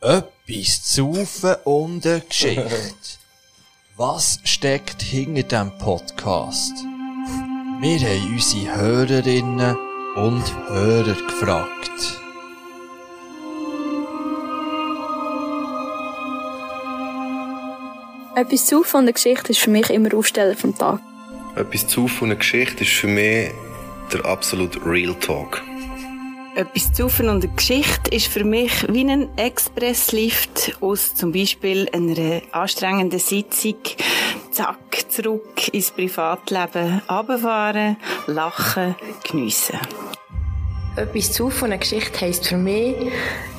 Etwas zu saufen und eine Geschichte. Was steckt hinter dem Podcast? Wir haben unsere Hörerinnen und Hörer gefragt. Etwas zu von der Geschichte ist für mich immer Aufsteller vom Tag. Etwas zu von einer Geschichte ist für mich der absolute Real Talk. Etwas zu und eine Geschichte ist für mich wie ein Expresslift aus zum Beispiel einer anstrengenden Sitzung. Zack, zurück ins Privatleben, runterfahren, lachen, geniessen. Etwas zu von einer Geschichte heisst für mich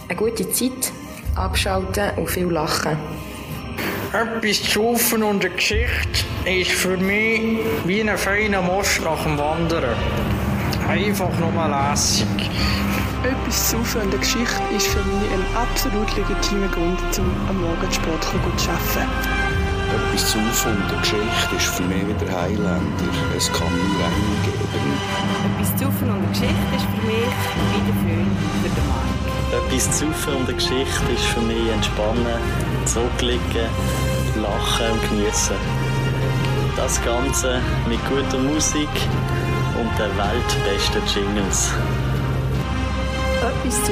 eine gute Zeit, abschalten und viel lachen. Etwas Saufen und eine Geschichte ist für mich wie ein feiner Most nach dem Wandern. Einfach nur lässig. Etwas zu von der Geschichte ist für mich ein absolut legitimer Grund, um am Morgen Sport zu arbeiten. Etwas zu von der Geschichte ist für mich wieder Highlander. Es kann nur einen geben. Etwas zu und eine Geschichte ist für mich wie der Föhn für den Markt. Etwas zu und eine Geschichte ist für mich entspannen, zurückliegen, lachen und geniessen. Das Ganze mit guter Musik und der weltbesten Jingles. Etwas zu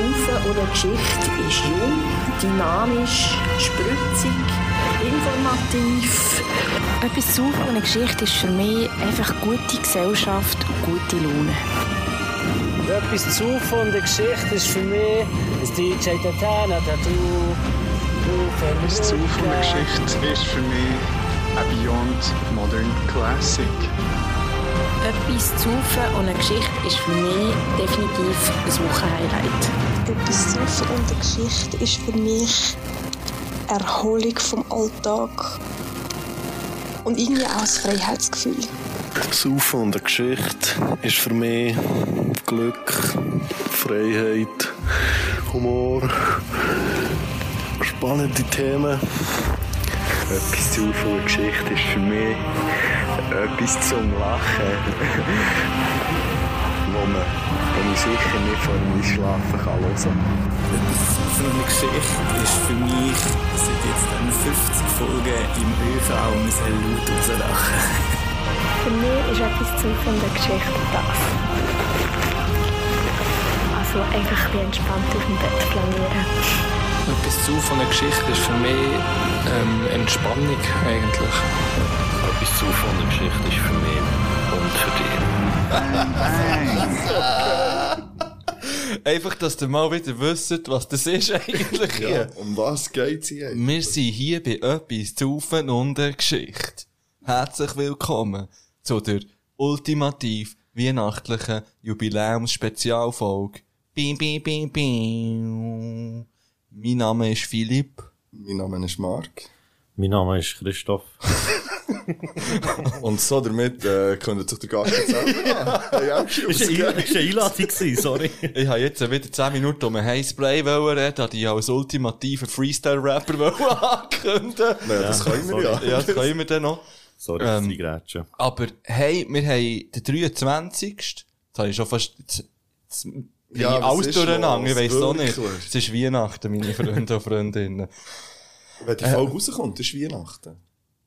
oder eine Geschichte ist jung, dynamisch, spritzig, informativ. Etwas zu und eine Geschichte ist für mich einfach gute Gesellschaft und gute Laune. Etwas zu von der Geschichte ist für mich das DJ Tatana, der du. Etwas zu von der Geschichte ist für mich ein Beyond Modern Classic. Etwas zu und eine Geschichte ist für mich definitiv ein Wochenhighlight. Etwas zu und eine Geschichte ist für mich Erholung vom Alltag und irgendwie auch ein Freiheitsgefühl. Saufen und eine Geschichte ist für mich Glück, Freiheit, Humor, spannende Themen. Etwas zu von einer Geschichte ist für mich etwas zum Lachen, wo man, wo man sicher nicht vor dem Schlafen kann hören. Etwas zu von einer Geschichte ist für mich seit jetzt dann 50 Folgen im ÖV und es laut rauslachen. Für mich ist etwas zu von der Geschichte das so einfach ein entspannt auf dem Bett flanieren. Etwas zu von einer Geschichte ist für mich ähm, Entspannung eigentlich. Etwas zu von einer Geschichte ist für mich und für dich. einfach, dass ihr mal wieder wisst, was das ist eigentlich hier. Ja, um was geht's hier eigentlich? Wir sind hier bei etwas zu und einer Geschichte. Herzlich willkommen zu der ultimativ weihnachtlichen Jubiläums-Spezialfolge. Bim, bim, bim, bim. Mein Name ist Philipp. Mein Name ist Marc. Mein Name ist Christoph. Und so damit äh, könnt ihr den Gast jetzt selber Das war eine Einladung, sorry. ich habe jetzt wieder 10 Minuten um ein Heißplay reden, da ich als ultimativer Freestyle-Rapper ankünden Nein, das können wir ja. Ja, das können wir dann noch. Sorry, ähm, die Grätsche. Aber hey, wir haben den 23. Jetzt habe ich schon fast jetzt, jetzt ja, alles durcheinander, ich weiss auch nicht. Es ist Weihnachten, meine Freunde und Freundinnen. Wenn die Folge äh, rauskommt, ist Weihnachten.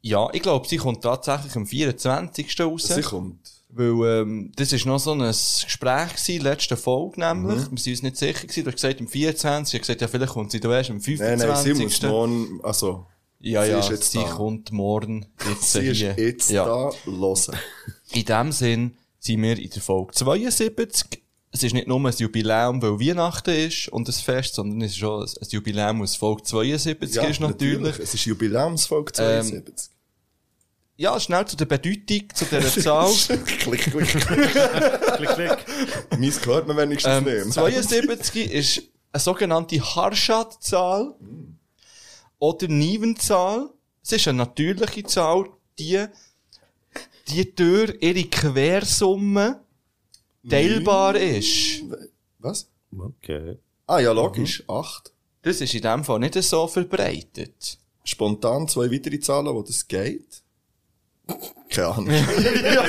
Ja, ich glaube, sie kommt tatsächlich am 24. raus. Sie kommt. Weil ähm, das war noch so ein Gespräch, gewesen, letzte Folge nämlich. Mhm. Wir waren uns nicht sicher. Gewesen. Du hast gesagt, am 24. Ich habe gesagt, ja, vielleicht kommt sie da erst am 25. Nein, nein, sie muss morgen, also... Ja, sie ja, ist jetzt sie da. kommt morgen jetzt äh, sie hier. ist jetzt ja. da, hören. In dem Sinn sind wir in der Folge 72. Es ist nicht nur ein Jubiläum, weil Weihnachten ist und ein Fest, sondern es ist schon ein Jubiläum, aus Folge 72 ja, ist natürlich. natürlich. Es ist Jubiläumsfolge Äh, 72. Ähm, ja, schnell zu der Bedeutung, zu dieser Zahl. klick, klick, klick. klick, klick. Meins gehört man wenigstens Ehm, ähm, nicht. 72 ist eine sogenannte Harshad-Zahl. Mm oder Nivenzahl. Es ist eine natürliche Zahl, die, die durch ihre Quersumme teilbar ist. Was? Okay. Ah ja, logisch. Mhm. Acht. Das ist in dem Fall nicht so verbreitet. Spontan zwei weitere Zahlen, wo das geht? Keine Ahnung. ja.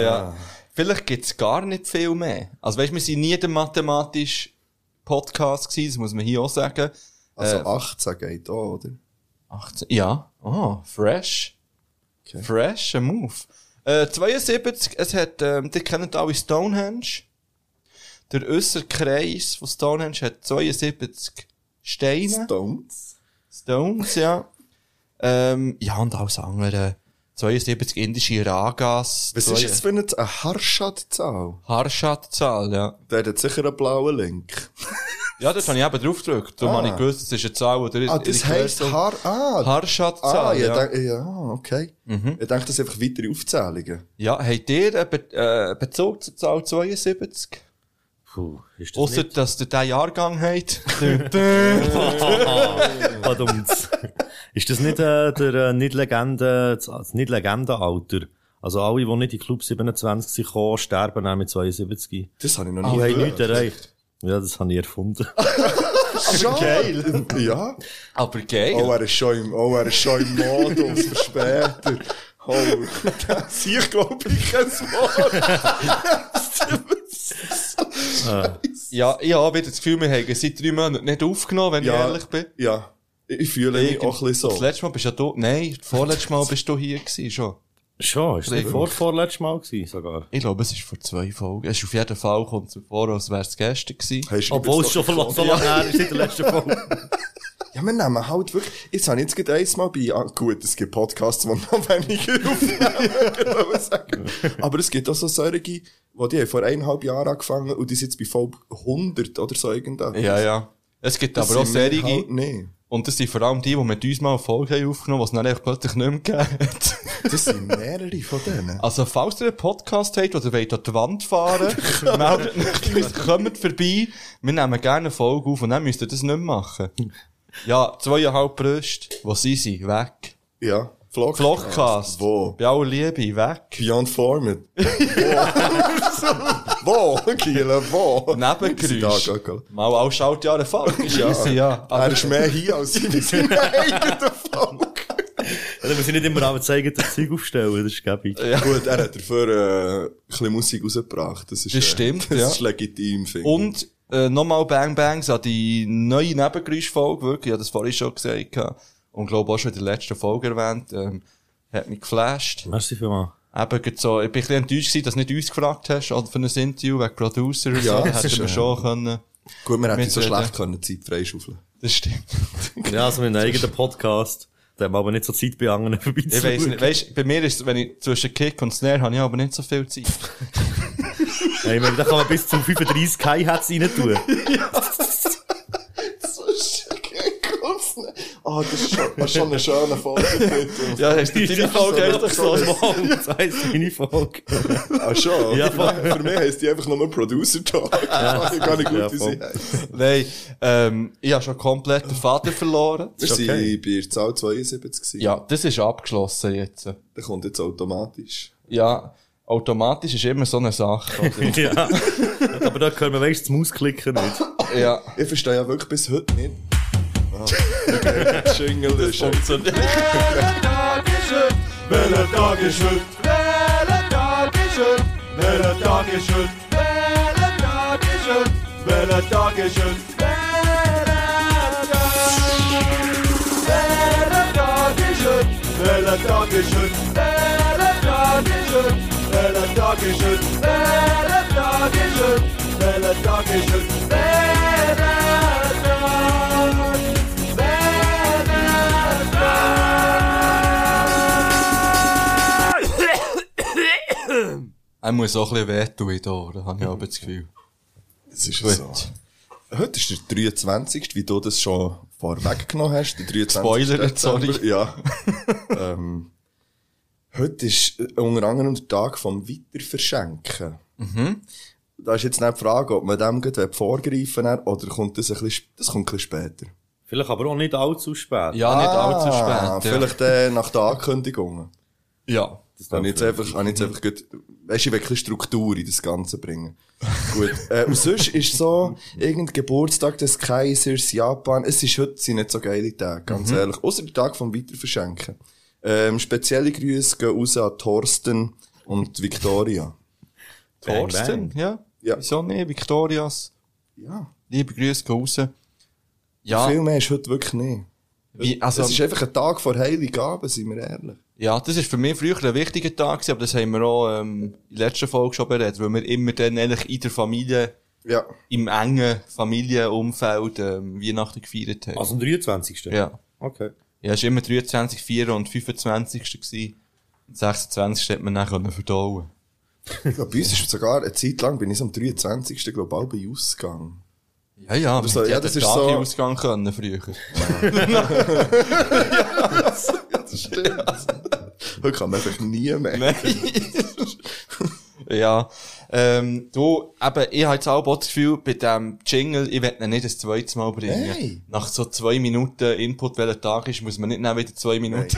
ja. Vielleicht gibt's gar nicht viel mehr. Also weißt, wir sind nie der mathematische Podcast gewesen, das muss man hier auch sagen. Also Äh, 18 geht auch, oder? 18, ja. Oh, fresh. Fresh, ein Move. Äh, 72, es hat, ähm, die kennen alle Stonehenge. Der äußere Kreis von Stonehenge hat 72 Steine. Stones. Stones, ja. ähm, ja, und alles andere. 72 indische Ragas. Was ist jetzt für eine, eine Harshad-Zahl? Harshad-Zahl, ja. Der hat sicher einen blauen Link. Ja, dort habe ich eben drauf gedrückt. Darum Ah. habe ich gewusst, es ist eine Zahl, oder Ah, das heisst Har... Ah, ah, Harshad-Zahl, ich ja. denk- ja, okay. Mhm. Ich denke, das sind einfach weitere Aufzählungen. Ja, habt ihr einen Be äh, Bezug zur Zahl 72? Puh, ist das Ausser, nicht? dass ihr diesen Jahrgang habt. Badumts. ist das nicht äh, der äh, nicht Legende, das nicht Legendenalter? Also alle, die nicht in Club 27 sind, gekommen, sterben dann mit 72. Das habe ich die noch nie haben gehört. nichts erreicht. Ja, das habe ich erfunden. Ah, Aber geil. Ja. Aber geil. Oh, er ist schon im, oh, er ist schon im Modus für später. Oh, das sehe ich, glaube ich, kein Wort. ja, ich habe wieder das Gefühl, wir haben seit drei Monaten nicht aufgenommen, wenn ich Ja, ehrlich bin. Ja, ich fühle mich auch ein bisschen so. Das letzte Mal bist ja du, nein, das vorletzte Mal bist du hier gewesen, schon. Schon? Ist das nicht vor, vorletztes Mal gewesen, sogar? Ich glaube, es ist vor zwei Folgen. Es ist auf jeden Fall, kommt es vor, als wäre es gestern gewesen. Obwohl es schon verla- so lange her ist, seit der letzten Folge. Ja, wir nehmen halt wirklich, jetzt habe ich jetzt gerade eins mal bei, ah, gut, es gibt Podcasts, die noch weniger aufnehmen, kann man sagen. Aber es gibt auch so solche, die, die haben vor eineinhalb Jahren angefangen und die sind jetzt bei Folge 100 oder so irgendwas. Ja, ja. Es gibt Das aber auch sind wir Serien. Halt nicht. Und das sind vor allem die, die mit uns mal eine Folge haben aufgenommen haben, die es dann echt plötzlich nicht mehr gegeben hat. Das sind mehrere von denen. Also, falls ihr einen Podcast habt oder wollt an die Wand fahren, meldet euch, kommt vorbei. Wir nehmen gerne eine Folge auf und dann müsst ihr das nicht mehr machen. Ja, zweieinhalb Brüste. Wo sind sie? Weg. Ja. Vlog Vlogcast. Wo? Bei aller Liebe, weg. Beyond Format. wo? Kiel, wo? Nebengeräusch. Da, gell. Mal alle Schaltjahre Folge. ist Ja. easy, ja. Also, Er ist mehr hier als in seinem eigenen Volk. Oder wir sind nicht immer am zeigen, das Zeug aufstellen, das ist gäbig. Gut, er hat dafür äh, ein bisschen Musik rausgebracht. Das, ist, Das äh, stimmt, Das ja. ist legitim, finde ich. Und äh, nochmal Bang Bangs an die neue Nebengeräuschfolge, wirklich, ich habe das vorhin schon gesagt. gehabt. Und glaube auch schon in der letzten Folge erwähnt, ähm, hat mich geflasht. Merci vielmals. Eben gerade so, ich bin ein bisschen enttäuscht gewesen, dass du nicht uns gefragt hast, oder für ein Interview wegen Producer und Ja, so, das hätten ist, wir äh, schon können. Gut, wir hätten so mitreden. schlecht können, Zeit freischaufeln Das eh, stimmt. Ja, also mit einem eigenen Podcast. Da haben wir aber nicht so Zeit bei anderen Ich vorbeizuschauen. weiss nicht, weisst, bei mir ist, wenn ich zwischen Kick und Snare habe ich aber nicht so viel Zeit. Ja, ich meine, da kann man bis zum 35 Hi-Hats rein tun. Ah, das ist schon, das ist schon eine schöne Folge. ja, hast du deine Folge eigentlich so? Das heisst meine Folge. Ah, schon? Ja, für, mich, für mich heisst die einfach nur Producer Talk. Ja. Ich weiß gar nicht gut, Ja, wie voll. sie heisst. Nein, ähm, ich habe schon komplett den Vater verloren. Wir Ist okay. waren bei der Zahl 72. Gewesen. Ja, das ist abgeschlossen jetzt. Der kommt jetzt automatisch. Ja, automatisch ist immer so eine Sache. oder? ja. Aber da können wir wenigstens die Maus klicken nicht. Ja. Ich verstehe ja wirklich bis heute nicht. Ah, okay. Jingle ist funktioniert. Welcher Tag ist heute? Welcher Tag ist heute? Welcher Tag ist heute? Welcher Tag ist heute? Welcher Tag ist heute? Welcher Tag ist heute? Welcher Tag ist heute? Welcher Tag ist heute? Welcher Tag ist heute? Welcher Tag ist heute? Welcher Tag ist heute? Welcher Tag? Welcher Tag? Er muss auch ein bisschen wehtun hier, da habe ich aber das Gefühl. Es ist so. Heute ist der 23. Wie du das schon vorweggenommen hast. Der 23. Spoiler, sorry. Dezember. Ja. ähm, heute ist äh, unter anderem der Tag vom Weiterverschenken. Mhm. Da ist jetzt nicht die Frage, ob man dem gerade vorgreifen will oder kommt das ein bisschen, sp- das kommt ein bisschen später. Vielleicht aber auch nicht allzu spät. Ah, Vielleicht äh, nach den Ankündigungen. Ja. Das habe ich jetzt einfach, habe ich jetzt einfach gut, weißt du, ich will ein bisschen Struktur in das Ganze bringen. gut. Äh, und sonst ist so, irgendein Geburtstag des Kaisers, Japan, es ist heute, sind nicht so geile Tage, ganz Mhm. ehrlich. Außer der Tag vom Weiterverschenken. Ähm, spezielle Grüße gehen raus an Thorsten und Victoria. Bang, Thorsten, bang. ja. Ja. Wieso nicht? Victorias. Ja. Liebe Grüße gehen raus. Ja. Viel mehr ist heute wirklich nicht. Wie- also- es ist einfach ein Tag vor Heiligabend, sind wir ehrlich. Ja, das ist für mich früher ein wichtiger Tag, gewesen, aber das haben wir auch ähm, in der letzten Folge schon beredet, weil wir immer dann eigentlich in der Familie, ja. im engen Familienumfeld ähm, Weihnachten gefeiert haben. Also am 23. Ja. Okay. Ja, es war immer 23, 4 und 25. Gewesen. Am 26. hat man dann können verdauen. Ich glaub, bei uns ist sogar eine Zeit lang, bin ich so am 23. global bei Ausgang. Ja, ja, das, so, ja, das ist Tag in so. Ausgang können früher. Das stimmt. Heute kann man einfach nie mehr. ja. Ähm, du, eben, ich habe jetzt auch das Gefühl, bei diesem Jingle, ich werde ihn nicht das zweites Mal bringen. Nein. Nach so zwei Minuten Input, welcher Tag ist, muss man nicht dann wieder zwei Minuten.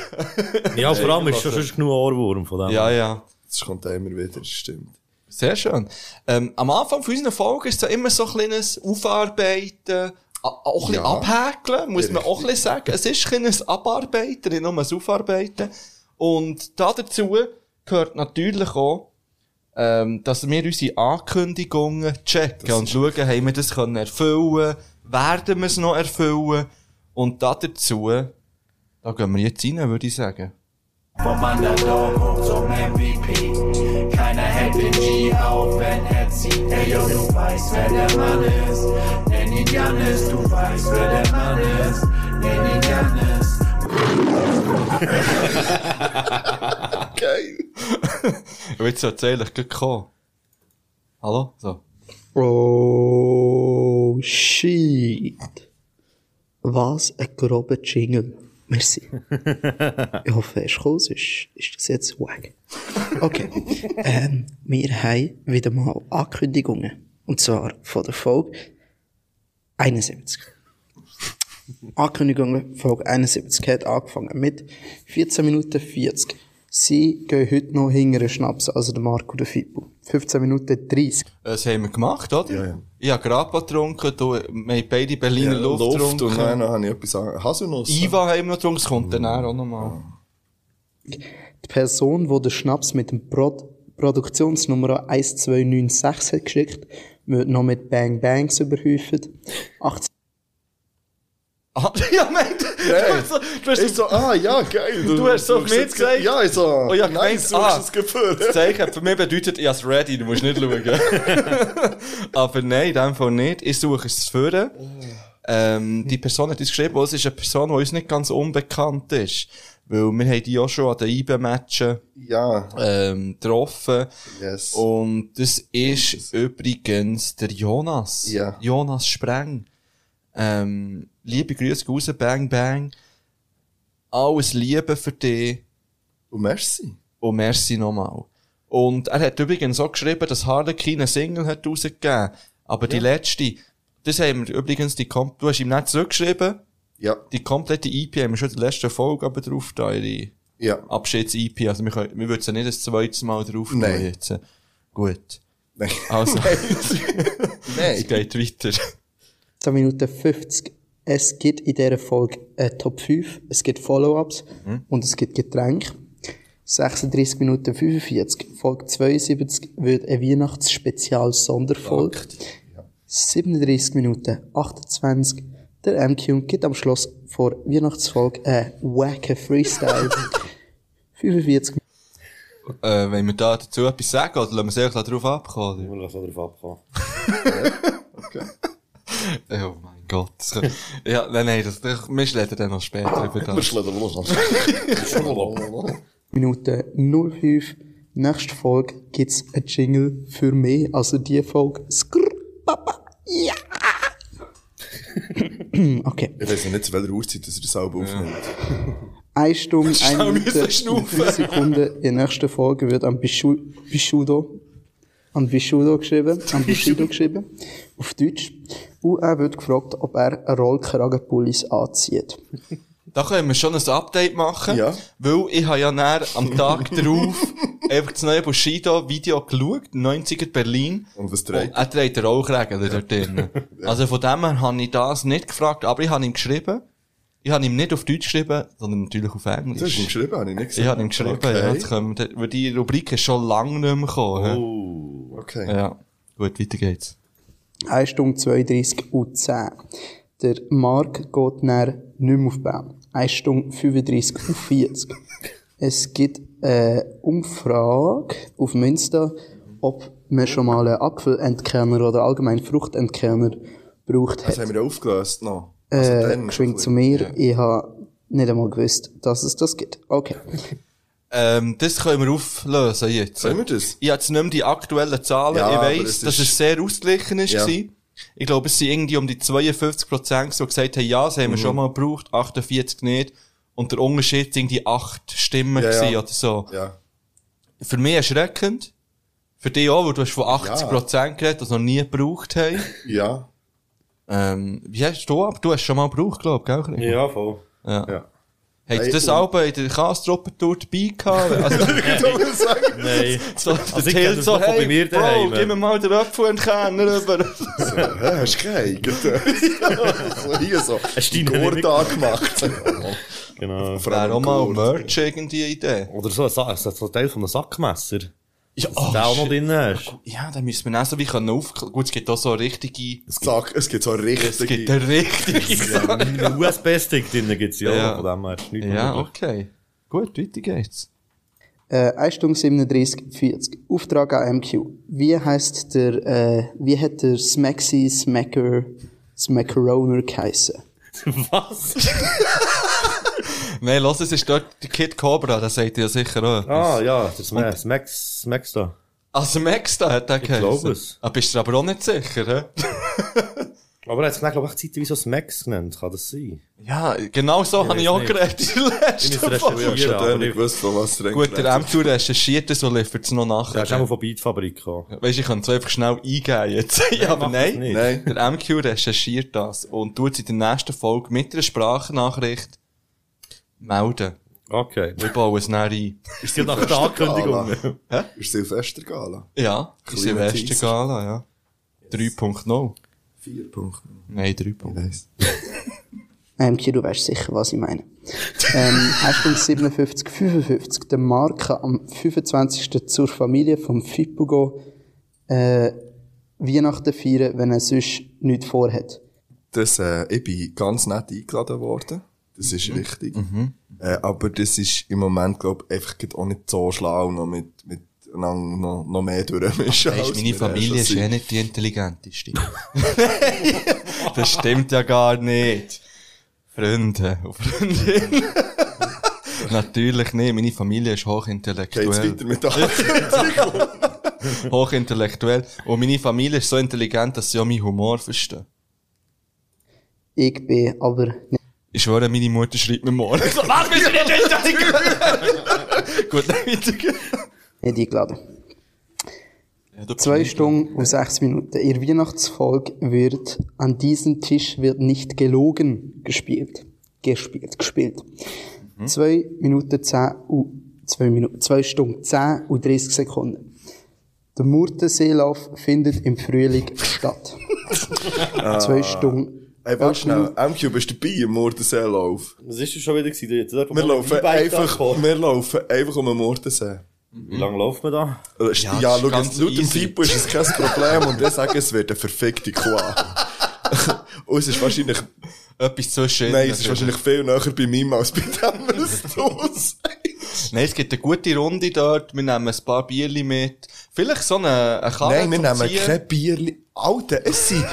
Ja, vor allem ist schon sonst genug Ohrwurm von dem. Ja, ja. Das kommt auch immer wieder, das stimmt. Sehr schön. Ähm, am Anfang von unserer Folge ist es ja immer so ein kleines Aufarbeiten, a- auch ein bisschen Ja. abhäkeln, muss man auch ein bisschen sagen. Es ist ein kleines Abarbeiten, nicht nur ein Aufarbeiten. Und da dazu gehört natürlich auch, ähm, dass wir unsere Ankündigungen checken und schauen, haben wir das können erfüllen, werden wir es noch erfüllen. Und da dazu, da gehen wir jetzt rein, würde ich sagen. Vom Underdog hoch zum MVP. Keiner hält den G auf, wenn er zieht. Hey, yo, du weißt, wer der Mann ist. Nenn ihn Janis, du weißt, wer der Mann ist. Nenn ihn Janis. Geil. Und jetzt erzähle ich gleich gekommen. Hallo? So. Oh, shit. Was ein grober Jingle. Merci. ich hoffe, er ist cool, sonst ist das jetzt wack. Okay. ähm, wir haben wieder mal Ankündigungen. Und zwar von der Folge 71. Ankündigungen Folge 71 hat angefangen mit 14 Minuten 40. Sie gehen heute noch hinter den Schnaps, also der Marco der Fippo. 15 Minuten 30. Das haben wir gemacht, oder? Ja, ja. Ich habe Grappa getrunken, du, wir haben beide Berliner Ja, Luft, Luft und getrunken. dann habe ich etwas an. Haselnuss. Iva haben wir noch getrunken, das kommt dann auch nochmal. Die Person, die den Schnaps mit dem Pro Produktionsnummer 1296 hat geschickt, wird noch mit Bang Bangs überhäuft. 18 Ah, ja, meint, du hast so, du hast so, ah, ja, geil. Du hast so auf mich jetzt- gezeigt? Ja, ich so, Oh, ich habe nein, gemeint, du hast ah, das Gefühl. Das Zeichen für mich bedeutet, ich habe es ready, du musst nicht schauen. Aber nein, in dem Fall nicht. Ich suche es zu führen. Ähm, die Person hat uns geschrieben, weil es ist eine Person, die uns nicht ganz unbekannt ist. Weil wir haben die auch schon an den IBE-Matchen Ja. ähm, getroffen. Yes. Und das ist übrigens der Jonas. Ja. Jonas Spreng. Ähm, liebe Grüße raus, Bang Bang. Alles Liebe für dich. Und merci. Und merci nochmal. Und er hat übrigens auch geschrieben, dass Harlequin eine Single hat rausgegeben. Aber die letzte, das haben wir übrigens, die kom- du hast ihm nicht zurückgeschrieben. Ja. Die komplette EP haben wir schon in der letzten Folge aber drauf da, ihre Ja. Abschieds-EP. Also wir, können, wir würden sie nicht das zweites Mal drauf tun Nein. jetzt. Gut. Nein. Also, Nein. es geht weiter. Minuten 50. Es gibt in dieser Folge äh, Top 5, es gibt Follow-ups Mhm. und es gibt Getränke. 36 Minuten 45, Folge 72 wird ein Weihnachtsspezial-Sonderfolge. 37 Minuten 28, der MQ gibt am Schluss vor Weihnachtsfolge einen wacken Freestyle. 45 äh, wenn wir da dazu etwas sagen, oder lassen wir es einfach darauf abkommen? Oder? Wir lassen darauf abkommen. okay. Oh mein Gott. das kann- Ja, nein, nein, das, das, wir schlägen dann noch später über das. Wir schlägen noch Minute 05. Nächste Folge gibt's ein Jingle für mich, also die Folge. Skrrr, Papa, ja! okay. Ich weiß ja nicht, zu welcher Uhrzeit dass er das selber aufnimmt. 1 Stunde, 1 Schau, wir Minute, und verschnaufen. 3 Sekunden. In der nächsten Folge wird an Bishu- Bishudo, an Bishudo geschrieben, an Bishido geschrieben, auf Deutsch. Und er wird gefragt, ob er einen Rollkragenpullis anzieht. Da können wir schon ein Update machen. Ja. Weil ich habe ja dann am Tag drauf einfach das neue Bushido-Video geschaut, 90er Berlin. Und was trägt er? Er trägt den Rauchregel dort drin. Also von dem her habe ich das nicht gefragt, aber ich habe ihm geschrieben. Ich habe ihm nicht auf Deutsch geschrieben, sondern natürlich auf Englisch. Du hast ihm geschrieben, habe ich nicht gesehen. Ich habe ihm geschrieben, Okay. ja, jetzt kommen wir, weil die Rubrik ist schon lange nicht mehr gekommen. Oh, okay. Ja, gut, weiter geht's. 1 Stunde 32 und 10. Der Mark geht dann nicht mehr auf die Bahn. 1 Stunde 35 auf 40. Es gibt eine Umfrage auf Münster, ob man schon mal einen Apfelentkerner oder allgemein Fruchtentkerner braucht Das haben wir aufgelöst noch. Also Äh, dann geschwind zu mir, ich habe nicht einmal gewusst, dass es das gibt. Okay. Ähm, das können wir auflösen jetzt. Können wir dus das? Ich habe jetzt nicht mehr die aktuellen Zahlen. Ja, aber ich weiss, es dass ist- es sehr ausgeglichen ist. Ja. gewesen. Ich glaube, es sind irgendwie um die 52 Prozent, die gesagt haben, ja, das haben wir Mhm. schon mal gebraucht, 48 nicht. Und der Unterschied sind die 8 Stimmen Ja, ja. gewesen oder so. Ja. Für mich erschreckend. Für dich auch, weil du hast von 80 Prozent geredet, die es noch nie gebraucht haben. Ja. Ähm, wie hast du ab? Du hast schon mal gebraucht, glaube ich, gell? Chris? Ja, voll. Ja. ja. Hat Hey, das und- Album in der Kastroppentour dabei gehabt? Also, Nein. So, Also der ich kenne Till das so, nur von hey, bei mir dus Bro, daheim. gib mir mal den Apfel und Kerner rüber. Hä, hast du keinen? so, hier so. Hast du deinen Gurt nicht- angemacht. Genau. Wäre auch mal Merch irgendwie eine Idee. Oder so ein, Sa- so ein Teil von einem Sackmesser. Ja, Dass du den auch noch drin hast. Ja, dann müssen wir auch so wie können aufklären. Gut, es gibt auch so richtige... Es gibt, es gibt so richtige... Es gibt eine richtige... Ja, Ein USB-Stick drin gibt es ja, Ja. ja. von dem her. ist nichts ja, möglich. okay. Gut, weiter geht's. Äh, 1 Stunde 37, 40. Auftrag an MQ. Wie heißt der, äh, wie hat der Smaxi Smacker, Smackeroner geheissen? Was? Nein, los, es ist dort der Kid Cobra, der sagt dir ja sicher auch etwas. Ah, ja, das ist Max, Max, Max da. Also Max, da hat der Ich geheißen. glaube es. Ah, bist du dir aber auch nicht sicher, hä? Aber er hat es, glaube ich, zeitweise als Max genannt. Kann das sein? Ja, genau so habe weiß ich auch nicht. geredet in der letzten Ich muss recherchieren, Folge. aber ich- Gut, der M2 recherchiert das und liefert es noch nachher. Der ist auch mal von Beatfabrik gekommen. Weißt du, ich kann es einfach schnell eingeben jetzt. Nein, aber mach das nein, nicht. nein, der MQ recherchiert das und tut es in der nächsten Folge mit einer Sprachnachricht melden. Okay. Wir bauen es näher ein. Ist dir nach der Ankündigung? Hä? Ist Silvestergala? Ja, die Kleiner Silvestergala, ja. 3.0. 4.0. Nein, 3.1. MQ, du weißt sicher, was ich meine. ähm, 1 Stunde 57, 55. Der Marke am 25. zur Familie vom Fipugo, äh, Weihnachten feiern, wenn er sonst nichts vorhat. Das, äh, ich bin ganz nett eingeladen worden. Das Mhm. ist richtig. Äh, aber das ist im Moment, glaube ich, einfach grad auch nicht so schlau, noch mit, mit noch, noch mehr durchmischen. Weißt, als meine wir Familie schon ist sind. eh nicht die intelligenteste. das stimmt ja gar nicht. Freunde und Freundinnen. Natürlich nicht. Meine Familie ist hochintellektuell. Geht's weiter mit der Ankündigung? hochintellektuell. Und meine Familie ist so intelligent, dass sie auch meinen Humor verstehen. Ich bin aber nicht. Ich schwöre, meine Mutter schreibt mir morgen. So, Was bist du nicht intelligent? Gut, dann weiter. nicht eingeladen. Zwei Stunden und sechs Minuten. Ihr Weihnachtsfolge wird an diesem Tisch wird nicht gelogen gespielt. Gespielt, gespielt. Mhm. Zwei Minuten zehn und zwei Minuten, zwei Stunden zehn und 30 Sekunden. Der Murtenseelauf findet im Frühling statt. Zwei Stunden. Ah. Ey, warte schnell. MQ, bist du dabei im Mordenseelauf? Was ist das schon wieder gewesen? Jetzt, dort, wo Wir laufen E-Bike einfach, angekommen. wir laufen einfach um den Mordensee. Wie lange laufen wir da? Äh, Ja, Ja, das ja ist schau, ganz jetzt, laut dem easy. FIPO ist es kein Problem und ich sage, es wird eine verfickte Qua. Und es ist wahrscheinlich... Etwas zwischen. Nein, es ist wahrscheinlich viel näher bei meinem als bei dem, was du Nein, es gibt eine gute Runde dort. Wir nehmen ein paar Bierli mit. Vielleicht so eine, eine Karre Nein, wir zum nehmen Ziehen. kein Bier. Alter, es sind,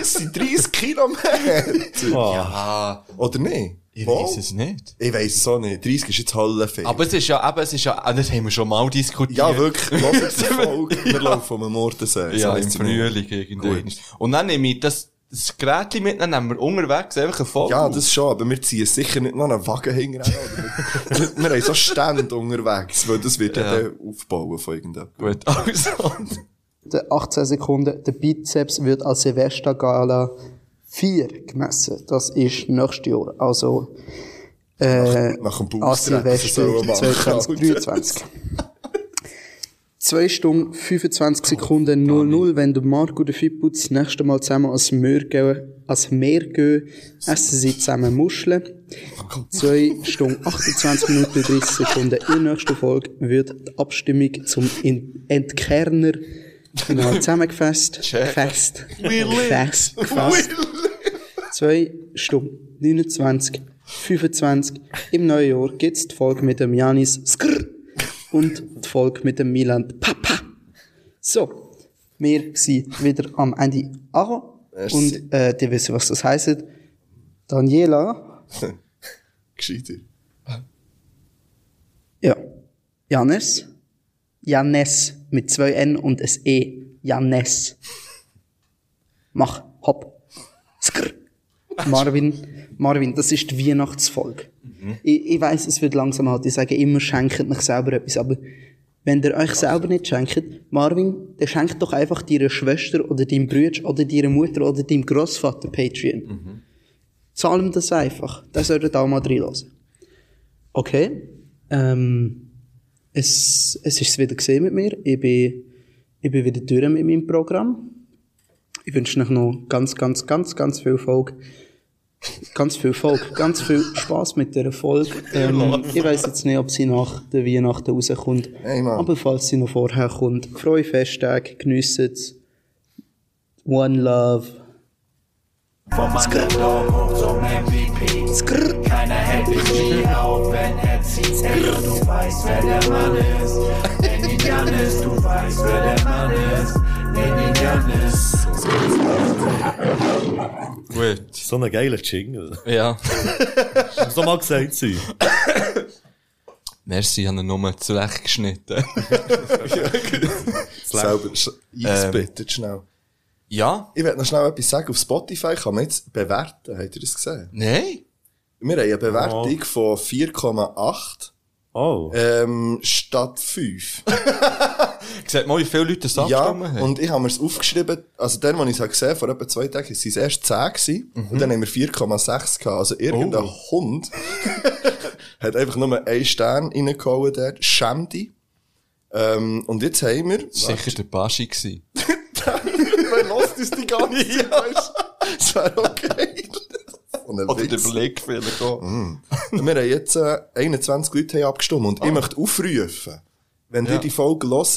es sind 30 Kilometer. Ah, Ja. Oder nicht? Ich Wohl? weiss es nicht. Ich weiss es auch nicht. 30 ist jetzt Höllenfehl. Aber es ist ja, eben, es ist ja, ah, das haben wir schon mal diskutiert. Ja, wirklich. Lass uns die Folge. Wir laufen um den Mordensee. Ja, im heisst sie nicht. Frühling irgendwann. Und dann nehme ich das, das Gerät mit, dann nehmen wir unterwegs einfach eine Folge. Ja, auf. das schon, aber wir ziehen sicher nicht noch einen Wagen hinterher. oder? wir, wir haben so Stände unterwegs, weil das wird ja, Ja. dann aufbauen von irgendjemandem. Gut, also. Der 18 Sekunden. Der Bizeps wird als Silvestergala 4 gemessen. Das ist nächstes Jahr. Also, äh, nach dem an Baustreten Silvester sollen wir machen, 2023. 2 Stunden 25 Sekunden 00, wenn du Marco de Fippo das nächste Mal zusammen ans Meer gehen, ans Meer gehen essen sie zusammen Muscheln. 2 Stunden 28 Minuten 30 Sekunden in der nächsten Folge wird die Abstimmung zum In- Entkerner genau zusammengefasst. Gefasst. We live. Gefasst. We Gefasst. 2 Stunden 29, 25. Im neuen Jahr gibt es die Folge mit dem Janis Skrr und die Folge mit dem Milan Papa. So, wir sind wieder am Ende angekommen. Und äh, ihr wisst, was das heisst. Daniela, Gescheiter. ja, Janis, Jannes mit zwei N und ein E. Jannes. Mach, hopp. Skrr. Marvin, Marvin, das ist die Weihnachtsfolge. Ich, ich weiß, es wird langsam halt. Ich sage immer, schenkt euch selber etwas. Aber wenn ihr euch selber nicht schenkt, Marvin, dann schenkt doch einfach deiner Schwester oder deinem Bruder oder deiner Mutter oder deinem Großvater Patreon. Zahl ihm das einfach. Das solltet ihr auch mal reinlassen. Okay. Ähm, es, es ist wieder gesehen mit mir. Ich bin, ich bin wieder durch mit meinem Programm. Ich wünsche euch noch ganz, ganz, ganz, ganz viel Folge. Ganz viel Folge. Ganz viel Spaß mit dieser Folge. Ähm, ich weiß jetzt nicht, ob sie nach der Weihnachten rauskommt. aber falls sie noch vorher kommt, freue Festtage, geniessen es. One Love. Von meinem Daumen hoch zum MVP. Keiner hält dich nie auf, wenn er zieht. Hey, du weißt, wer der Mann ist. Nenn ihn Janis, du weißt, wer der Mann ist. Nenn ihn Janis. Gut. So ein geiler Jingle. Ja. Muss doch mal gesagt sein. Merci, haben ihn nur zurechtgeschnitten. Selber eingebettet schnell. Ähm, Ja? Ich werde Äh, noch schnell etwas sagen. Auf Spotify kann man jetzt bewerten. Habt ihr das gesehen? Nein. Wir haben eine Bewertung von 4,8. Oh. Ähm, statt 5. Sieht mal, wie viele Leute das Ja, abgestimmt haben. und ich habe mir es aufgeschrieben, also dann, als ich es gesehen habe, vor etwa zwei Tagen, es waren erst 10 gewesen, und dann haben wir 4,6 gehabt. Also irgendein Hund hat einfach nur einen Stern reingehauen dort, schäm dich. Ähm, und jetzt haben wir... Sicher der Baschi gewesen. Man lässt uns die ganze Zeit, weißt du? Das wäre okay. Oder der Blick vielleicht auch. Mm. Wir haben jetzt äh, 21 Leute haben abgestimmt und ich möchte aufrufen, wenn Ah. Ja. ihr die Folge hört,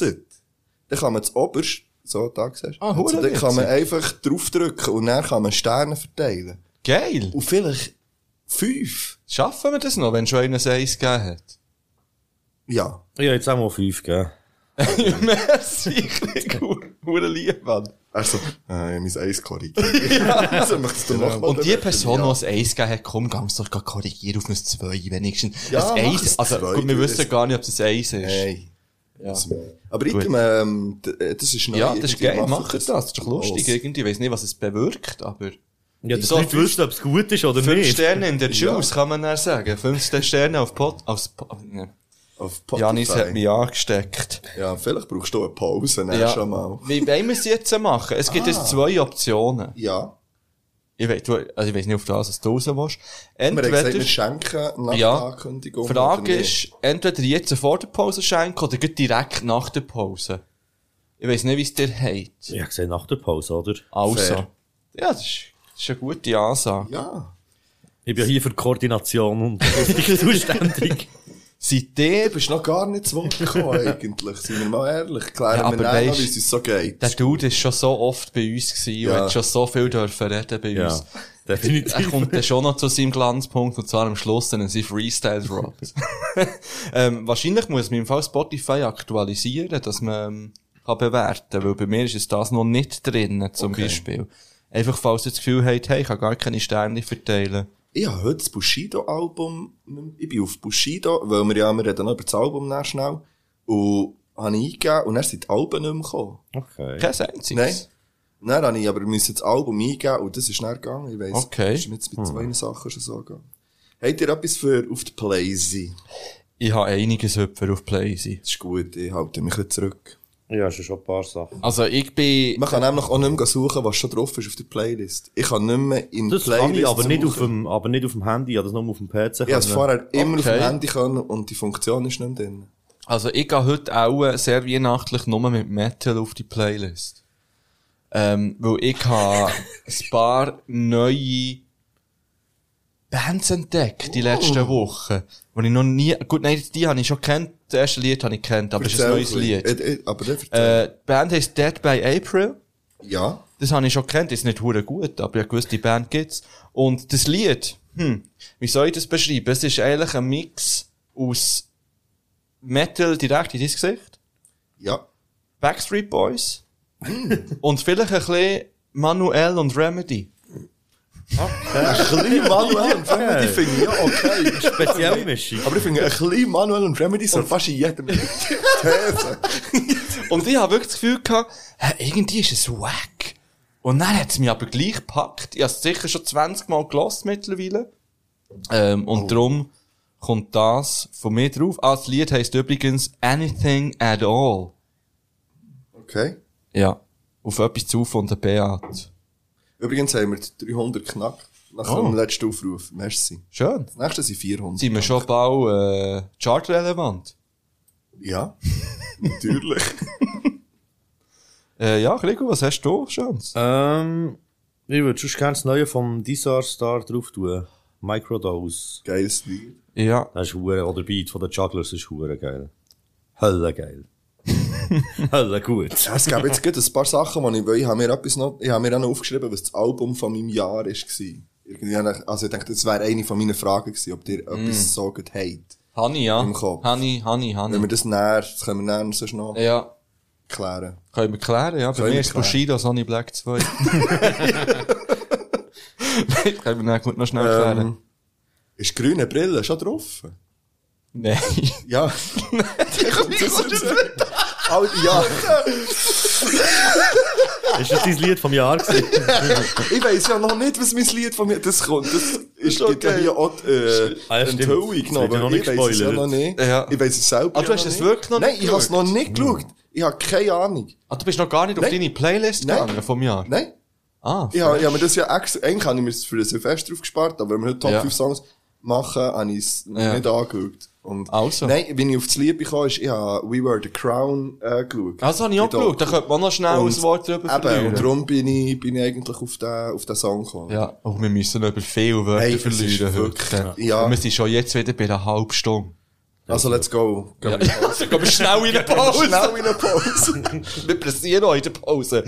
dann kann man das oberst, so da siehst du, Ah, also, hure dann kann man witzig. einfach draufdrücken und dann kann man Sterne verteilen. Geil. Und vielleicht fünf. Schaffen wir das noch, wenn schon einer ein Eis gegeben hat? Ja. Ich habe jetzt auch mal 5 gegeben. Merci, richtig gut. Hure lieb, Mann. Also, äh, mein Eis korrigiert. ja. Also, möchtest du noch mal Genau. Und die bewerten? Person, die ein Eis gegeben hat, komm, geh es doch grad korrigieren auf ein 2 wenigstens. Ja, ein mach ein Eis, also Zwei, gut, wir weil wissen das- gar nicht, ob es ein Eis ist. Hey. Ja. Aber Gut. item, ähm, d- äh, das ist neu. Ja, das ist Irgendwie geil, machen macht das. Das ist doch lustig Los. irgendwie. Ich weiß nicht, was es bewirkt, aber... Ja, dass Leute wissen, ob es gut ist oder Fünf nicht. Sterne in der Juice, kann man dann sagen. Fünf Sterne auf Pot... Aufs Po- ne. Auf Spotify. Janis hat mich angesteckt. Ja, vielleicht brauchst du eine Pause, ne, Ja. schon mal. Wie wollen wir es jetzt machen? Es gibt Ah. jetzt zwei Optionen. Ja. Ich weiß, du, also ich weiß nicht, auf das, was du raus willst. Wir haben gesagt, Entweder... wir schenken nach der ja, Ankündigung. Frage oder ist, entweder jetzt vor der Pause schenken oder gleich direkt nach der Pause. Ich weiß nicht, wie es dir hat. Ich habe gesagt, nach der Pause, oder? Also. Fair. Ja, das ist, das ist eine gute Ansage. Ja. Ich bin ja hier für die Koordination und zuständig. Seitdem... Du bist noch gar nicht zu Wort gekommen, eigentlich. Seien wir mal ehrlich. Klären Ja, wir aber nachher noch, weisst- wie es uns so geht. Der Dude ist schon so oft bei uns gewesen Ja. und hat schon so viel dürfen reden bei Ja, uns. definitiv. Er kommt dann schon noch zu seinem Glanzpunkt und zwar am Schluss, dann sind Freestyle droppt. ähm, wahrscheinlich muss man im Fall Spotify aktualisieren, dass man ähm, kann bewerten weil bei mir ist es das noch nicht drin, zum Okay. Beispiel. Einfach falls ihr das Gefühl habt, hey, ich kann gar keine Sterne verteilen. Ich habe heute das Bushido-Album, ich bin auf Bushido, weil wir ja, wir reden noch über das Album nachher schnell, und habe ich eingegeben, und dann sind die Alben nicht mehr gekommen. Okay. Kein einziges? Nein. Dann habe ich aber müssen das Album eingeben, und das ist nicht gegangen, ich weiss. Okay. Das ist mir jetzt bei zwei Sachen schon so gegangen. Habt ihr etwas für auf die Playsee? Ich habe einiges Hüpfer auf Playsee. Das ist gut, ich halte mich ein bisschen zurück. Ja, es sind schon ein paar Sachen. Also ich bin... Man kann nämlich auch nicht mehr suchen, was schon drauf ist auf der Playlist. Ich kann nicht mehr in Das Playlist kann ich, aber nicht, auf suchen. dem, aber nicht auf dem Handy, ich habe das nur auf dem PC. Ich habe es vorher immer auf Okay. dem Handy können und die Funktion ist nicht mehr drin. Also ich gehe heute auch äh, sehr weihnachtlich nur mit Metal auf die Playlist. Ähm, weil ich habe ein paar neue Bands entdeckt die letzten Oh. Wochen. Wo ich noch nie, gut, nein, die habe ich schon kennt, das erste Lied habe ich kennt, aber es ist ein neues Erzähl ein Lied. bisschen. Äh, äh, aber dann erzähl. Äh, die Band heisst Dead by April. Ja. Das habe ich schon gekannt, ist nicht hure gut, aber ich wusste, die Band gibt's. Und das Lied, hm, wie soll ich das beschreiben? Es ist eigentlich ein Mix aus Metal direkt in dein Gesicht. Ja. Hm. Backstreet Boys. und vielleicht ein bisschen Manuel und Remedy. Ein kleiner Manuel und Remedy finde ich ja okay. Spezielle Mischung. Aber ich finde, ein kleiner Manuel und Remedy soll fast in jedem These. Und ich habe wirklich das Gefühl gehabt, hä, irgendwie ist es wack. Und dann hat es mich aber gleich gepackt. Ich habe es sicher schon 20 Mal gelost mittlerweile. Ähm, und darum kommt das von mir drauf. Ah, das Lied heisst übrigens Anything at All. Okay. Ja. Auf etwas zu von der Beat. Übrigens haben wir die 300 knackt nach Oh. dem letzten Aufruf. Merci. Schön. Das nächste sind 400. Sind wir schon bald äh, chartrelevant? Ja, natürlich. äh, ja, Gregor, was hast du, Chance? Ähm, ich würde schon gerne das Neue vom Disaster drauf tun. Microdose. Geiles Lied. Ja. Das ist hure oder Beat von den Jugglers ist hure geil. Hölle geil. Hölle gut. Ja, Es gab jetzt gerade ein paar Sachen, die ich will. Ich habe mir, etwas noch, ich habe mir auch noch aufgeschrieben, was das Album von meinem Jahr war. Irgendwie, habe ich- also ich dachte, das wäre eine von meinen Fragen gewesen, ob ihr Mm. etwas so gut habt. Hani, ja. Im Kopf. Hani, Hani, Hani. Wenn wir das näher, das können wir näher sonst noch Ja. klären. Können wir klären, ja. Bei Können mir wir ist klären. Bushido Sonny Black 2. Nein, Können wir dann gut noch schnell klären. Ähm, ist grüne Brille schon drauf? Nein. Ja. All die Jahre. Ist das dein Lied vom Jahr gewesen? ich weiß ja noch nicht, was mein Lied von mir das kommt. Das ist gibt ja hier auch äh, Ah, ja, stimmt. Enthüllung Das noch, wird ja noch aber nicht ich weiß es ja gespoilert. noch nicht. Ja. Ich weiß es selber. Ah, du ja hast noch es wirklich noch Nein, nicht ich habe es geschaut? noch nicht geschaut. Ich habe keine Ahnung. Ah, du bist noch gar nicht auf Nein. deine Playlist Nein. gegangen vom Jahr? Nein. Ah, Ich habe, ich habe mir das ja extra, eigentlich habe ich mir das für den Silvester aufgespart, aber wenn wir heute Top Ja. 5 Songs machen, habe ich es Ja. Ah, nicht angeschaut. Und Also. Nein, wenn ich auf das Lied gekommen ist, ich habe We Were The Crown äh, geschaut. Also habe ich auch Die Doku. geschaut, da könnte man noch schnell Und ein Wort drüber Eben, verlieren. Äh, und darum bin ich, bin ich eigentlich auf den, auf den Song gekommen. Ja, oh, wir müssen noch über viele Wörter Hey, es ist verlieren wirklich- heute. Ja. Und wir sind schon jetzt wieder bei einer halben Stunde. Also, let's go. Gehen Ja. wir in die Pause. Also gehen wir schnell in eine Pause. Gehen wir Schnell in eine Pause. wir pressieren euch in der Pause.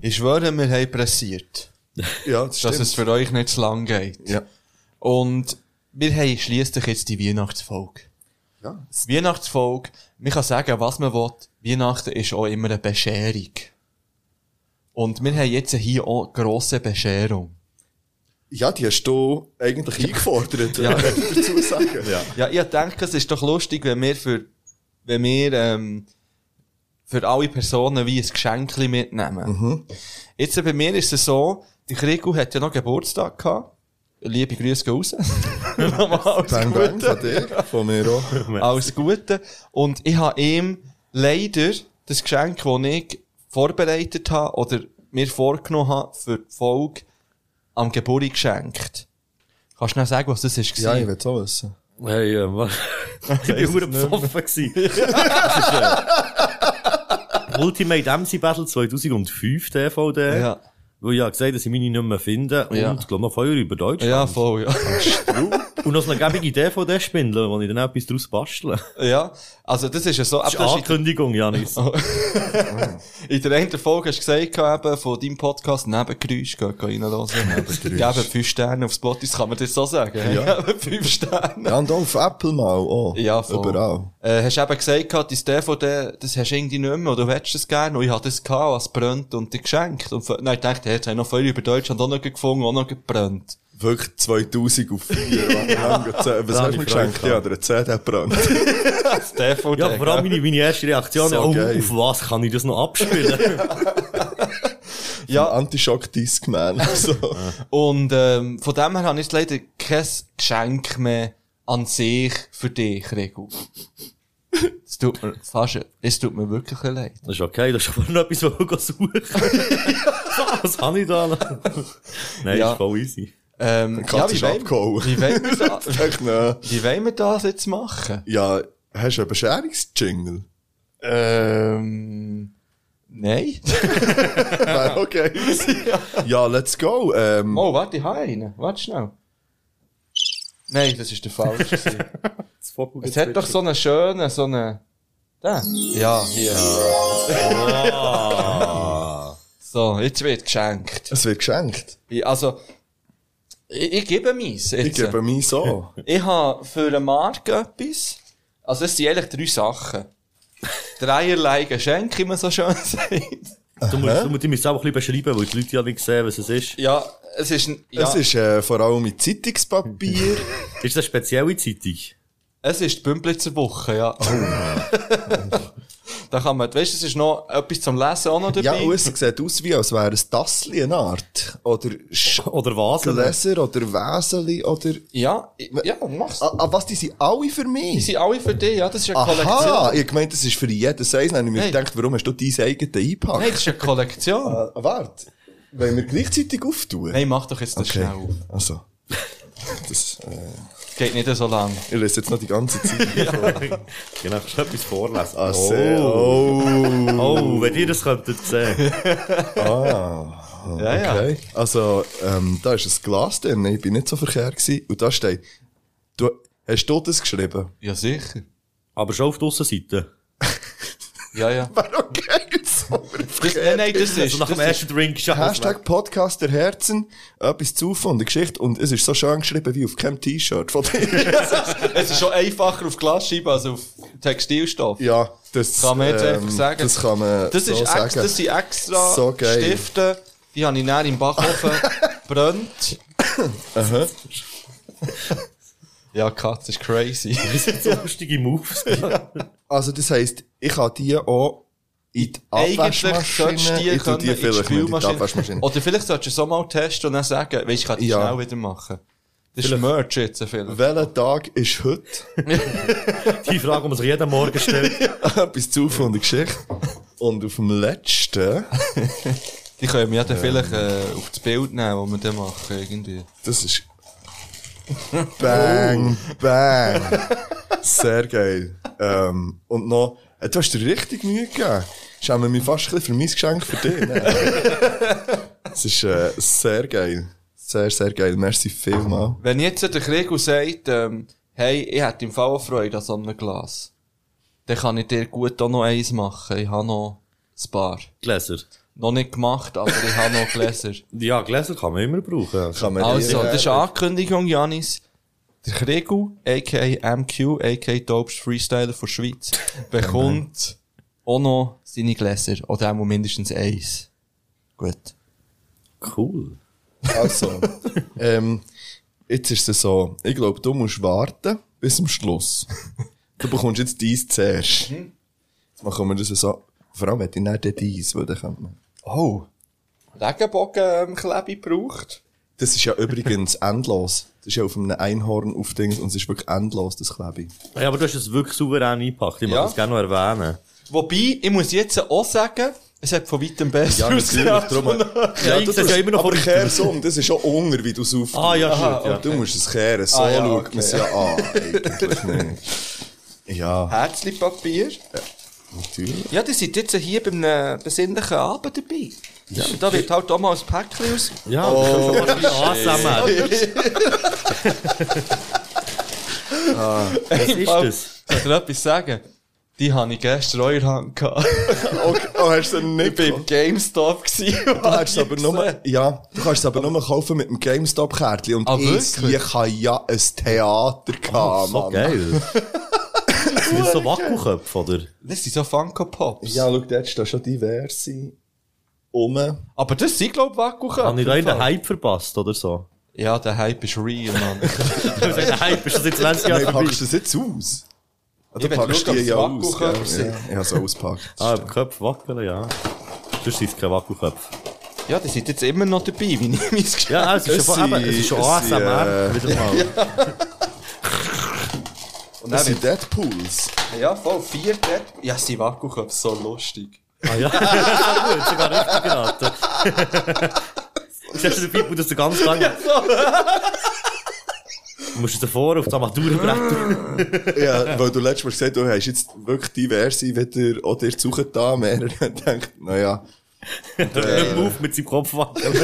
Ich schwöre, wir haben pressiert. Ja, das dass stimmt. es für euch nicht zu lang geht. Ja. Und wir haben schliesslich jetzt die Weihnachtsfolge. Ja. Die Weihnachtsfolge, man kann sagen, was man will. Weihnachten ist auch immer eine Bescherung. Und wir haben jetzt hier auch eine grosse Bescherung. ja, die hast du eigentlich eingefordert, Ja. ja. dazu sagen. Ja. Ja, ich denke, es ist doch lustig, wenn wir für, wenn wir, ähm, für alle Personen wie ein Geschenk mitnehmen. Mhm. Jetzt äh, bei mir ist es so, die Krigu hat ja noch Geburtstag gehabt. Liebe Grüße gehen raus. Nochmal alles Bang, bang, Gute. von dir, von mir auch. Alles Gute. Und ich habe ihm leider das Geschenk, das ich vorbereitet habe oder mir vorgenommen habe für die Folge am Geburtstag geschenkt. Kannst du noch sagen, was das war? Ja, ich will es auch wissen. Hey, ähm, was? ich weiss war hure es nicht mehr. besoffen. gewesen. Das ist, äh, eh, Ultimate MC Battle 2005 DVD. Ja. Wo ich ja gesagt habe, dass ich meine nicht mehr finde. Und Ja. ich glaube noch Feuer über Deutschland. Ja, voll, ja. Und noch so eine gäbige DVD-Spindel, wo ich dann auch etwas draus bastle. ja. Also, das ist ja so. Das ist aber das ist in- Ankündigung, Janis. In der einen Folge hast du gesagt, eben, von deinem Podcast Nebengeräusch, geh geh reinhören. Geben fünf Sterne auf Spotify, kann man das so sagen? Ja. Geben fünf Sterne. Ja, und auch auf Apple mal, auch. Ja, voll. Überall. Äh, hast du eben gesagt, gehabt, dein DVD, das hast du irgendwie nicht mehr, oder du hättest es gerne, und ich hatte es gehabt, was brennt und dir geschenkt. Und dann ich dachte, hey, jetzt habe ich noch viel über Deutschland auch noch gefunden, auch noch gebrannt. Wirklich 2000 auf 4. Was Da hast du habe ich mir Freude geschenkt? Ja, oder ein CD-Brand. Das DVD. Ja, vor allem meine, meine erste Reaktion. So oh, geil. auf was kann ich das noch abspielen? Ja. Anti-Shock-Discman. So. Und ähm, von dem her habe ich jetzt leider kein Geschenk mehr an sich für dich, Regu. Es tut mir fast, es tut mir wirklich leid. das ist okay, das ist aber noch etwas, was ich suchen Was habe ich da noch? Nein, Ja. ist voll easy. Ähm, ja, Katze wie ist wollen, abgehauen. wie, wollen wir da, Echt, ne? wie wollen wir das jetzt machen? Ja, hast du einen Bescherungs-Jingle? Ähm, nein. Nein, okay. ja, let's go. Ähm, Oh, warte, ich habe einen. Warte schnell. Nein, das ist der falsche. gewesen. es hat doch so einen schönen, so einen. Da. Ja, hier. Ah. so, jetzt wird geschenkt. Es wird geschenkt. Ich- Also, ich, ich gebe meins. Jetzt. Ich gebe mir so. Ich habe für einen Markt etwas. Also, es sind eigentlich drei Sachen. Dreierlei Geschenke, wie man so schön sagt. Du musst, du musst du musst es auch ein bisschen beschreiben, weil die Leute ja nicht sehen, was es ist. Ja, es ist, ein- ja, Es es ist- ist, Ist, äh, vor allem mit Zeitungspapier. Ist das eine spezielle Zeitung? die Bümplitzer Woche, ja. Oh. da kann man, weißt du, es ist noch etwas zum Lesen auch noch dabei. ja, und es sieht aus wie, als wäre es Tassli eine Art. Oder, Sch- oder Wasel. Gläser oder Wäseli oder... Ja, i- ja, oh, mach's. Ah, ah, was, die sind alle für mich? Die sind alle für dich, ja, das ist eine Aha, Kollektion. ich meinte, das ist für jeden Seins. Dann habe ich mir Nein. gedacht, warum hast du dein eigenes eingepackt? Nein, das ist eine Kollektion. Ah, warte, wollen wir gleichzeitig auftun? Nein, mach doch jetzt das Okay. schnell auf. ah, Also, das... Äh, Geht nicht so lang. ich lese jetzt noch die ganze Zeit. Genau, kannst du etwas vorlesen. Ah, sehr. Oh. Oh, wenn ihr das könntet sehen. Ah, Ja, okay. Also, ähm, da ist ein Glas drin, ich bin nicht so verkehrt gewesen. Und da steht, du, hast du das geschrieben? Ja, sicher. Aber schon auf der Aussenseite. Ja, ja. Dus, Das, nein, nein, das ist. Also nach dem das ersten ist- Drink schon Hashtag Podcast der Herzen, etwas zu von der Geschichte und es ist so schön geschrieben wie auf keinem T-Shirt von dir. es ist schon einfacher auf Glasscheibe als auf Textilstoff. ja, das Kann man jetzt ähm, einfach sagen. Das kann man Das, so ist sagen. ex, das sind extra So geil. Stifte, die habe ich dann im Backofen gebrannt. Aha. Ja, Katz ist crazy. Das sind so lustige Moves. Also das heisst, ich kann die auch in die Eigentlich solltest du Abwaschmaschine, die, ich tu können die in die vielleicht nicht in die Spülmaschine. Abwaschmaschine. Oder vielleicht solltest du es auch mal testen und dann sagen, weisst, ich kann die Ja. schnell wieder machen. Das ist Merch jetzt vielleicht. Welcher Tag ist heute? Die Frage, die man sich jeden Morgen stellt. Etwas zu von der Geschichte. Und auf dem letzten, Die können wir ja dann Ja. vielleicht äh, auf das Bild nehmen, das wir dann machen, irgendwie. das ist Bang, Bang. Sehr geil. Ähm, und noch, äh, du hast dir richtig Mühe gegeben. Schämen mich fast ein bisschen für mein Geschenk für dich. ne? Es ist äh, sehr geil. Sehr, sehr geil. Merci vielmal. Wenn jetzt der Gregor sagt, ähm, hey, ich hätte im Fall auch Freude an so einem Glas, dann kann ich dir gut auch noch eins machen. Ich habe noch ein paar. Gläser. Noch nicht gemacht, aber ich habe noch Gläser. Ja, Gläser kann man immer brauchen. Kann man Also, das ist eine Ankündigung, Janis. Der Gregor, a.k.a. MQ, a.k.a. Dopest Freestyler von Schweiz, bekommt auch noch seine Gläser. Oder auch mindestens eins. Gut. Cool. Also, ähm, jetzt ist es so, ich glaube, du musst warten bis zum Schluss. Du bekommst jetzt dies zuerst. Jetzt machen wir das so. Vor allem hätte ich nicht dies, weil dann könnte man. Oh. ehm, Regenbogen-Klebe braucht. Das ist ja übrigens endlos. Das ist ja auf einem Einhorn auf Dings und es ist wirklich endlos, das Klebe. Ja, aber du hast es wirklich souverän eingepackt. Ich mag Ja. das gerne noch erwähnen. Wobei, ich muss jetzt auch sagen, es hat von weitem besser Ja, natürlich, ausgesehen. darum- Ja, das ist ja immer noch aber vor- kehr's um, das ist schon unger, wie du es auf. Ah, ja, Aha, stimmt, ja. aber Du musst es kehren, so Ah, ja, schaut okay. man es ja an. Eigentlich nicht. Ja, Herzlich Papier. natürlich. Ja, die sind jetzt hier beim äh, besinnlichen Abend dabei. Ja. Da wird halt auch mal ein Päckchen aus. Ja, oh, das kann man ansammeln. Oh, Was ist das? Soll ich dir etwas sagen? Die habe ich gestern auch in der Hand gehabt. Okay, oh, hast du den Ich nicht bin im GameStop gewesen. Du kannst es aber nur, ja, du kannst es aber nur kaufen mit dem GameStop-Kärtchen. Und Ah, ich, wirklich? ich habe ja ein Theater gehabt, So Ah, Mann. geil. Das sind so Wackelköpfe, oder? Das sind so Funko Pops. Ja, schau, dort stehen schon diverse um. Aber das sind, glaube ich, Wackelköpfe. Habe ich da einen Hype verpasst, oder so? Ja, der Hype ist real, Mann. Der Hype ist das jetzt 20 Nein, Ja, packst du das jetzt aus? Ah, Du Ich will packst schauen, die ob ja es aus. gell? Wackelköpfe Ja, sind. ich habe es ausgepackt. Ah, im Kopf wackeln, ja. Dus Das sind es keine Wackelköpfe. ja, die sind jetzt immer noch dabei, wie ich mein Geschenk. Ja, es ist Es schon, eben, es ist schon sind- es sind, ASMR. äh, Wieder mal. Und das sind Deadpools. Ja, voll vier Dead. Ja, es sind Wackelköpfe so lustig. Ah ja, so gut, sogar richtig geraten. Siehst du den Pipo, dass du ganz lange... Du musst davor auf die Armaturenbretter... ja, weil du letztes Mal gesagt hast, du hast jetzt wirklich diverse wieder auch dir zu suchen da, mehrere. Ich denke, naja. Nicht mehr auf mit seinem Kopf wackeln.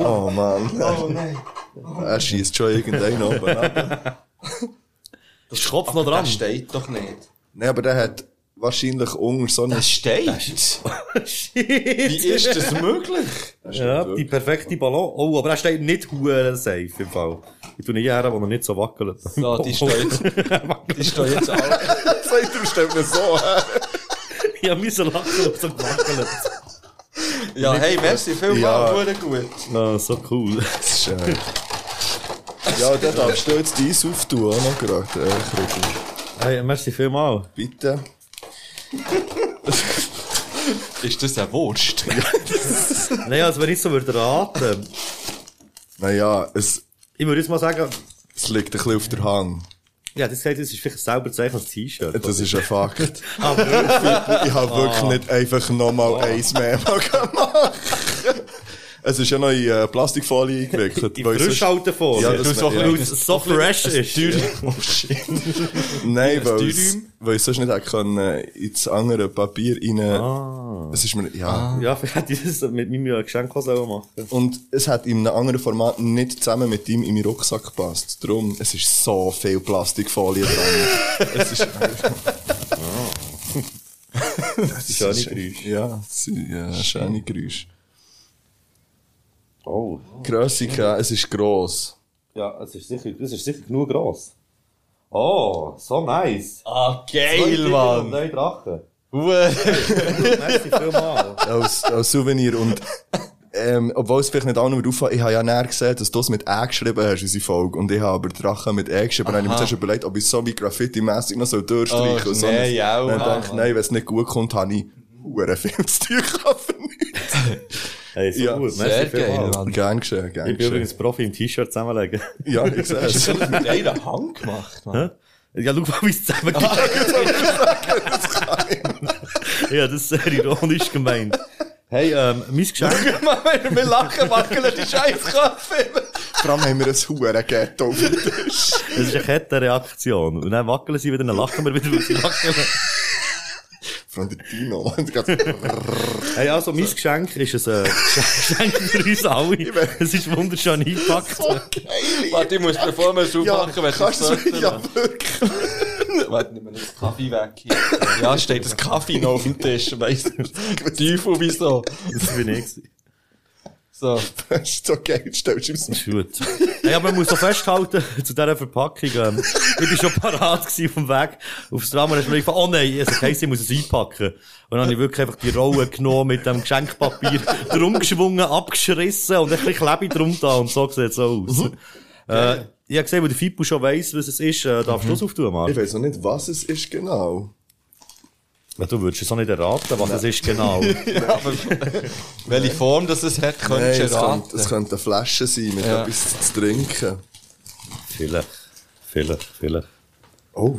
Oh Mann. nein. Er schießt schon irgendeinen oben ab. Ist Kopf noch dran? Das steht doch nicht. Nein, aber der hat wahrscheinlich unter so einem... Das steht? Wie ist das möglich? Ja, die perfekte Ballon. Oh, aber er steht nicht huere safe im Fall. Ich tue nie her, wo er nicht so wackelt. So, die steht, die steht jetzt alle. Sagt er, stellt mir so her. Ja, müssen lachen, ob so gewackelt. Ja, hey, merci vielmals, Ja. ja. gut. Ah, so cool. Schön. Ja, der darfst du jetzt deins auftun, auch noch gerade. Äh, Krüppel. Hey, merci vielmal. Bitte. Ist das eine Wurst? Nein, als wenn ich so würde raten. Naja, es, Ich würde jetzt mal sagen, es liegt ein bisschen auf der Hand. ja, das gesagt, das ist vielleicht ein selber zeichnetes T-Shirt. Das ist ein Fakt. Ah, wirklich? Ich habe wirklich Ah. nicht einfach nochmal eins mehr gemacht. Es ist ja noch in äh, Plastikfolie eingewickelt. Die weil sonst- Frischhalten vor. Ja, Ja, das so, wär- weil ja. es so fresh ist. Oh shit. Nein, weil es- Dürüm? weil ich sonst nicht hätte können, äh, ins andere Papier rein... Es ist mir... Ja. Ja, vielleicht hätte ich das mit meinem Geschenk auch selber machen. Und es hat in einem anderen Format nicht zusammen mit ihm in meinen Rucksack gepasst. Darum, es ist so viel Plastikfolie dran. es ist... das Schöne ist- Geräusche. Ja, das sind, ja, schöne Geräusche. Oh. Grösse, keine- es ist gross. Ja, es ist sicher, das ist sicher genug gross. Oh, so nice. Ah, Zwei Titel geil, und Mann. Neun Drachen. Huere. Merci vielmal. als, als Souvenir. Und ähm, obwohl es vielleicht nicht allen mehr auffällt, ich habe ja näher gesehen, dass du es mit «ä» geschrieben hast, unsere Folge. Und ich habe aber «Drachen» mit «ä» geschrieben. Dann habe ich mir Aha. zuerst überlegt, ob ich so wie Graffiti-mässig noch so durchstreichen Oh, und so. nein, auch, Mann. Dann dachte ich, nein, wenn es nicht gut kommt, habe ich «Huren» viel zu tun gehabt für nichts. Hey, so Ja, gut. sehr Merci geil, vielmal. Mann. Gern geschehen, gern Ich bin geschehen. übrigens Profi im T-Shirt zusammenlegen. Ja, ich sehe Hast es. du das mit einer Hand gemacht, Mann? Hä? Ja, schau mal, wie es zusammengeht. ja, das ist sehr ironisch gemeint. Hey, ähm, mein Geschenk. Mann, wenn wir lachen, wackeln die scheiß Köpfe. Vor allem haben wir ein «Huren-Ghetto» auf dem Tisch. Das ist eine Kettenreaktion. Und dann wackeln sie wieder, dann lachen wir wieder, weil sie wackeln. Vor allem der Dino. Und ganz- Hey, also, mein Geschenk ist ein äh, Geschenk für uns alle. Es ist wunderschön eingepackt. Warte, ich muss, bevor wir es aufmachen, wenn es kannst du das es- ja, wirklich. Warte, nimm mir den Kaffee weg hier. Ja, steht das Kaffee noch auf dem Tisch, weißt du? Teufel, wieso? Das bin ich. gewesen. So. Das ist so geil, stellst du es Das ist gut. Hey, aber man muss auch festhalten, zu dieser Verpackung, ähm, ich bin schon parat gewesen auf dem Weg aufs Tram und dann ist mir gefallen, oh nein, es heisst, ich muss es einpacken. Und dann habe ich wirklich einfach die Rolle genommen mit dem Geschenkpapier, drum geschwungen, abgeschrissen und ein bisschen Klebe drum da und so sieht es aus. Mhm. äh, ich habe gesehen, wo der Fippo schon weiss, was es ist, äh, darfst du es auftun, Mhm. Ich Marc? weiß noch nicht, was es ist genau. Ja, du würdest es auch nicht erraten, was es ist genau. Welche Form das es hat, könntest du Nein, es könnte, es erraten. könnte eine Flasche sein mit Ja. etwas zu trinken. vielleicht, vielleicht, vielleicht. Oh.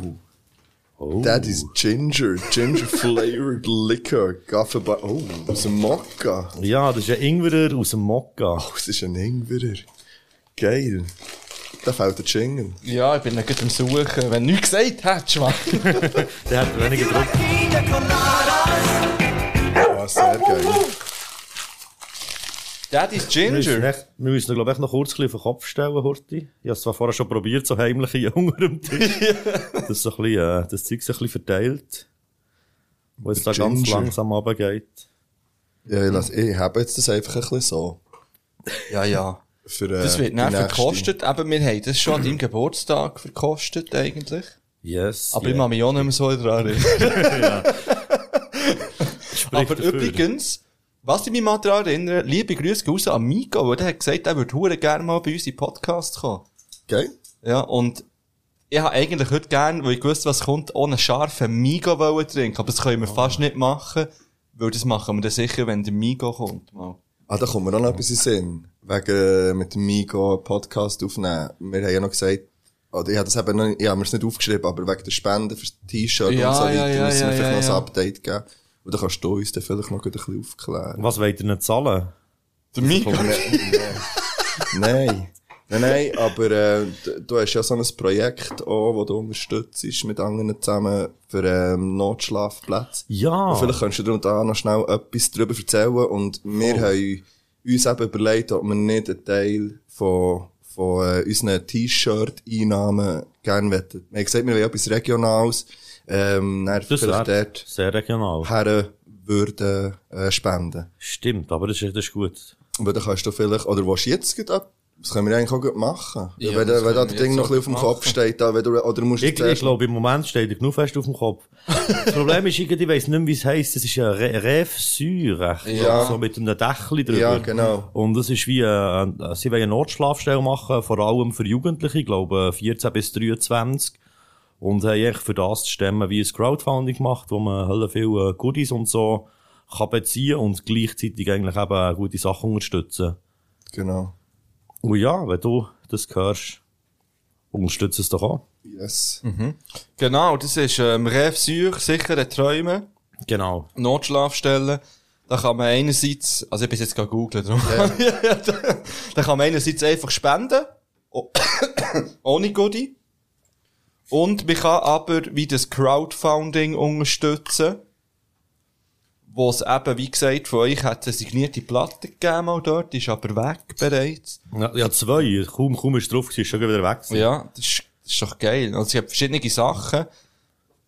Oh. That is Ginger. Ginger flavored liquor. Gaffenbar. Oh, aus dem Mokka. Ja, das ist ein Ingwerer aus dem Mokka. Oh, es ist ein Ingwerer. Geil. Da fehlt der Jingle. Ja, ich bin nicht am Suchen. Wenn du nichts gesagt hättest, Mann. Der hat weniger Druck. Ah, sehr geil. Daddy's Wir müssen, Ginger. echt, wir müssen glaube ich, noch kurz ein bisschen auf den Kopf stellen, Horti. Ich habe es zwar vorher schon probiert, so heimlich hier unter dem Tisch. das, so ein bisschen, äh, das Zeug so ein bisschen verteilt. Wo es da Der ganz Ginger. langsam runtergeht. Ja, ich, lass, ich habe jetzt das einfach ein bisschen so. Ja, ja. Für, äh, Das wird die nicht nächste. verkostet. Eben, wir haben das schon an deinem Geburtstag verkostet, eigentlich. Yes. Aber ich mache mich auch nicht mehr so dran erinnern. Aber dafür. übrigens, was ich mich mal daran erinnere, liebe Grüße gehen raus an Miko, weil der hat gesagt, er würde hure gerne mal bei uns in den Podcast kommen. Geil. Ja, und ich habe eigentlich heute gerne, weil ich wusste, was kommt, ohne scharfen Migo wollen trinken. Aber das können wir fast nicht machen, weil das machen wir dann sicher, wenn der Migo kommt. Mal. Ah, da kommt mir auch noch etwas in den Sinn. Wegen äh, mit dem Migo einen Podcast aufnehmen. Wir haben ja noch gesagt, oder ich habe das eben noch, ich habe mir es nicht aufgeschrieben, aber wegen der Spenden für T-Shirt Ja, und so ja, weiter ja, müssen wir ja, vielleicht ja, noch ja. ein Update geben. Und dann kannst du uns dann vielleicht noch gut ein bisschen aufklären. Was wollt ihr nicht zahlen? Der Migo? nein. Nein, nein, aber äh, d- du hast ja so ein Projekt auch, das du unterstützt mit anderen zusammen für ähm, Notschlafplätze. Ja. Ah. Und vielleicht kannst du dir da noch schnell etwas darüber Oh, erzählen. Und wir haben uns eben überlegt, ob wir nicht einen Teil von, von äh, unseren T-Shirt-Einnahmen gerne wettet. Wir haben gesagt, wir wollen etwas Regionales. Ähm, dann Das vielleicht wär dort sehr regional. her würden äh, spenden. Stimmt, aber das ist, das ist gut. Aber dann kannst du vielleicht, oder was jetzt gerade ab? Das können wir eigentlich auch gut machen. Ja, wenn das da- wenn da können das wir Ding jetzt noch ein bisschen auf dem auch Kopf machen. steht, da, wenn du, oder musst du Ich, ich zuerst- glaube, im Moment steht er genug fest auf dem Kopf. Das Problem ist, irgendwie, ich weiss nicht mehr, wie es heisst. Das ist ein Re- Refsür, Ja. ja. so mit einem Dächli drüber. Ja, genau. Und das ist wie, ein, ein- sie wollen eine Notschlafstelle machen, vor allem für Jugendliche, ich glaube 14 bis 23. Und haben eigentlich für das zu stemmen, wie ein Crowdfunding gemacht, wo man hölle viele Goodies und so kann beziehen und gleichzeitig eigentlich eben gute Sachen unterstützen. Genau. Und ja, wenn du das hörst, unterstützt es doch auch. Yes. Mhm. Genau, das ist ähm, Rev Seuch, sichere Träume. Genau. Notschlafstellen. Da kann man einerseits, also ich bin jetzt gerade googeln, darum. da kann man einerseits einfach spenden. o- Ohne Goodie. Und man kann aber wie das Crowdfunding unterstützen. Wo es eben, wie gesagt, von euch hat eine signierte Platte gegeben, auch dort, die ist aber weg bereits. Ja, ja zwei. Kaum, kaum ist drauf, gewesen, ist schon wieder weg. gewesen. Ja, das ist, das ist doch geil. Also, ich habe verschiedene Sachen.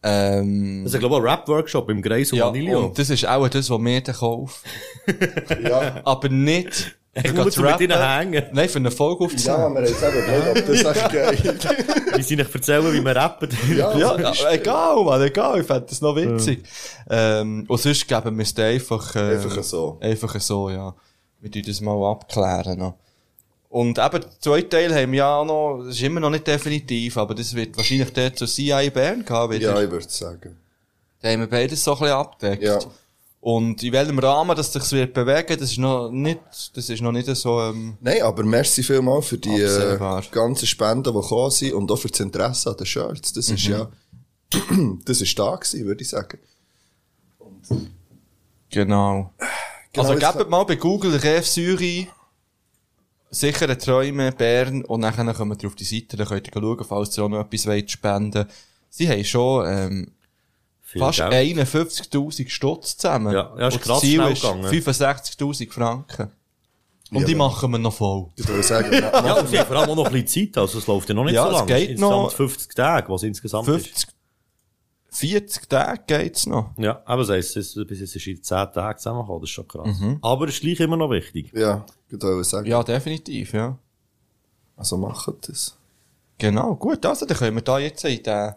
Ähm, Das ist, glaube ich, ein Rap-Workshop im Greis und ja, Vanillo. Und das ist auch das, was wir dann kaufen. ja. Aber nicht. Ich um muss zu mit rappen. ihnen hängen. Nein, für eine Folge aufzunehmen. Ja, wir haben jetzt eben gehört, ob das echt geil ist. Wie sie nicht erzählen, wie wir rappen. Ja, Ja, das Also, ist- ja, egal, Mann, egal, ich fände das noch witzig. Ähm, und sonst geben wir es dir einfach, äh, Einfach so. Einfach so, ja. Wir tun das mal abklären noch. Und eben, der zweite Teil haben wir ja auch noch, das ist immer noch nicht definitiv, aber das wird wahrscheinlich der zu CI Bern gehen wieder. Ja, ich würde sagen. Da haben wir beides so ein bisschen abgedeckt. Und in welchem Rahmen das sich wird bewegen, das ist noch nicht, das ist noch nicht so, ähm, Nein, aber merci vielmals für die äh, Absehbar. ganzen Spenden, die gekommen sind und auch für das Interesse an den Shirts. Das ist Mhm. ja, das ist da gewesen, würde ich sagen. genau. Genau, also jetzt gebt mal bei Google Rev Syri sichere Träume Bern und nachher kommen wir auf die Seite, dann könnt ihr schauen, falls ihr auch noch etwas wollt spenden. Sie haben schon, ähm, Viel fast Geld. 51.000 Stutz zusammen. Ja, ja, ist Und krass das Ziel schnell ist gegangen. 65.000 Franken. Und Ja, die aber- machen wir noch voll. Ich würde sagen, ja, und sie haben vor allem auch noch ein bisschen Zeit, also es läuft ja noch nicht Ja, so es lange. geht insgesamt noch. 50 Tage, was insgesamt 50, 40 Tage geht's noch. ist. Ja, ah, aber es heisst, es ist- bis jetzt ist in 10 Tagen zusammengekommen, das ist schon krass. Mhm. Aber es ist gleich immer noch wichtig. Ja, ich würde sagen. Ja, definitiv, ja. Also macht das. Genau, gut, also dann können wir da jetzt in den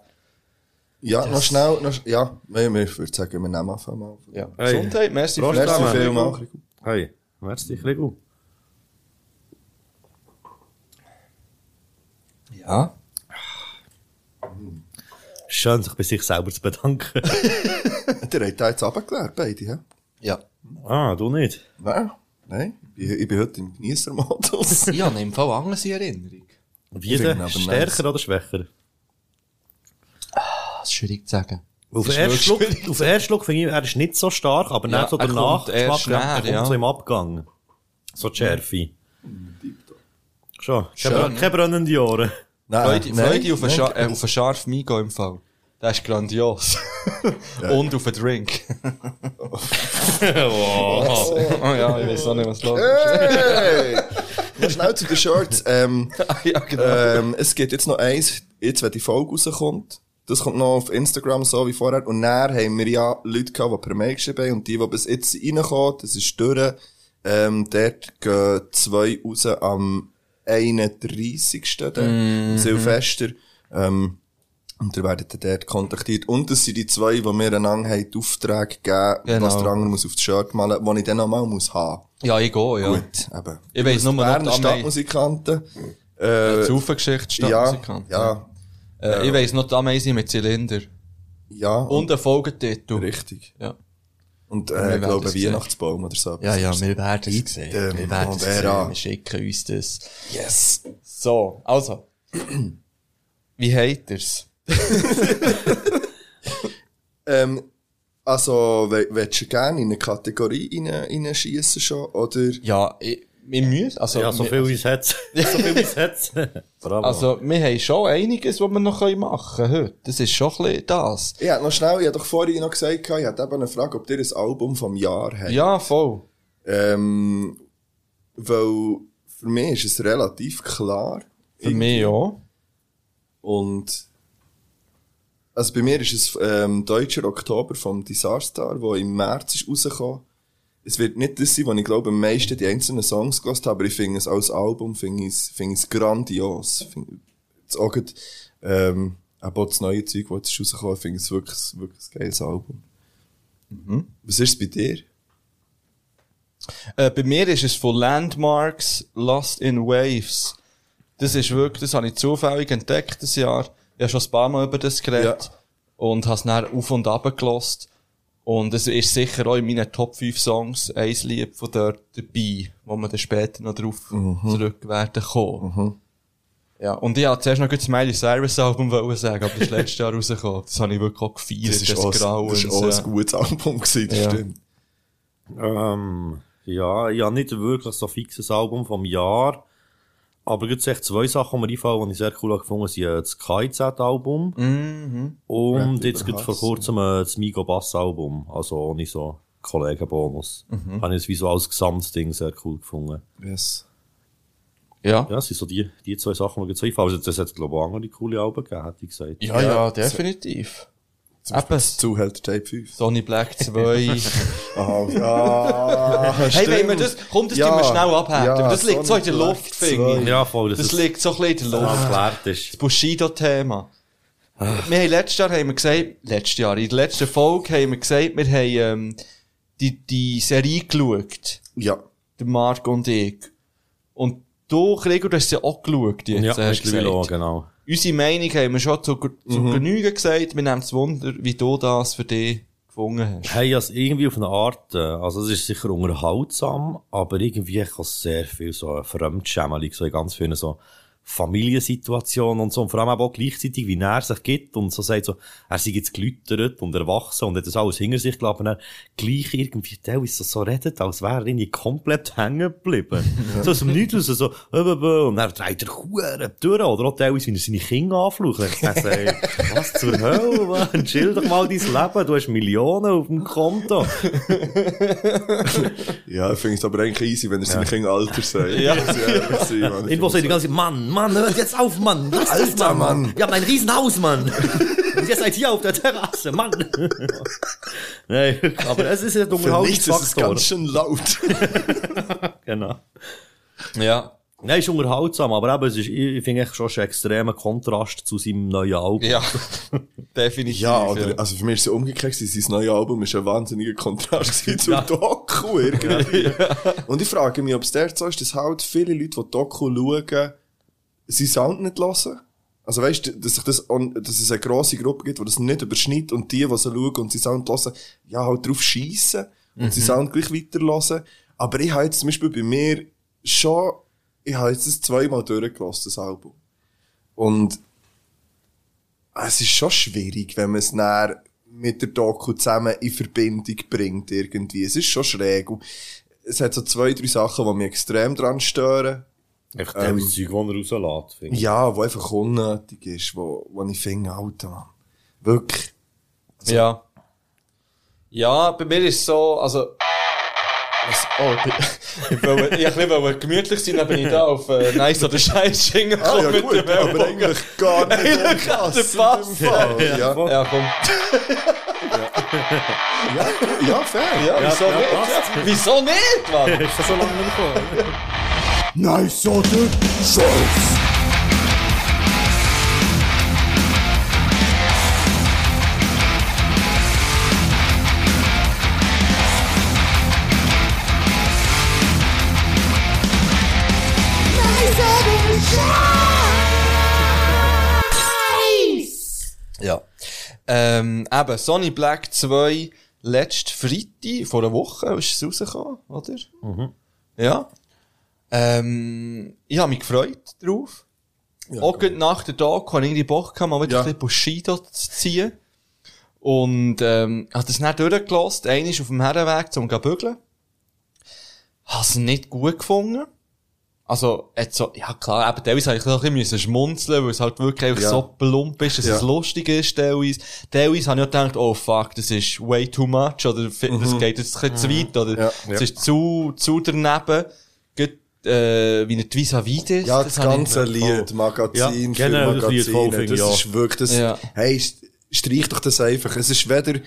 Ja, Das- noch schnell, noch, sch- ja, nein, ich würde sagen, wir nehmen einfach mal. Ja. Gesundheit, merci Prost vielmals. zusammen. vielmals. Hey, merci, Krigu. Ja. Schön, sich bei sich selber zu bedanken. Der hat den jetzt runtergelernt, beide, hä? Ja. ah, du nicht? Nein, nein. Ich, ich bin heute im Genießermodus. Ich habe im Fall anders in Erinnerung. Wie denn? Stärker oder schwächer? Ah, Das ist schwierig zu sagen. Auf den Das ist ersten wirklich Schluck, schwierig. auf den ersten Schluck finde ich, er ist nicht so stark, aber Ja, nicht so er danach. kommt erst Geschmack, er näher, kommt ja. so im Abgang. So die Schärfe. Schon. Schön. ne? Keine, keine brennenden Ohren. Freude, Freude auf, einen Scha äh, auf einen scharfen Migo im Fall. Das ist grandios. Und auf einen Drink. Wow. Oh ja, ich weiß auch nicht, was los Hey! Noch schnell zu den Shirts. Ähm, ja, genau. ähm, es gibt jetzt noch eins, jetzt, wenn die Folge rauskommt. Das kommt noch auf Instagram, so wie vorher. Und dann haben wir ja Leute gehabt, die per Mail geschrieben haben. Und die, die bis jetzt reinkommen, das ist durch. Ähm, dort gehen zwei raus am 31. dann, Mhm. äh, Silvester. Ähm, und ihr werdet dann dort kontaktiert. Und das sind die zwei, die mir einander haben, die Aufträge gegeben, Genau. was der andere muss auf das Shirt malen, die ich dann noch mal muss haben. Ja, ich gehe, ja. Gut, eben. Ich weiss nur noch, Berner die am- Stadtmusikanten. Äh, Die Saufengeschichte, Stadtmusikanten. Ja, Äh, Ja. Ich weiss noch die Ameise mit Zylinder. ja. Und einen Folgetitel. Richtig. Ja. Und, Wir äh, werden ich glaube, es Weihnachtsbaum oder so. Ja, ja, wir werden es sehen. Ähm, Wir werden es sehen. Vera. Wir schicken uns das. Yes. So, also. Wie habt ihr's? Ähm, also, we- willst du gerne in eine Kategorie rein- reinschiessen schon, oder? Ja, ich, wir müssen. Also, Ja, so wir- viel Wie es hat. So viel wie es hat. Bravo. Also, wir haben schon einiges, was wir noch machen können heute. Das ist schon ein bisschen das. Ich hätte noch schnell, ich habe doch vorhin noch gesagt, ich hätte eben eine Frage, ob ihr ein Album vom Jahr habt. Ja, voll. Ähm, weil für mich ist es relativ klar. Für mich ja. Und also bei mir ist es ähm, Deutscher Oktober vom Disaster, wo im März ist rausgekommen. Es wird nicht das sein, wo ich glaube, am meisten die einzelnen Songs gehört habe, aber ich finde es als Album finde ich, es- finde ich es grandios. Finde- Jetzt auch gerade, ähm, aber auch das neue Zeug, das jetzt ist rausgekommen ist, finde ich es wirklich, wirklich ein geiles Album. Mhm. Was ist es bei dir? Äh, bei mir ist es von Landmarks Lost in Waves. Das ist wirklich, das habe ich zufällig entdeckt das Jahr. Ich habe schon ein paar Mal über das geredet und habe es dann auf und ab gelost. Und es ist sicher auch in meinen Top 5 Songs ein Lied von dort dabei, wo wir dann später noch drauf Mhm. zurück werden kommen. Ja, und ich wollte zuerst noch kurz das Miley Cyrus Album wollen sagen, aber das ist letztes Jahr rausgekommen. Das habe ich wirklich auch gefeiert. Das ist des auch- das Grauens, ist auch ein ja. gutes Album gewesen, das stimmt. Ähm, ja, ich habe nicht wirklich so fixes Album vom Jahr. Aber gibt echt zwei Sachen, die mir einfallen, die ich sehr cool habe gefunden habe, sind äh, das KZ-Album Mhm. und Rap jetzt über gibt vor Hass. kurzem äh, das Migo Bass-Album, also ohne so Kollegenbonus. Mhm. Habe ich es wie so als Gesamtding sehr cool gefunden. Yes. Ja. Ja, es sind so die, die zwei Sachen, die mir jetzt einfallen. Also, das hat, glaube ich, auch andere coole Alben gegeben, hätte ich gesagt. Ja, ja, definitiv. Zum Beispiel das Zuhälter Tape 5. Sony Black 2. oh, ja, hey, dus, wenn wir stimmt. das, komm, das Ja, tun wir schnell abhängen. ja, das liegt so in der Sony Black Luft, finde ich. zwei. Ja, voll, Das, das ist- liegt so ein bisschen in der Luft. Ah, geklärt ist. Das Bushido-Thema. Wir haben letztes Jahr haben wir gesagt, letztes Jahr, in der letzten Folge haben wir gesagt, wir haben ähm, die, die Serie geschaut. Ja. Der Marc und ich. Und du, Gregor, du hast sie auch geschaut jetzt. Ja, hast du mittlerweile gesagt. auch, genau. Unsere Meinung haben wir schon zu, zu Mhm. Genüge gesagt. Wir nehmen das Wunder, wie du das für dich gefunden hast. Hey, also irgendwie auf eine Art, äh, also es ist sicher unterhaltsam, aber irgendwie kann es sehr viel so eine Fremdschämelung, so in ganz vielen so Familiensituationen und so, und vor allem eben auch gleichzeitig, wie er sich gibt und so sagt so, er sei jetzt geläutert und erwachsen und hat das alles hinter sich gelassen, aber dann gleich irgendwie teilweise so, so redet, als wäre er irgendwie komplett hängen geblieben. so aus dem Nichts raus, so, äh, äh, äh, und dann dreht er Huren durch, oder auch teilweise, wie er seine Kinder anflucht, und ich dachte, ey, was zur Hölle, Mann, chill doch mal dein Leben, du hast Millionen auf dem Konto. Ja, ich finde es aber eigentlich easy, wenn er seine Kinder Alter sagt. Ja. Muss ich ehrlich sein, Mann. Ich Irgendwo sagt die ganze Zeit, Mann, Mann, hört jetzt auf, Mann. Lass es, Alter, Mann. Wir haben ein Riesenhaus, Mann. Und ihr seid hier auf der Terrasse, Mann. Nein, aber es ist ja ein Für nichts ist es Unterhaltungsfaktor. ganz schön laut. genau. Ja. Nein, ist unterhaltsam, aber eben, es ist, ich, ich finde echt schon schon einen extremen Kontrast zu seinem neuen Album. Ja, definitiv. Ja, oder, also für mich ist es ja umgekehrt, gewesen, sein neues Album ist ein wahnsinniger Kontrast gewesen zu Ja. Doku irgendwie. Und ich frage mich, ob es dort so ist, dass halt viele Leute, die Doku schauen, seinen Sound nicht hören. Also weißt du, dass, sich das, an- dass es eine grosse Gruppe gibt, die das nicht überschneidet und die, die so schauen und seinen Sound hören, ja halt drauf schiessen und Mhm. seinen Sound gleich weiterhören. Aber ich habe jetzt zum Beispiel bei mir schon, ich habe jetzt das zweimal durchgelassen, das Album. Und es ist schon schwierig, wenn man es dann mit der Doku zusammen in Verbindung bringt irgendwie. Es ist schon schräg. Und es hat so zwei, drei Sachen, die mich extrem dran stören. Echt teilweise Zeug, das er rauslässt, finde ich. Ja, wo einfach unnötig ist, wo, wo ich finde, Alter, Mann. Wirklich. Ja. Ja, bei mir ist es so, also. Was, oh, ich bin- ich wollte ich wollte ein bisschen gemütlich sein, dann bin ich da auf äh, Nice oder Scheiß Schinken Ah, ja, gekommen gut, mit dem aber Ellbogen. eigentlich gar nicht Eigentlich hat der unpassend Pass. im Fall, Ja, ja. ja, komm. Ja, ja fair. Ja, wieso ja, nicht? passt. Ja, wieso nicht, Mann? Ist das so lange nicht Nice oder Scheiß. Ja. Ähm, eben, Sony Black 2, letzte Freitag, vor einer Woche ist es rausgekommen, oder? Mhm. Ja. Ähm, ich habe mich gefreut drauf. Ja, genau. auch gerade nach der Tag hatte ich irgendwie Bock, gehabt, mal wieder ein bisschen Bushido zu ziehen. Und, ähm, hat das nicht durchgelassen. Einer ist auf dem Herrenweg zum gehen Bügeln. Habe es nicht gut gefunden. Also, jetzt so, ja klar, eben teilweise habe ich ein bisschen müssen schmunzeln, weil es halt wirklich einfach Ja. so plump ist, dass Ja. es lustig ist, teilweise. Teilweise habe ich auch gedacht, oh fuck, das ist way too much, oder das Mhm. geht jetzt ein bisschen zu Mhm. weit, oder Ja. es Ja. ist zu, zu daneben. Gerade äh, wie er die vis-à-vis ist. Ja, das, ganze Oh. Lied, Magazin, Ja, genau, das Lied Filmmagazine, voll finde das ich auch. ist wirklich, das, Ja. hey, st- streich doch das einfach. Es ist weder, äh,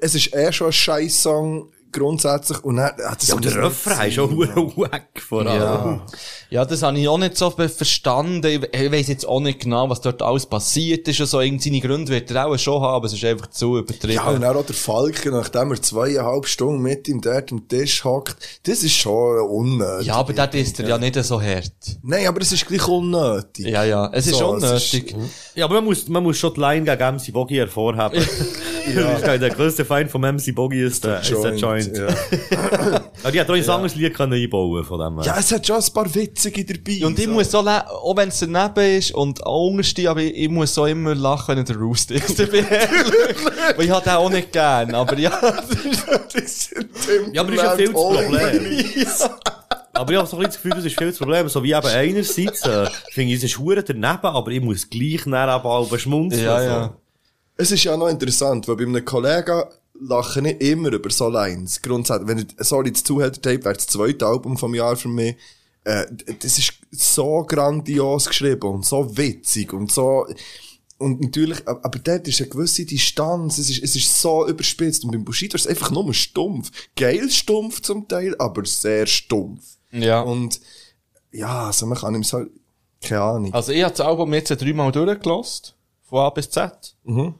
es ist eh schon ein scheiß Song grundsätzlich und dann, ah, das Ja, und der muss nicht Refrain sein, ist auch Mann. wack vor allem. Ja. ja, das habe ich auch nicht so be- verstanden. Ich- Ich weiss jetzt auch nicht genau, was dort alles passiert ist und so. Irgend seine Gründe wird er auch schon haben, aber es ist einfach zu übertrieben. Ja, und dann auch der Falken, nachdem er zweieinhalb Stunden mit ihm dort am Tisch hockt, das ist schon unnötig. Ja, aber das ist er ja nicht so hart. Nein, aber es ist gleich unnötig. Ja, ja, es ist So, es unnötig. Ja, aber man muss, man muss schon die Line gegen MC Bogi hervorheben. Ja. ja. Der größte Feind von MC Bogi ist der, ist der Joint, Joint. Ja. die hat auch ein anderes Lied können einbauen von dem. her. Ja, es hat schon ein paar Witzige dabei. Und ich muss so, le- auch wenn es daneben ist und auch unterste, aber ich, ich muss so immer lachen, wenn ich der Roost ist. Ich bin ehrlich. Weil ich habe den auch nicht gern, aber ja. ja, aber das ist ja viel das Problem. Ja. Aber ich habe so ein bisschen das Gefühl, das ist viel das Problem. So wie eben einerseits, äh, finde ich, es ist hure daneben, aber ich muss gleich nachher eben halb schmunzeln. Ja, so. ja. Es ist ja noch interessant, weil bei einem Kollegen lache ich immer über so Lines. Grundsätzlich, wenn ich Solids Zuhälter Tape wäre das zweite Album vom Jahr für mich. Äh, d- das ist so grandios geschrieben und so witzig und so, und natürlich, ab- aber dort ist eine gewisse Distanz, es ist, es ist so überspitzt und beim Bushido ist es einfach nur stumpf. Geil stumpf zum Teil, aber sehr stumpf. Ja. Und, ja, also man kann ihm so, keine Ahnung. Also ich habe das Album jetzt dreimal durchgelost, von A bis Z. Mhm.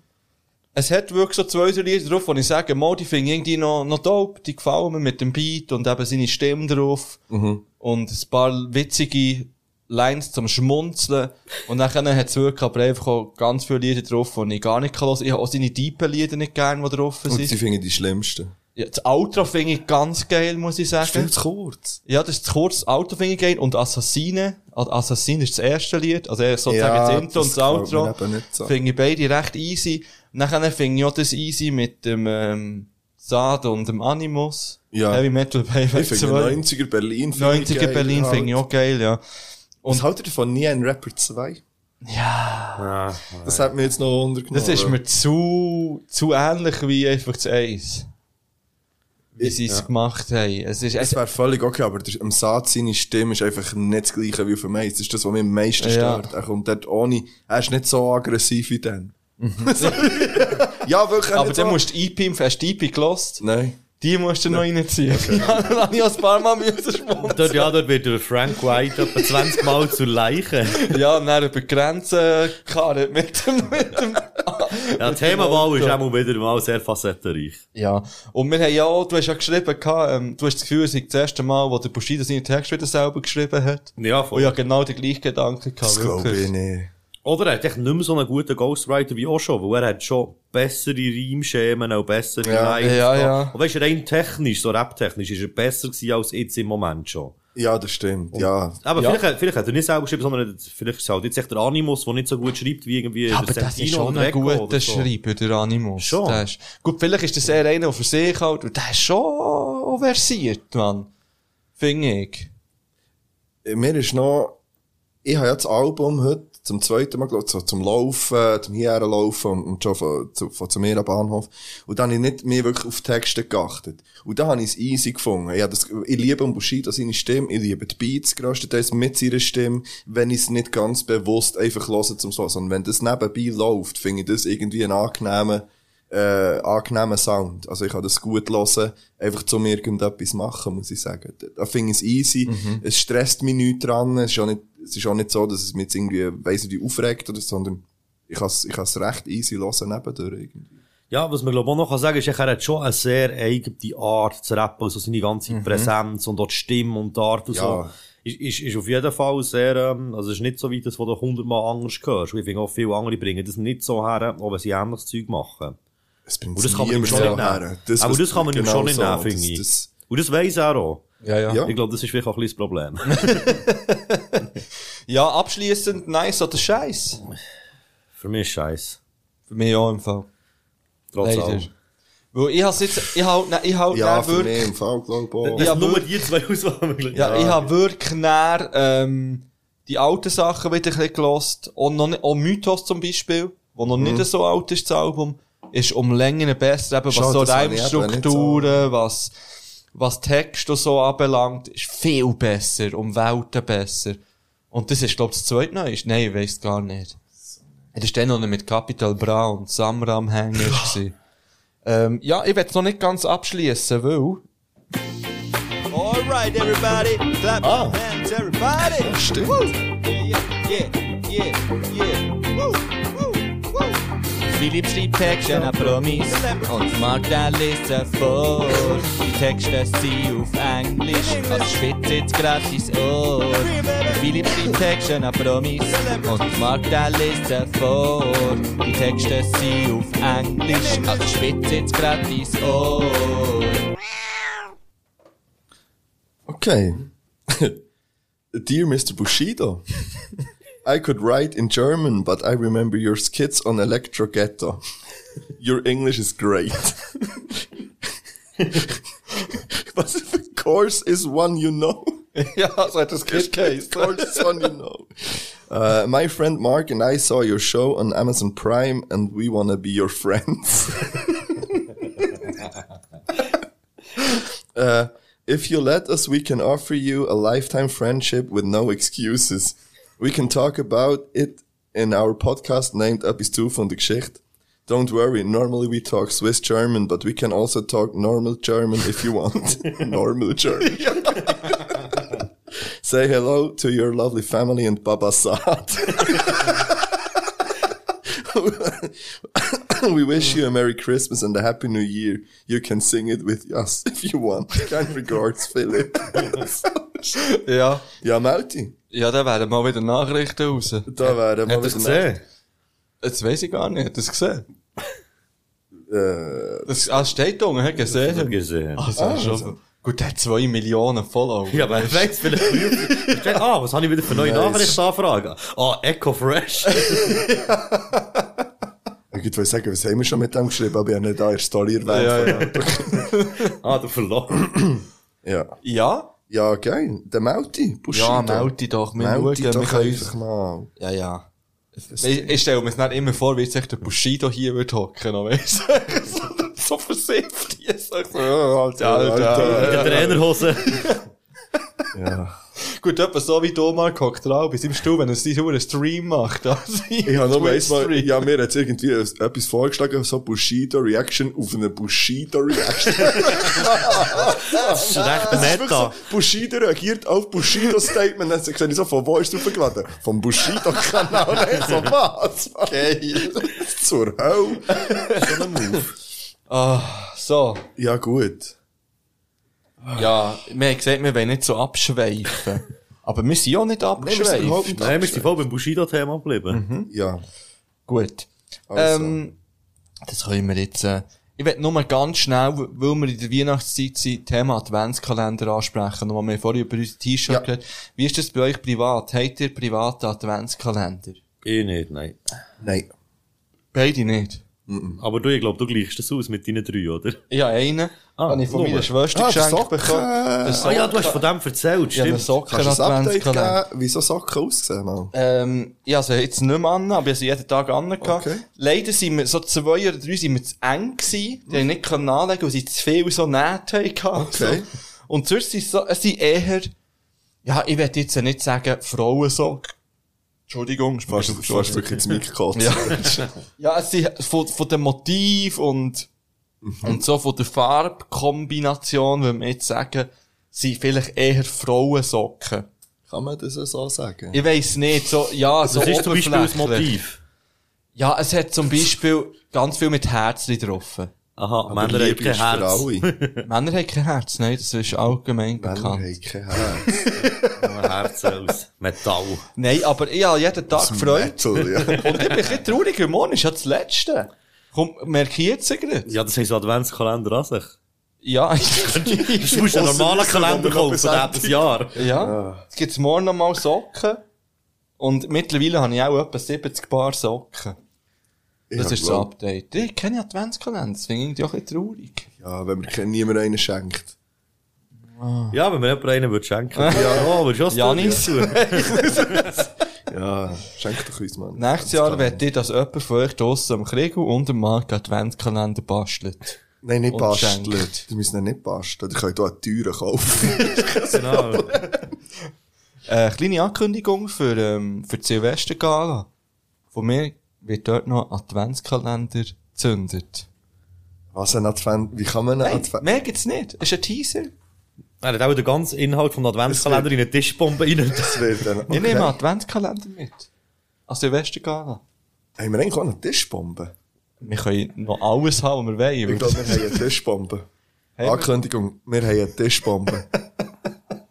Es hat wirklich so zwei, drei Lieder drauf, wo ich sage, mal, die finde ich irgendwie noch, noch dope, die gefallen mir mit dem Beat und eben seine Stimme drauf. Mhm. Und ein paar witzige Lines zum Schmunzeln. Und dann hat es wirklich aber einfach auch ganz viele Lieder drauf, die ich gar nicht hören kann. Ich habe auch seine tiefen Lieder nicht gerne, die drauf Und sie sind. finden die schlimmsten. Ja, das Outro finde ich ganz geil, muss ich sagen. Viel zu kurz. Ja, das ist zu kurz, das Auto finde ich geil. Und Assassine, also Assassine ist das erste Lied, also eher sozusagen Ja, das Intro und das das Outro. gefällt mir eben nicht so. Finde ich beide recht easy. Nachher finde ich auch das easy mit dem ähm, Sad und dem Animus. Ja. Heavy Metal Baby Ich finde 90er Berlin finde ich 90er geil, Berlin halt. finde ich auch geil, ja. Und Was haltet ihr von Nie ein Rapper 2? Ja. Das hat mir jetzt noch untergenommen. Das ist mir zu, zu ähnlich wie einfach das Eis. Wie sie es Ja. gemacht haben. Es ist, Es wäre völlig okay, aber der, am Saat seine Stimme ist einfach nicht das gleiche wie auf dem Mais. Das ist das, was mir am meisten Ja. stört. Er kommt dort ohne, er ist nicht so aggressiv wie dann. ja, wirklich. Aber nicht dann so. musst du E die EP, hast du die EP gelost? Nein. Die musst du noch reinziehen. Ja, dann hab ich auch ein paar Mal müssen schmunzeln. Dort, ja, dort wird der Frank White etwa 20 Mal zur Leiche. Ja, und dann über die Grenzen gekarrt mit dem, mit dem Ja, die Mit dem Themenwahl ist Auto. auch mal wieder mal sehr facettenreich. Ja. Und wir haben ja auch, du hast ja geschrieben, gehabt, ähm, du hast das Gefühl, es ist das erste Mal, wo der Bushido seinen Text wieder selber geschrieben hat. Ja, voll. Und ja, genau den gleichen Gedanken gehabt. Das glaube wirklich. ich nicht. Oder er hat echt nicht mehr so einen guten Ghostwriter wie Osho, weil er hat schon bessere Reimschemen, auch bessere Ja, Lines. ja, gehabt. ja. Und weißt du, rein technisch, so rap-technisch, ist er besser gewesen als jetzt im Moment schon. Ja, das stimmt. Ja. Aber ja. vielleicht, vielleicht hat er nicht selber geschrieben, sondern vielleicht ist es halt jetzt echt der Animus, der nicht so gut schreibt wie irgendwie Ja, aber das ist schon ein guter Schreiber, der Animus. Schon. Der ist, gut, vielleicht ist das eher einer, der für sich halt, und der ist schon auch versiert, Mann. Finde ich. mir ist noch, ich habe ja das Album heute zum zweiten Mal, glaub, ich, so zum Laufen, zum Hierherlaufen und, und schon von, zu, von zu mir am Bahnhof. Und dann habe ich nicht mehr wirklich auf Texte geachtet. Und da habe ich es easy gefunden. Ich, habe das, ich liebe Bushido seine Stimme, ich liebe die Beats grösstenteils mit seiner Stimme, wenn ich es nicht ganz bewusst einfach höre zum Schluss. Und wenn das nebenbei läuft, finde ich das irgendwie einen angenehmen, äh, angenehmen Sound. Also ich kann das gut hören, einfach zum irgendetwas machen, muss ich sagen. Da- Da finde ich es easy, es stresst mich nicht dran, es ist auch nicht, es ist auch nicht so, dass es mich jetzt irgendwie, weiss nicht, aufregt oder so, sondern ich kann es ich kann es recht easy hören nebendurch irgendwie. Ja, was man glaube ich auch noch kann sagen ist, er hat schon eine sehr eigene Art zu rappen, also seine ganze Mhm. Präsenz und auch die Stimme und die Art und so. Ja. Ist, ist, ist auf jeden Fall sehr, ähm, also es ist nicht so wie das, was du hundertmal anders hörst. Und Ich finde auch viele andere bringen das nicht so her, aber sie ähnliches Zeug machen. Es bringt und das kann man ihm niemand schon so nicht nehmen. her. Das, aber was- das kann man ihm genau schon nicht so. nehmen, Das- finde ich. das- und das weiss er auch. Ja, ja. Ja. Ich glaube, das ist vielleicht auch ein bisschen das Problem. Ja, abschließend nice oder scheiß? Für mich ist scheiße. Für mich auch im Fall. Trotz Leider. allem. Weil ich habe jetzt, ich halt, ich halt Ja, dann für wirklich, mich im Fall, glaube Das ich. Ja, sind nur wirklich. die zwei Auswahlmöglichkeiten. ja, ich habe wirklich näher, ähm, die alten Sachen wieder ein bisschen gelost. Und noch nicht, auch Mythos zum Beispiel, wo noch Mhm. nicht so alt ist, das Album, ist um Längen besser, eben was Schade, so das habe ich eben nicht so. Reimstrukturen, was, was Text und so anbelangt, ist viel besser, um Welten besser. Und das ist, glaube ich, das zweitneueste. Nein, ich weiss gar nicht. Das ist dann noch mit Capital Bra und Samram hängen. gewesen. ähm, ja, ich werde es noch nicht ganz abschließen, weil Alright, everybody, clap Ah. your hands, everybody. Ja, stimmt. Woo. Yeah, yeah, yeah, yeah, yeah. Woo, woo, woo. Philipp schreibt Texte an Promis und Magda liest sie vor. Die Texte sind auf Englisch, was schwitzt jetzt grad ins Ohr. Philipp schreibt Texte an Promis und Magda liest sie vor. Die Texte sind auf Englisch, was schwitzt jetzt grad ins Ohr. Okay. Dear Mr. Bushido, I could write in German, but I remember your skits on Electro Ghetto. Your English is great. Was if a course is one you know? ja, so hat das Kind geheißen. course is one you know. Uh, my friend Mark and I saw your show on Amazon Prime and we wanna be your friends. Uh, if you let us, we can offer you a lifetime friendship with no excuses. We can talk about it in our podcast named Up ist du von der Geschichte. Don't worry, normally we talk Swiss German, but we can also talk normal German if you want. normal German. Say hello to your lovely family and Baba Saad. we wish you a Merry Christmas and a Happy New Year. You can sing it with us if you want. Kind regards, Philip. ja. Ja, Melti. Ja, da wären mal wieder Nachrichten raus. Da wären mal Hat er's gesehen? wieder Nachrichten. Jetzt weiss ich gar nicht. Hat er es gesehen? Äh, das ah, steht da unten, hat gesehen. gesehen. Also, Ah, schon. also. Gut, der hat zwei Millionen Follower. Ja, aber ich weiß, vielleicht prüfen. Ah, was habe ich wieder für neue Nice. Nachrichtenanfragen? Ah, Echo Fresh. Ich würde sagen, was haben wir schon mit dem geschrieben, aber ich habe nicht da in der Story erwähnt. ah, der verloren. ja. Ja? Ja, geil. Der Melti. Oh, Bushido. Ja, Melti doch. Wir Melti schauen, wir doch können einfach mal. Ja, ja. Ich, ich stelle mir es nicht immer vor, wie jetzt echt der Bushido hier würde hocken, noch weißt du? So- So versifft hier. So, Alter, Mit der Trainerhose. ja. Gut, etwa so wie Domar hockt drauf bei seinem Stuhl, wenn er seinen verdammten Stream macht. Also, Ich habe noch Twitch-Stream. einmal, ja, mir hat irgendwie etwas vorgeschlagen, so Bushido-Reaction auf eine Bushido-Reaction. das ist recht wirklich So, meta. Bushido reagiert auf Bushido-Statement, dann sehe ich so, von wo ist es aufgeladen? Vom Bushido-Kanal. Und ich so, was? Geil. Zur Hölle. so ein Move. Ah, so. Ja, gut. Ja, wir haben gesagt, wir wollen nicht so abschweifen. Aber wir sind auch nicht abgeschweift. Nein, wir sind voll beim Bushido-Thema geblieben. Mhm. Hm? Ja. Gut. Also. Ähm, das können wir jetzt... Äh, ich will nur ganz schnell, weil wir in der Weihnachtszeit sind, Thema Adventskalender ansprechen. Und wir haben vorhin über unser T-Shirt gehört. Wie ist das bei euch privat? Habt ihr private Adventskalender? Ich nicht, nein. Nein. Beide nicht. Aber du, ich glaube, du gleichst das aus mit deinen drei, oder? Ja, einen. Ah, habe ich von meiner Schwester geschenkt bekommen. Eine Ah ja, du hast Socke. von dem erzählt, Ich habe stimmt. eine Socke Kannst du ein Update Adventskalender. geben, wieso Socken aussehen mal? Ähm, ich habe sie jetzt nicht mehr an, aber ich habe sie jeden Tag an. Okay. Leider sind wir, so zwei oder drei sind wir zu eng gewesen. Die haben nicht können anlegen, weil sie zu viel so Nähte hatten. Okay. Und sonst sind so, es sind eher, ja, ich werde jetzt nicht sagen, Frauensocken. Entschuldigung. ist mir Fast- nicht fast so- wirklich ins Mikro Ja, gekotzt. ja es sind von, von dem Motiv und, Mhm. und so von der Farbkombination, würde man jetzt sagen, sind vielleicht eher Frauensocken. Kann man das so sagen? Ich weiss nicht, so, ja, so Das ist zum Beispiel das oberflächlich. Motiv. Ja, es hat zum Beispiel ganz viel mit Herzli drauf. Aha, Aber Männer haben Liebe kein ist für Herz. Männer haben kein Herz, nein, das ist allgemein bekannt. Männer haben kein Herz. Nur Herz aus Metall. nein, aber ich habe jeden Tag gefreut. Metal, ja. Und ich bin ein bisschen traurig, weil morgen ist ja das Letzte. Komm, markiert sie gerade. Ja, das haben so Adventskalender an sich. Ja. Du musst einen normalen Kalender kaufen, der hat ein Jahr. Ja. Jetzt gibt's morgen noch mal Socken. Und mittlerweile habe ich auch etwa 70 Paar Socken. Ich Das hab ist das glaub- Update. Ich kenne Adventskalender, das finde ich irgendwie auch ein bisschen traurig. Ja, wenn mir kein- niemand einen schenkt. Ja, wenn mir jemand einen würde schenken. Ja. ja, oh, würdest du das Janis. tun? ja, schenk doch uns, Mann. Nächstes Jahr werde ich, dass jemand von euch draussen am Krieg und am Markt Adventskalender bastelt. Nein, nicht Und basteln. Die müssen ihn nicht basteln. Die können hier eine Türe kaufen. genau. äh, kleine Ankündigung für, ähm, für die Silvestergala. Von mir wird dort noch ein Adventskalender gezündet. Was, ein Advent? Wie kann man einen Advent... Mehr gibt's nicht. Es ist ein Teaser. Er hat auch den ganzen Inhalt vom Adventskalender in eine Tischbombe rein. Das wird dann. Ich nehme einen Adventskalender mit. An Silvestergala. Haben wir eigentlich auch eine Tischbombe? Wir können noch alles haben, was wir wollen. Ich glaube, wir haben eine Tischbombe. Haben wir? Ankündigung, wir haben eine Tischbombe.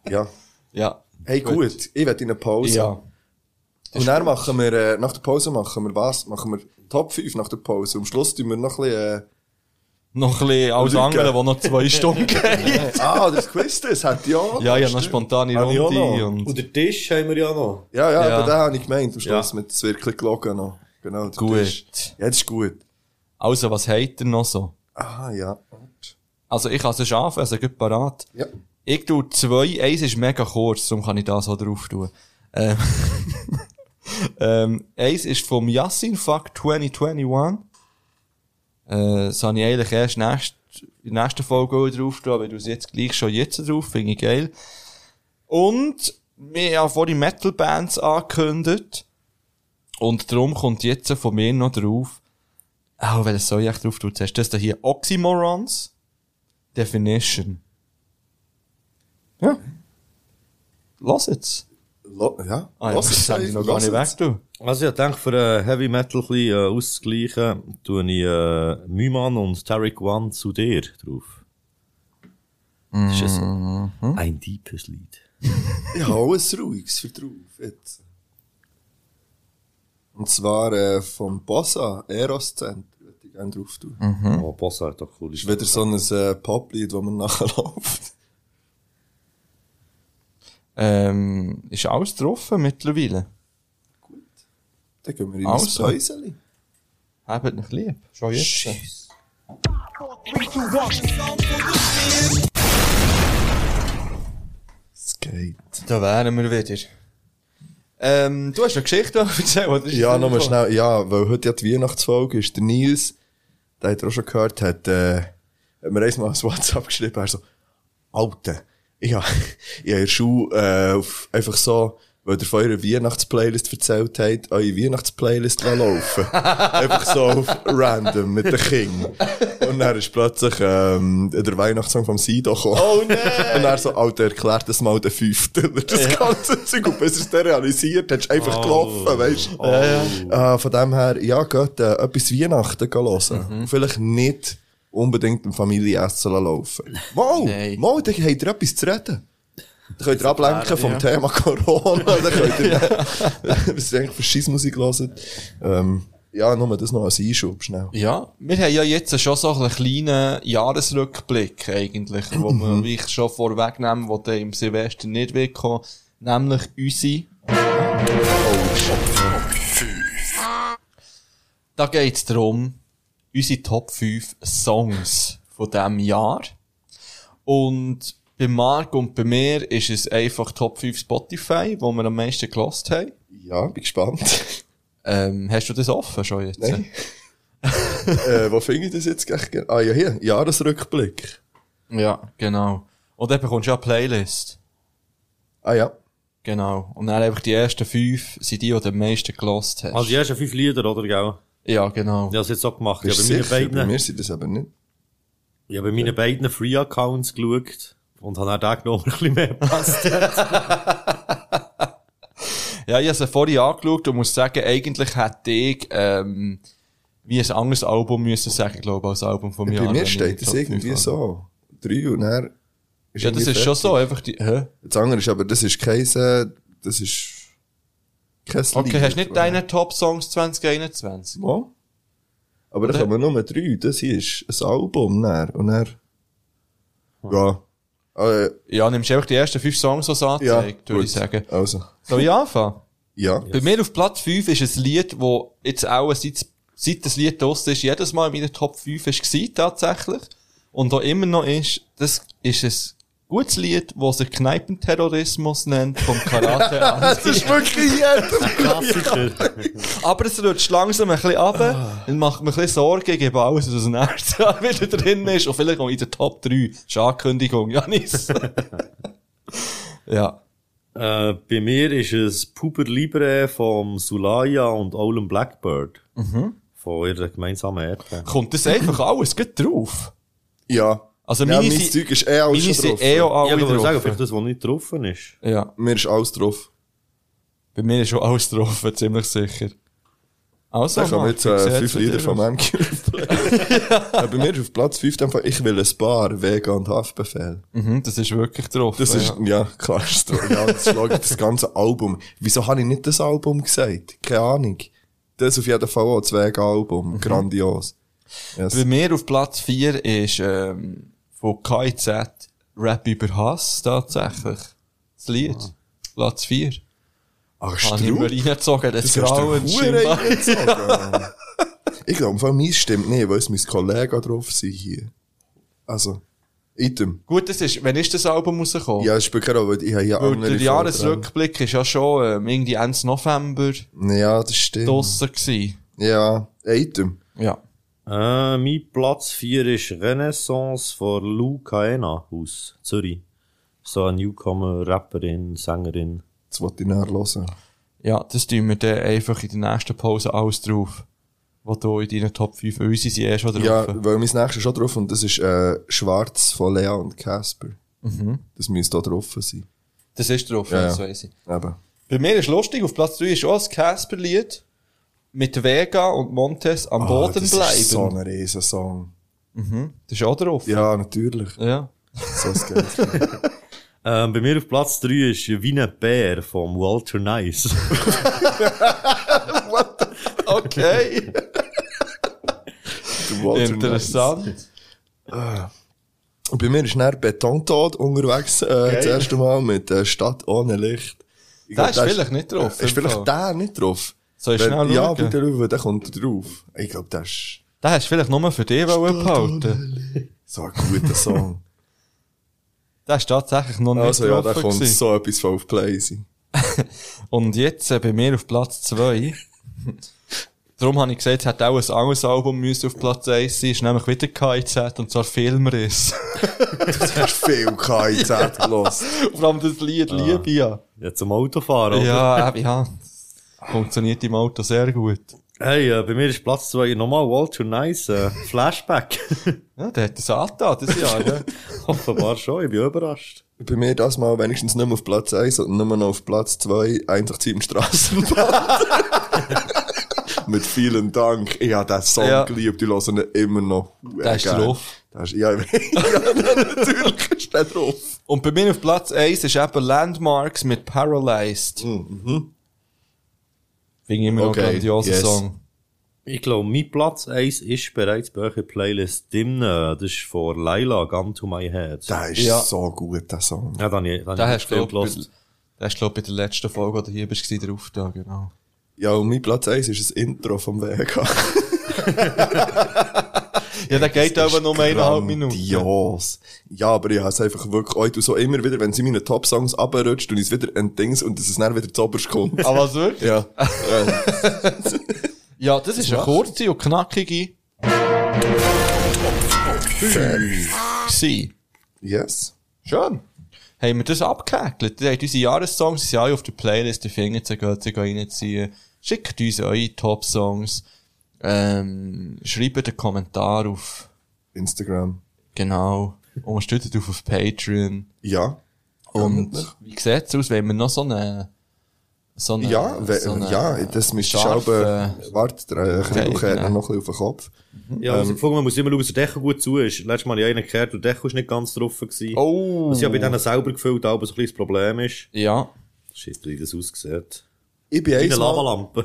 ja. Ja. Hey, gut. Gut. Ich werde in eine Pause. Ja. Und dann machen wir, äh, nach der Pause machen wir was? Machen wir Top 5 nach der Pause. Am Schluss tun wir noch ein bisschen, äh, Noch ein bisschen alles Leute. andere, wo noch zwei Stunden geht. ah, das Quiz, das hat ja. auch Ja, ja, noch noch spontane Habe ich auch Runde. noch. Und Und den Tisch haben wir ja noch. Ja, ja, Ja. aber den habe ich gemeint. Am Schluss Ja. mit das wirklich gelogen noch. Genau. der Gut. Tisch. Ja, das ist gut. Also, was habt ihr noch so? Ah, ja. Also, ich kann es schon anfangen, also gut parat. Ja. Ich tue zwei, eins ist mega kurz, darum kann ich das auch drauf tun. Ähm, ähm, eins ist vom Yassin Fuck 2021. Äh, das habe ich eigentlich erst nächst, in der nächsten Folge auch drauf tun, aber ich tue es jetzt gleich schon jetzt drauf, finde ich geil. Und wir haben vorhin Metal-Bands angekündigt. Und darum kommt jetzt von mir noch drauf, auch welches soll ich echt drauf tun? Zuerst das da hier, Oxymorons Definition. Ja. Lass jetzt. Lo ja. Ah, ja, Lass das es, habe ich noch gar lass nicht es. weg, du. Also, ich denke, für äh, Heavy Metal ein bisschen äh, auszugleichen, tue ich äh, Mühmann und Tarek One zu dir drauf. Mhm. Das ist ein, ein deepes Lied. Ich habe auch ein ruhiges für drauf. Jetzt. Und zwar äh, vom Bossa, Eros Center, würde ich gerne drauf tun. Mhm. Oh, Bossa hat doch cool. Das ist wieder so ein äh, Poplied, das man nachher läuft. Ähm, ist alles getroffen mittlerweile. Dann gehen wir in das Also. Päuseli. Habt nicht lieb. Schon jetzt. Es geht. Da wären wir wieder. Ähm, du hast eine Geschichte erzählt, oder? Ist Ja, das nochmal einfach? schnell. Ja, weil heute ja die Weihnachtsfolge ist. Der Nils, der hat ihr auch schon gehört, hat, äh, hat mir einmal ein WhatsApp geschrieben. Er so, Alter, ich habe ich hab in der Schule äh, auf, einfach so, weil ihr von eurer Weihnachtsplaylist erzählt habt, eure Weihnachtsplaylist lassen laufen Einfach so auf random mit den Kindern. Und dann ist plötzlich ähm, der Weihnachtssong vom Sido gekommen. Oh nein! Und er so, Alter, erklärt das mal den Fünften. Das ganze Zeug. Und bis er es dann realisiert, hat, ist einfach gelaufen, weißt du? Oh. Ja, ja. Äh, von dem her, ja, geht äh, etwas Weihnachten gehen hören. Mhm. Und Vielleicht nicht unbedingt im Familienessen lassen laufen. Wow! Wow, dann habt ihr etwas zu reden. Dann könnt ihr ablenken vom ja. Thema Corona. Dann könnt ihr, was ihr eigentlich für Scheissmusik hören. Ähm, ja, nur das noch als Einschub, schnell. Ja, wir haben ja jetzt schon so einen kleinen Jahresrückblick eigentlich, wo wir wie ich schon vorwegnehmen, wo der im Silvester nicht wegkommt, nämlich unsere. Da geht es darum, unsere Top 5 Songs von diesem Jahr. Und bei Marc und bei mir ist es einfach Top 5 Spotify, wo wir am meisten gelost haben. Ja, bin gespannt. Ähm, hast du das offen schon jetzt? Nein. äh, wo finde ich das jetzt? gleich? Ah ja, hier, Jahresrückblick. Ja, genau. Und dann bekommst du ja eine Playlist. Ah ja. Genau. Und dann einfach die ersten fünf sind die, die du am meisten gelost hast. Also, die ersten fünf Lieder, oder, gell? ja, genau. Ich habe es jetzt auch gemacht. Ich Bist habe du bei sicher? meinen Bei mir beiden, sind das aber nicht. ich habe bei meinen beiden Free-Accounts geschaut und habe auch den genommen, der ein bisschen mehr passt. Ja, ich habe sie vorhin angeschaut und muss sagen, eigentlich hätte ich, ähm, wie ein anderes Album müssen sagen, glaube ich, als Album von mir. Bei mir steht das irgendwie so. Drei und dann Ja, das irgendwie ist schon fertig. so, einfach die, hä? Das andere ist aber, das ist kein, äh, das ist kein Okay, Lied, hast du nicht oder? deine Top-Songs 2021? Mo? Aber da kommen nur drei, das hier ist ein Album, dann. und dann, ja. Äh, Ah. Ja, nimmst du einfach die ersten fünf Songs als ja, angezeigt, würde gut. ich sagen. Also, Soll ich anfangen? nou ja. Bei mir auf Platz 5 ist ein Lied, wo jetzt auch seit, seit das Lied draussen ist, jedes Mal in meiner Top 5 ist gewesen, tatsächlich. Und da immer noch ist, das ist ein Gutes Lied, das sich Kneipenterrorismus nennt, vom Karate das ist wirklich jeder. Aber es rutscht langsam ein bisschen Ah. ab und macht mir ein bisschen Sorgen, ich gebe alles, was ein nächstes Jahr wieder drin ist. Und vielleicht auch in der Top 3. Ist eine Ankündigung, Janis. ja. Äh, bei mir ist es Puber Libre vom Sulaya und Olin Blackbird. Mhm. Von ihrer gemeinsamen Ah, Erde. Kommt das einfach alles gut drauf? Ja. Also ja, meine mein sind- Zeug ist eh alles meine schon sind drauf. eh auch alle Ja, aber ich würde sagen, drauf. vielleicht das, was nicht getroffen ist. Ja. Mir ist alles drauf. Bei mir ist schon alles getroffen, ziemlich sicher. Also, ich habe Marc, jetzt wie äh, sieht's fünf bei Lieder dir von aus? MQ. ja, bei mir ist auf Platz 5 einfach, ich will ein Bar, Vega und Haftbefehl. Mhm, das ist wirklich drauf. Das ist, ja. Dus ja, klar, ist drauf. Ja, das, Slogan, das ganze Album. Wieso habe ich nicht das Album gesagt? Keine Ahnung. Das auf jeden Fall auch, das Vega-Album. Grandios. Yes. Bei mir auf Platz 4 ist ähm, von KIZ Rap über Hass tatsächlich. Das Lied. Ah. Platz 4. Ach, Habe ich mir reingezogen, das, Grauen scheinbar. Grauen Ich glaube, von mir stimmt nicht, weil es mein Kollege drauf sind hier. Also, item. Gut, das ist, wenn ist das Album rausgekommen? Ja, ich bin klar, weil ich habe ja Weil andere der Vorträge. Jahresrückblick ist ja schon ähm, irgendwie Ende November Ja, das stimmt. draussen gewesen. Ja, item. Ja. Äh, mein Platz 4 ist Renaissance von Lou Kaena aus Zürich. So eine Newcomer-Rapperin, Sängerin. Das wollte ich näher hören. Ja, das tun wir dann einfach in der nächsten Pause alles drauf. Was du in deinen Top 5, weil unsere sind eh schon drauf. Ja, weil mein nächstes ist schon drauf und das ist äh, Schwarz von Lea und Casper. Mhm. Das müsste da drauf sein. Das ist drauf, ja, das weiss ich. Eben. Bei mir ist lustig, auf Platz 3 ist auch das Casper-Lied mit Vega und Montes am Boden Ah, das bleiben. Ist so ein Riesensong. Mhm. Das ist auch drauf. Ja, natürlich. Ja. So ist es. Ähm, bei mir auf Platz 3 ist Wie ein Bär vom Walter Nice. Okay. Der Walter Interessant. Nice. Und bei mir ist dann Betontod unterwegs, äh, das erste Mal mit äh, Stadt ohne Licht. Ich Der glaub, ist vielleicht nicht drauf, Ist im vielleicht Fall. der nicht drauf? Soll ich Wenn- schnell Ja, schauen? bitte schauen, der kommt er drauf. Ich glaube, der ist Den hast du vielleicht nur für dich wollen behalten. so ein guter Song. Der ist tatsächlich noch nicht also ja, da getroffen kommt gewesen. so etwas von auf Play sein. Und jetzt äh, bei mir auf Platz 2. Darum habe ich gesagt, es hätte auch ein anderes Album müssen auf Platz 1 sein. Ist nämlich wieder KIZ und zwar Filmriss. Du hast viel KIZ gelost. Ah. Vor allem das Lied Liebe ja. Ja, zum Autofahren, oder? Ja, eben, ja. Funktioniert im Auto sehr gut. Hey, äh, bei mir ist Platz 2 nochmal Walter Nice, äh, Flashback. Ja, der hat das angetan, das Jahr, ne? Offenbar schon, ich bin überrascht. Bei mir das mal wenigstens nicht mehr auf Platz 1, sondern nur noch auf Platz 2, einfach sieben Straßenbahn. Mit vielen Dank. Ich habe diesen Song Ja. geliebt, ich höre ihn immer noch. Der ist Gern. drauf. Der ist, ja, ja, natürlich ist der drauf. Und bei mir auf Platz 1 ist eben Landmarks mit Paralyzed. Mhm. Finde ich immer noch Okay, ein grandioser yes. Song. Ich glaube, mein Platz 1 ist bereits bei euch in der Playlist drin. Das ist von Laila, Gun to my head. Der ist Ja. so gut, der Song. Ja, dann, dann, Den dann hast du, glaube gelost. ich, glaub, bei der letzten Folge, oder hier bist du der Auftrag, genau. Ja, und mein Platz 1 ist das Intro vom Vega. Ja, der geht Das aber ist nur eineinhalb Minuten. Grandios. Ja, aber ich habe es einfach wirklich, auch du so immer wieder, wenn sie meine Top-Songs abrutscht und ich es wieder entdings und dass es dann wieder zu oberst kommt. Aber was wirklich? ja. ja. Ja, das ist eine macht- kurze und knackige. Sie. Yes. Schön. Haben wir das abgehäkelt? Ihr habt unsere Jahressongs, sie sind alle auf der Playlist, ihr findet sie, geht sie reinziehen. Schickt uns eure Top-Songs. Ähm, schreibt einen Kommentar auf, Instagram. genau. Unterstützt auf, auf Patreon. Ja. Und natürlich. wie sieht's aus, wenn wir noch so eine, so eine, ja, we- so eine ja, das müsste ich scharfe- aber, warte, der Kribbel kehrt mir noch ein äh, bisschen auf den Kopf. Ja, Ähm. also, gefunden, man muss immer schauen, dass der Deckel gut zu ist. Letztes Mal habe ich einen gekehrt und der Deckel war nicht ganz drauf. Gewesen. Oh. Was ja bei denen selber gefüllt aber so ein kleines Problem ist. Ja. Shit, wie das aussieht. Ich bin Wie eine einmal, Lavalampe.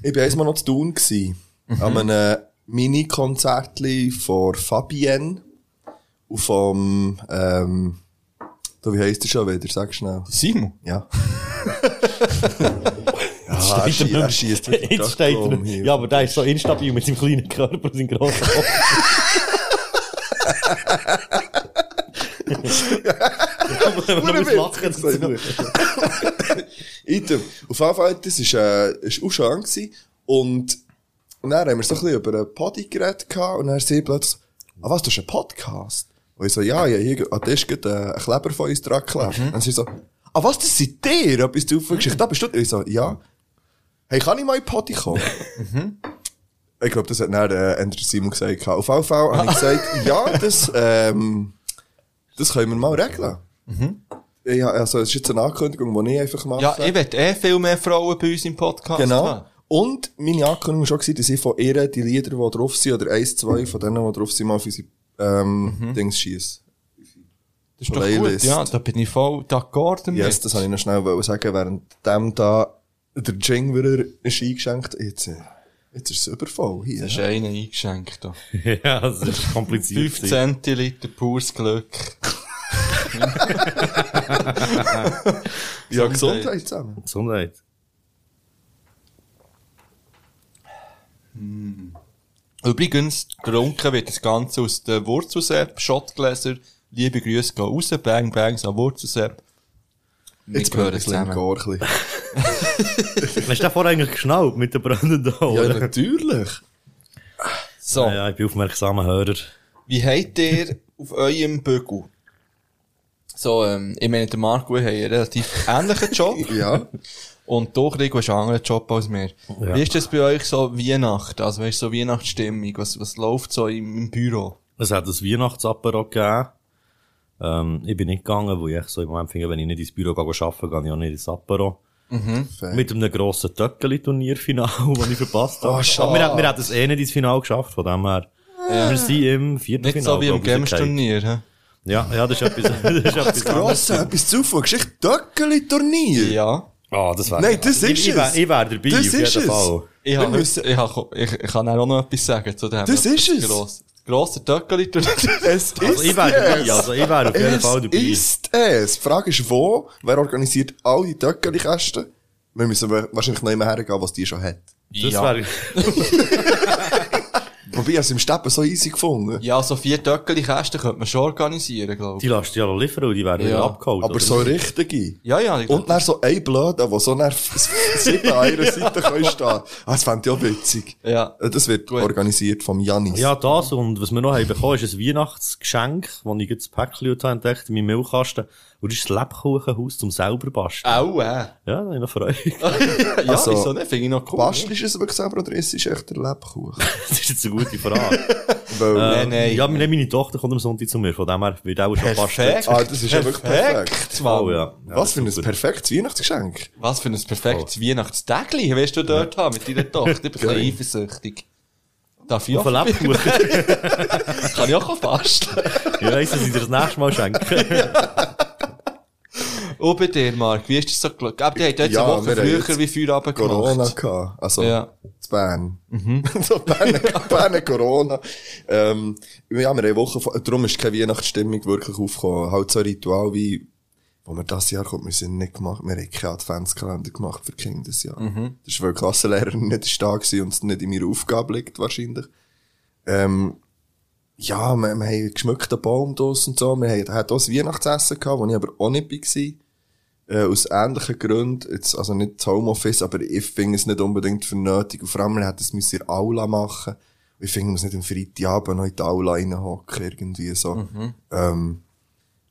ich bin einmal noch zu tun gewesen. An einem äh, Mini-Konzertli von Fabienne und vom, ähm, du, wie heisst der schon wieder? Sag schnell. Simon. Ja. ja, er schie- er schießt wirklich Jetzt steht Dackel um er. hier. Ja, aber der ist so instabil mit seinem kleinen Körper und seinem grossen Kopf. Nur Ohne muss Witz. lachen dazu. Item. Auf jeden Fall, das war äh, ist auch schön. Gewesen. Und, und dann haben wir so ein bisschen über einen Poddy geredet gehabt, und dann sie plötzlich, ah was, das ist ein Podcast? Und ich so, ja, ja, hier, an den ist gerade äh, ein Kleber von uns dran geklebt. Und sie so, ah was, das seid ihr? Etwas zu aufgeschickt. Da bist du. Ich so, ja. Hey, kann ich mal in den Poddy kommen? Ich glaube, das hat dann äh, Andrew Simon gesagt. gehabt. Auf jeden Fall habe ich gesagt, ja, das, ähm, das können wir mal regeln. Ja, also, es ist jetzt eine Ankündigung, die ich einfach mache. Ja, ich will eh viel mehr Frauen bei uns im Podcast. Genau. haben. Und meine Ankündigung war schon, gewesen, dass ich von ihr die Lieder, die drauf sind, oder eins, Mhm. zwei von denen, die drauf sind, mal auf unsere ähm, Dings schieße. Das ist doch gut. Ja, da bin ich voll d'accord damit. Yes, das wollte ich noch schnell wollen sagen, während dem da der Jing wieder ist eingeschenkt. Jetzt, äh, jetzt ist es übervoll hier. Das ist einer eingeschenkt. da. ja, das ist kompliziert. 5 Zentiliter pures Glück. ja, Gesundheit zusammen. Gesundheit. Übrigens, getrunken wird das Ganze aus der Wurzelsepp, Schottgläser. Liebe Grüße gehen raus, Bang Bangs an Wurzelsepp. Jetzt Wir bin ich ein hören bisschen zusammen. im Gorchli. Hast du den vorher eigentlich geschnallt mit der brennenden Ohren? Ja, natürlich. So. Ja, ja, ich bin aufmerksamer Hörer. Wie habt ihr auf eurem Bügel? So, ähm, ich meine, der Marco hat einen relativ ähnlichen Job. ja. Und du, Rico, hast einen anderen Job als mir. Ja. Wie ist das bei euch so Weihnachten? Also, weißt du, so Weihnachtsstimmung? Was, was läuft so im, im Büro? Es hat ein Weihnachtsapero gegeben. Ähm, ich bin nicht gegangen, weil ich so im Moment finde, wenn ich nicht ins Büro gehe, arbeiten, gehe ich auch nicht ins Apero. Mhm. Mit einem grossen Töckeli-Turnierfinal, das ich verpasst habe. Oh, schade. Aber wir, hat- wir haben es eh nicht ins Finale geschafft, von dem her. Ja. Wir sind im Viertelfinale. Nicht Genau, so wie im glaub ich, rausgefallen. Games-Turnier, hä? Ja, ja, das ist etwas, das ist etwas Das grosse, anderes. etwas zu viel. Geschichte, Döckeli-Turnier. Ja. Ah, das wäre... Nein, das ist ich, ich, wär- es. Ich wäre dabei, Das auf jeden ist es. Fall. Also, Ich, Wir habe, müssen- ich, habe, ich, ich kann auch noch etwas sagen zu dem. Das ist es. Gross, grosser Töckeli-Turnier. Es ist Also ich wär dabei, es. also ich wär auf jeden es Fall dabei. ist es. Die Frage ist, wo? Wer organisiert all die Töckeli-Kästen? Wir müssen wa- wahrscheinlich noch immer hergehen, was die schon hat. Das Ja. wär- Wobei, ich hab's im Steppen so easy gefunden. Ja, so vier Töckeli-Kästen könnte man schon organisieren, glaube Die lässt du ja liefern und die werden Ja. ja. abgeholt. Aber oder? so richtige. Ja, ja. Und dann so ein Blöder, der so nervt, sieben an einer Seite kann stehen. Ah, das fände ich auch witzig. Äh, Ja. Das wird organisiert vom Janis. Ja, das und was wir noch haben bekommen, ist ein Weihnachtsgeschenk, das ich jetzt ein Päckchen heute entdeckt in meinem Milchkasten. Und das ist das Lebkuchenhaus zum selber basteln. Au, äh. Ja, da habe ich noch Freude. ja, Also, wieso nicht? Finde ich noch cool. Bastelst du es wirklich selber oder ist es echt der Lebkuchen? das ist jetzt eine gute Frage. Weil- Äh, Nein, nein. Ja, meine, meine Tochter kommt am Sonntag zu mir, von dem her wird auch schon bastelt. Ah, das ist ja wirklich perfekt. Mann. Oh, ja. Ja, Was für ein perfektes Weihnachtsgeschenk. Was für ein Oh. perfektes Weihnachtstägli wirst du dort haben mit deiner Tochter. Ich bin ein bisschen eifersüchtig. Darf ich auch? Auf einen Lebkuchen. Kann ich auch basteln. Ich weiss, dass ich dir das nächste Mal schenke. Und Oh, bei dir, Marc, wie ist das so gelungen? Aber die haben jetzt eine Woche wir haben früher jetzt wie Feierabend gemacht. Corona gehabt. Also, Ja. zu Bern. so, Bern, Bern Corona. Ähm, ja, wir haben eine Woche, vor- darum ist keine Weihnachtsstimmung wirklich aufgekommen. Halt so ein Ritual wie, wo wir das Jahr kommt, wir sind nicht gemacht, wir haben keinen Adventskalender gemacht für Kinder das Jahr. Mhm. Das ist, weil die Klassenlehrerin nicht ist da war und es nicht in meiner Aufgabe liegt, wahrscheinlich. Ähm, ja, wir, wir haben einen geschmückten Baum draus und so. Wir haben, hatten auch ein Weihnachtsessen gehabt, wo ich aber auch nicht war. Äh, aus ähnlichen Gründen, jetzt, also nicht das Homeoffice, aber ich finde es nicht unbedingt für nötig. Und vor allem, man hätte es müssen in der Aula machen Und Ich finde, man muss nicht am Freitagabend noch in die Aula reinhocken, irgendwie so. Mhm. Ähm,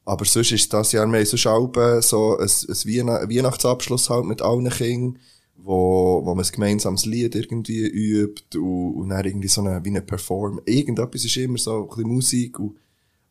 aber sonst ist das Jahr, wir haben sonst auch äh, so ein, ein Weihna Weihnachtsabschluss halt mit allen Kindern, wo, wo man ein gemeinsames Lied irgendwie übt und, und dann irgendwie so eine, wie eine Perform. Irgendetwas ist immer so, ein bisschen Musik und,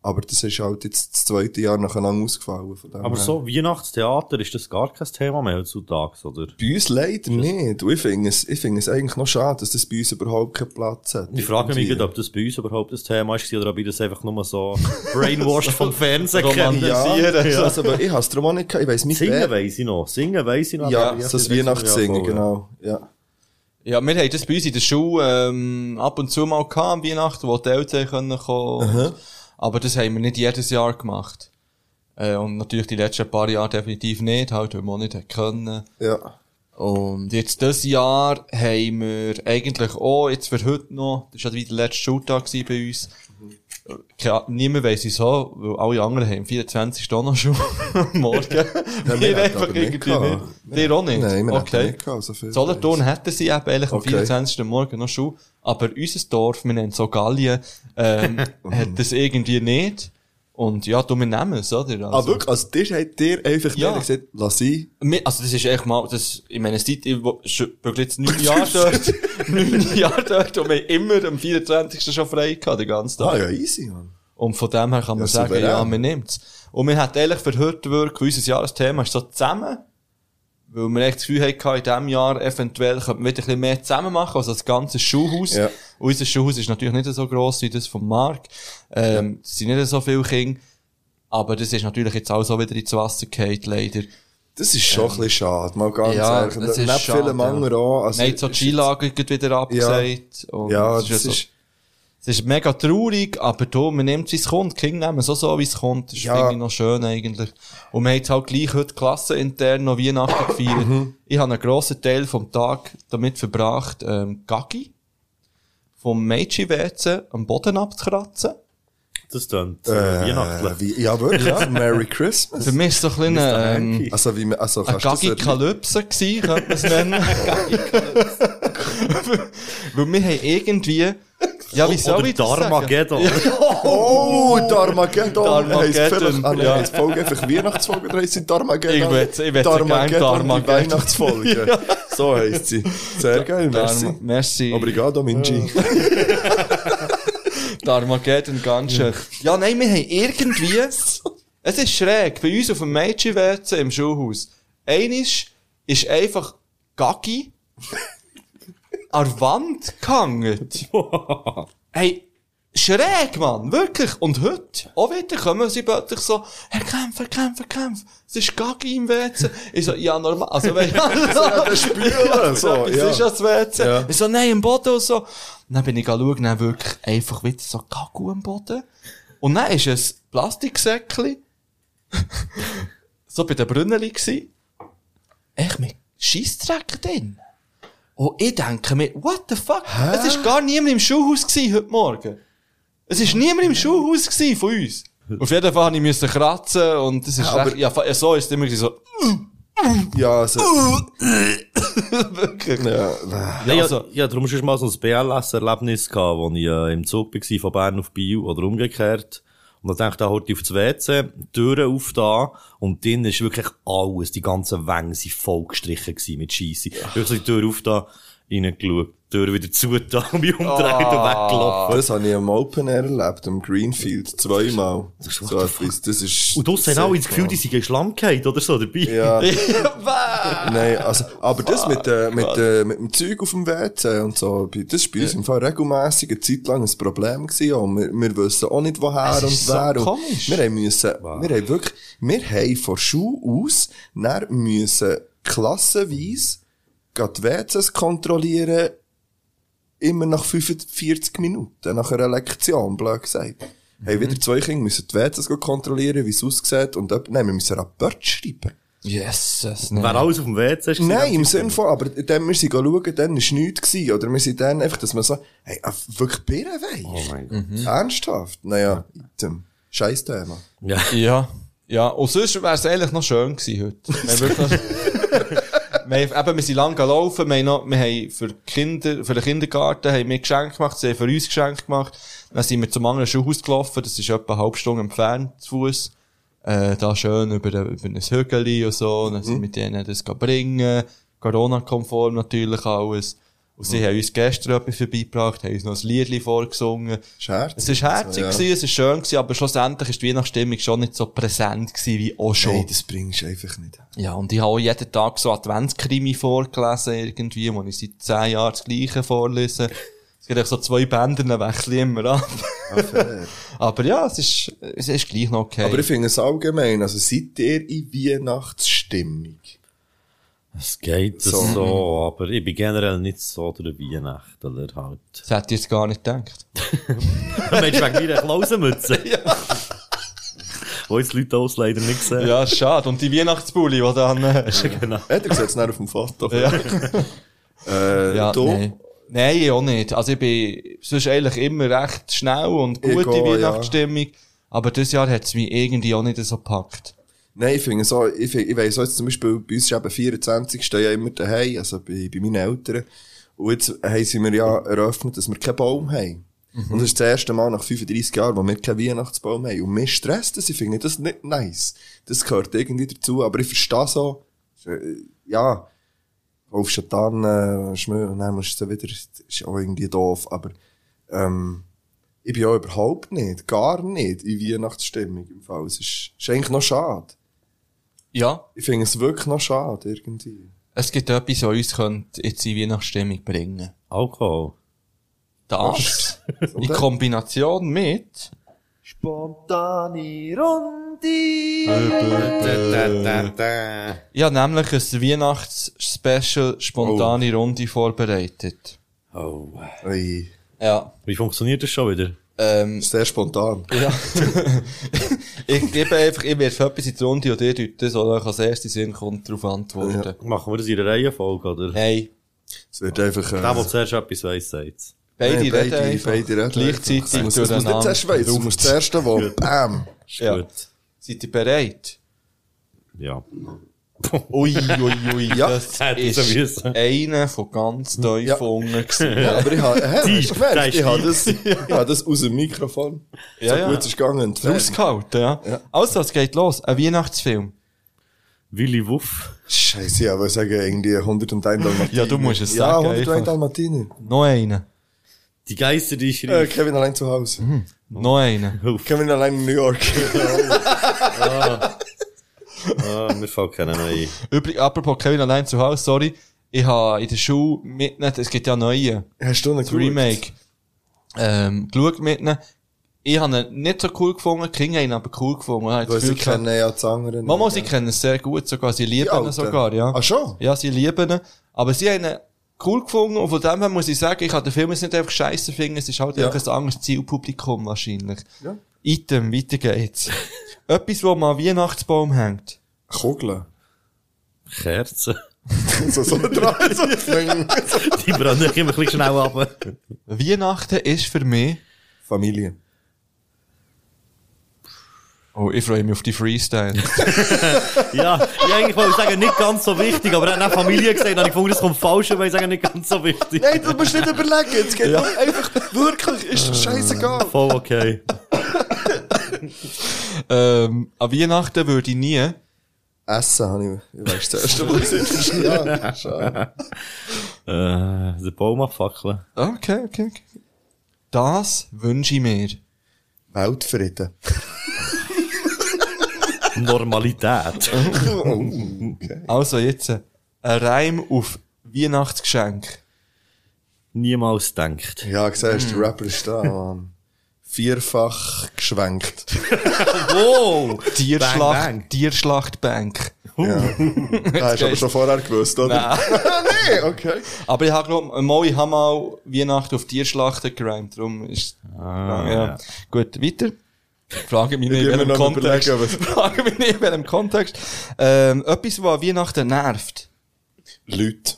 aber das ist halt jetzt das zweite Jahr nacheinander ausgefallen. Von dem Aber her. so Weihnachtstheater ist das gar kein Thema mehr heutzutage, oder? Bei uns leider nicht. Und ich finde es, ich finde es eigentlich noch schade, dass das bei uns überhaupt keinen Platz hat. Ich frage mich, Irgendwie. gerade, ob das bei uns überhaupt ein Thema ist oder ob ich das einfach nur so brainwashed vom Fernsehen Ja, kenne. ja. Also, aber ich habe es darum auch nicht gehabt. Ich weiss nicht, Singen wer- weiss ich noch. Singen weiss ich noch. Ja, aber ich so das weiss nicht, Weihnachtssingen, ja, voll, ja. genau. Ja. Ja, wir haben das bei uns in der Schule ähm, ab und zu mal gehabt, am Weihnachten, wo die Eltern können kommen Aha. Aber das haben wir nicht jedes Jahr gemacht. Äh, und natürlich die letzten paar Jahre definitiv nicht, halt, weil wir auch nicht haben können. Ja. Und jetzt dieses Jahr oh, haben wir eigentlich auch, jetzt für heute noch, das war ja wieder der letzte Schultag gewesen bei uns, Mhm. Keine- niemand weiss wieso, weil alle anderen haben am 24. auch noch schon am Morgen. Wir wir hatten einfach aber nicht irgendwie gehabt. nicht. Dir auch nicht? Nein, wir hatten okay. nicht gehabt, so viel Solothurn hätten sie eben eigentlich am Okay. 24. Morgen noch schon, aber unser Dorf, wir nennen es auch Gallien, ähm, hat Mhm. das irgendwie nicht. Und ja, du, wir nehmen es, oder? Also, Ah, wirklich? Also, das hat dir einfach Ja. ja. gesagt, lass sein. Mir- Also, das ist echt mal, das, ich meine, es seit, ich wo- schon- bügle jetzt neun Jahre dort, neun Jahre dort, und wir haben immer am 24. schon frei gehabt, den ganzen Tag. Ah, ja, easy, Mann. Und von dem her kann man Ja, sagen, souverän. ja, man nimmt's. Und wir hatten eigentlich für heute wirklich, unser Jahresthema ist so zusammen, weil wir echt das Gefühl hatten, in diesem Jahr eventuell könnten wir wieder ein bisschen mehr zusammen machen, also das ganze Schulhaus. Ja. Und unser Schulhaus ist natürlich nicht so gross wie das von Marc. Ähm, Es sind nicht so viele Kinder, aber das ist natürlich jetzt auch so wieder ins Wasser gefallen, leider. Das ist schon ein bisschen schade, mal ganz Ja, ehrlich. das ist Neben schade, vielen ja. anderen auch. Wir haben so die Skilager gerade wieder abgesagt. und Ja, es das so- ist- Es ist mega traurig, aber da, man nimmt es, wie es kommt. Die Kinder nehmen es auch so, wie es kommt. Das ist Ja. irgendwie noch schön eigentlich. Und wir haben jetzt halt gleich heute klassenintern noch Weihnachten gefeiert. Ich habe einen grossen Teil vom Tag damit verbracht, ähm, Gaggi vom Mädchen-WC am Boden abzukratzen. Das tönt äh, Äh, Weihnachtlich. wie- ja, wirklich. Merry Christmas. Für mich ist so ein bisschen, Mr. ähm, Hanky. also, wie, man- also, Ein kannst du das Gagikalypse gsi, könnte man es nennen. Weil wir haben irgendwie, ja, wie soll Oder ich das Darmageddon. sagen? Ja. also- Oh, Darmageddon. Darmageddon, Heisst vielleicht- Ah, nein, ja. heisst die Folge einfach Weihnachtsfolge oder heisst sie Darmageddon? Ich würd's- ich würd's gerne die Darmageddon. Weihnachtsfolge. Ja. So heisst sie. Sehr geil, merci. Darm- merci. Obrigado, Äh. Minji. Darmageddon ganz schön. Ja, nein, wir haben irgendwie, es ist schräg, bei uns auf dem Mädchen-WC im Schulhaus, einisch ist einfach Gaggi an der Wand gehangen. hey, schräg, Mann, wirklich. Und heute, auch wieder, kommen sie plötzlich so, Herr Kämpfer, Kämpfer, Kämpfer, es ist Gaggi im WC. Ich so, ja, normal, also, wenn Ja, das spüren, so, es ja. ist ja das WC. Ja. Ich so, nein, im Boden und so. Und dann bin ich schauen, dann wirklich einfach wieder so Kaku am Boden. Und dann ist ein Plastiksäckchen, so bei den Brünneli gsi. Echt mit Scheissdreck drin. Und Oh, ich denke mir, what the fuck? Es ist gar niemand im Schulhaus gsi heute Morgen. Es ist niemand im Schulhaus gsi von uns. Auf jeden Fall musste ich müssen kratzen und das ist Ja, aber- recht, ja, fa- so ist es immer so, Ja, also. wirklich. Ja. Ja, also- also, ja, darum schon mal so ein BLS-Erlebnis gehabt, wo ich äh, im Zug war von Bern auf Biel oder umgekehrt. Und dann dachte ich, da heute aufs WC, Türen auf da, und drin ist wirklich alles, die ganzen Wände sind voll gestrichen gewesen mit Scheisse. Ich hab so die Tür auf da, reingeschaut, die Tür wieder zu da, und mich umdreht und Ah. weggelaufen. Das habe ich am Open Air erlebt, am Greenfield, zweimal. So etwas, das ist... Und draussen haben alle das Gefühl, die sind in Schlamm gefallen oder so dabei. Ja. Nein, also, aber das mit, äh, mit, äh, mit dem Zeug auf dem WC und so, bei- das war bei uns im Fall regelmässig eine Zeit lang ein Problem gewesen. Und wir, wir wissen auch nicht, woher Es und ist so wer. und komisch. wir haben müssen, wir haben wirklich, wir haben von Schuh aus, dann müssen klassenweise, gleich die WCs kontrollieren, immer nach 45 Minuten, nach einer Lektion, blöd gesagt. Mhm. Hey, wieder zwei Kinder müssen die WCs kontrollieren, wie es aussieht, und jemand- nein, wir müssen Rapport schreiben. yes, yes, Wer alles auf dem WC ist, Nein, im Sinne von, aber dann, wir sind schauen, dann war nichts. Gewesen. Oder wir sind dann einfach, dass man so, hey, ah, wirklich Birrenweich? Oh mein Gott. Ernsthaft? Naja, item. Scheiß Thema. Ja. Ja. Ja, und sonst wäre es eigentlich noch schön gewesen heute. Wir haben wirklich noch- wir, haben, eben, wir sind lang gelaufen, wir haben, noch, wir haben für, die Kinder, für den Kindergarten haben wir Geschenke gemacht, sie haben für uns Geschenke gemacht. Dann sind wir zum anderen Schulhaus gelaufen, das ist etwa eine halbe Stunde entfernt zu Fuß. Äh, da schön über, den- über ein Hügel und so, dann sind wir denen das gehen bringen, Corona-konform natürlich alles. Und sie haben uns gestern etwas vorbeigebracht, haben uns noch ein Liedli vorgesungen. Scherz. Es war herzig, Also, ja. gewesen, es war schön, gewesen, aber schlussendlich war die Weihnachtsstimmung schon nicht so präsent gewesen wie auch schon. Nein, das bringst du einfach nicht. Ja, und ich habe auch jeden Tag so Adventskrimi vorgelesen irgendwie, wo ich seit zehn Jahren das Gleiche vorlese. Es gibt auch so zwei Bänder, dann wechsle ich immer ab. Ah, fair. aber ja, es ist, es ist gleich noch okay. Aber ich finde es allgemein, also seid ihr in Weihnachtsstimmung? Es geht so. So. so, aber ich bin generell nicht so der Weihnachtler halt. Das hätte ich jetzt gar nicht gedacht. Mensch, wegen meiner Klausenmütze. ja. Wo jetzt die Leute aus leider nicht sehen. ja, schade. Und die Weihnachtsbulli, die dann... äh, genau. Hätte ich es nicht auf dem Foto. Ja. äh, ja, du? nein. Nein, ich auch nicht. Also ich bin sonst eigentlich immer recht schnell und Ich gute auch, ja. Weihnachtsstimmung. Aber dieses Jahr hat es mich irgendwie auch nicht so gepackt. Nein, ich finde so, ich, find- ich weiss auch jetzt zum Beispiel, bei uns ist eben 24. ja immer daheim, also bei, bei meinen Eltern. Und jetzt haben sie mir ja eröffnet, dass wir keinen Baum haben. Und das ist das erste Mal nach 35 Jahren, wo wir keinen Weihnachtsbaum haben. Und mich stresst das, ich finde das nicht nice. Das gehört irgendwie dazu, aber ich verstehe so, äh, ja, auf Schatan, äh, Schmö, und dann musst du sie wieder, das ist auch irgendwie doof, aber, ähm, ich bin auch überhaupt nicht, gar nicht in Weihnachtsstimmung im Fall. Es ist, ist eigentlich noch schade. Ja. Ich finde es wirklich noch schade, irgendwie. Es gibt etwas, was uns könnte jetzt in Weihnachtsstimmung bringen Alkohol. Das. in Kombination mit... Spontane Runde. Ich habe nämlich ein Weihnachts-Special Oh. spontane Runde vorbereitet. Oh. Ui. Ja. Wie funktioniert das schon wieder? Ähm, Sehr spontan. Ja. ich gebe einfach, ich werfe etwas in die Runde und ihr deutet das, oder ich als erstes Sinn kommt, darauf antworten. Machen wir das in der Reihenfolge, oder? Nein. Es wird einfach... äh, Der, der zuerst etwas weiss, sagt's. Beide Nein, reden einfach. beide reden Gleichzeitig einfach. Es muss nicht durcheinander. zuerst weiss, es muss das erste, wo... Bam! Ja. Seid ihr bereit? Ja. Ui, ui, ui, Ja. das Hätte ich so ist müssen. einer von ganz tief Ja. unten gewesen. Ja, aber ich habe, hä, hast Tief, du gemerkt? der ist ich habe tief. das, ich habe das aus dem Mikrofon. so gut es ist gegangen. entfernt. Rausgehalten, ja. Also, es geht los. Ein Weihnachtsfilm. Willy Wuff. Scheiße, ja, aber sagen irgendwie 101 Dalmatiner. Ja, du musst es ja, sagen, Ja, 101 einfach. Dalmatiner. Noch einen. Die Geister, die ich Äh, Kevin allein zu Hause. Mhm. Noch einen. Kevin allein in New York. Ah, mir fällt keiner mehr ein. Übrigens, apropos Kevin allein zu Hause, sorry. Ich habe in der Schule mitgenommen, es gibt ja neue. Hast du noch Das Remake. Ähm, geschaut mitgenommen. Ich habe ihn nicht so cool gefunden, die Kinder haben ihn aber cool gefunden. Ich habe das Weil sie Gefühl gehabt- kennen ja die anderen. Mama, sie kennen es sehr gut sogar. Sie lieben Die ihn Alten? sogar, ja. Ach schon? Ja, sie lieben ihn. Aber sie haben ihn cool gefunden und von dem her muss ich sagen, ich kann den Film jetzt nicht einfach scheiße finden, es ist halt Ja. einfach ein anderes Zielpublikum wahrscheinlich. Ja. Item, weiter geht's. Etwas, wo man an Weihnachtsbaum hängt. Kugeln. Kerzen. so, so dran, so dran. Die brennen immer ein bisschen schnell ab. Weihnachten ist für mich... Familie. Oh, ich freue mich auf die Freestyle. ja, ich eigentlich wollte sagen, nicht ganz so wichtig, aber dann habe Familie gesagt, dann habe ich gefunden, das kommt falsch, weil ich sage, nicht ganz so wichtig. Nein, du musst nicht überlegen. Jetzt geht Ja. doch einfach, wirklich, ist doch scheißegal. Voll okay. ähm, an Weihnachten würde ich nie... Essen habe ich, ich weiss zuerst, was es ist. Ja, schade. Äh, der Baum abfackeln. Ah, Okay, okay, okay. Das wünsche ich mir. Weltfrieden. Normalität. Also jetzt, äh, ein Reim auf Weihnachtsgeschenk. Niemals denkt. Ja, siehst du, der Rapper ist da, Mann. Vierfach geschwenkt. wow! Tierschlacht, Tierschlachtbank. Ah, hast du aber schon vorher gewusst, oder? nee, okay. Aber ich habe, glaub, mal, ich habe mal Weihnachten auf Tierschlachten gereimt, darum ist, ja. Ah, ja. Gut, weiter. Frage mich nicht, Ich in bin mir welchem noch am Kontext. überlegen, Frage mich nicht, in welchem Kontext. Ähm, etwas, was an Weihnachten nervt. Leute.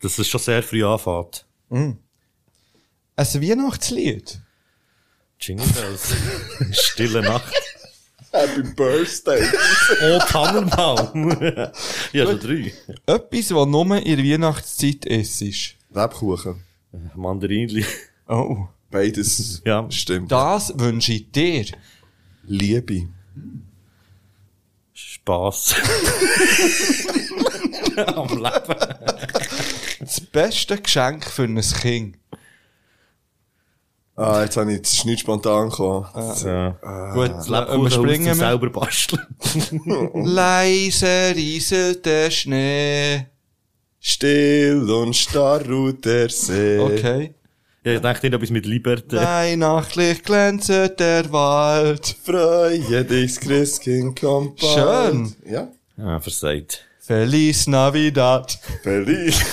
Das ist schon sehr früh anfängt. Mhm. Ein Weihnachtslied. Jingle Bells. Stille Nacht. Happy Birthday. Oh, Tannenbaum. ja, schon drei. Etwas, was nur in der Weihnachtszeit ist, ist. Lebkuchen. Mandarinli. Oh. Beides ja. stimmt. Das wünsche ich dir. Liebe. Spass. Am Leben. Das beste Geschenk für ein Kind. Ah, jetzt habe ich, das ist nicht spontan gekommen. Ja. Ah. Gut, Lebkuchen überspringen zum wir. selber basteln. Leise rieselt der Äh. Schnee. Still und starr ruht der See. Okay. Ja, ich dachte nicht etwas mit Liberté. Weihnachtlich glänzet der Wald. Freue dich, das Christkind kommt bald. Schön. Ja. Ah, versagt. Feliz Navidad. Feliz.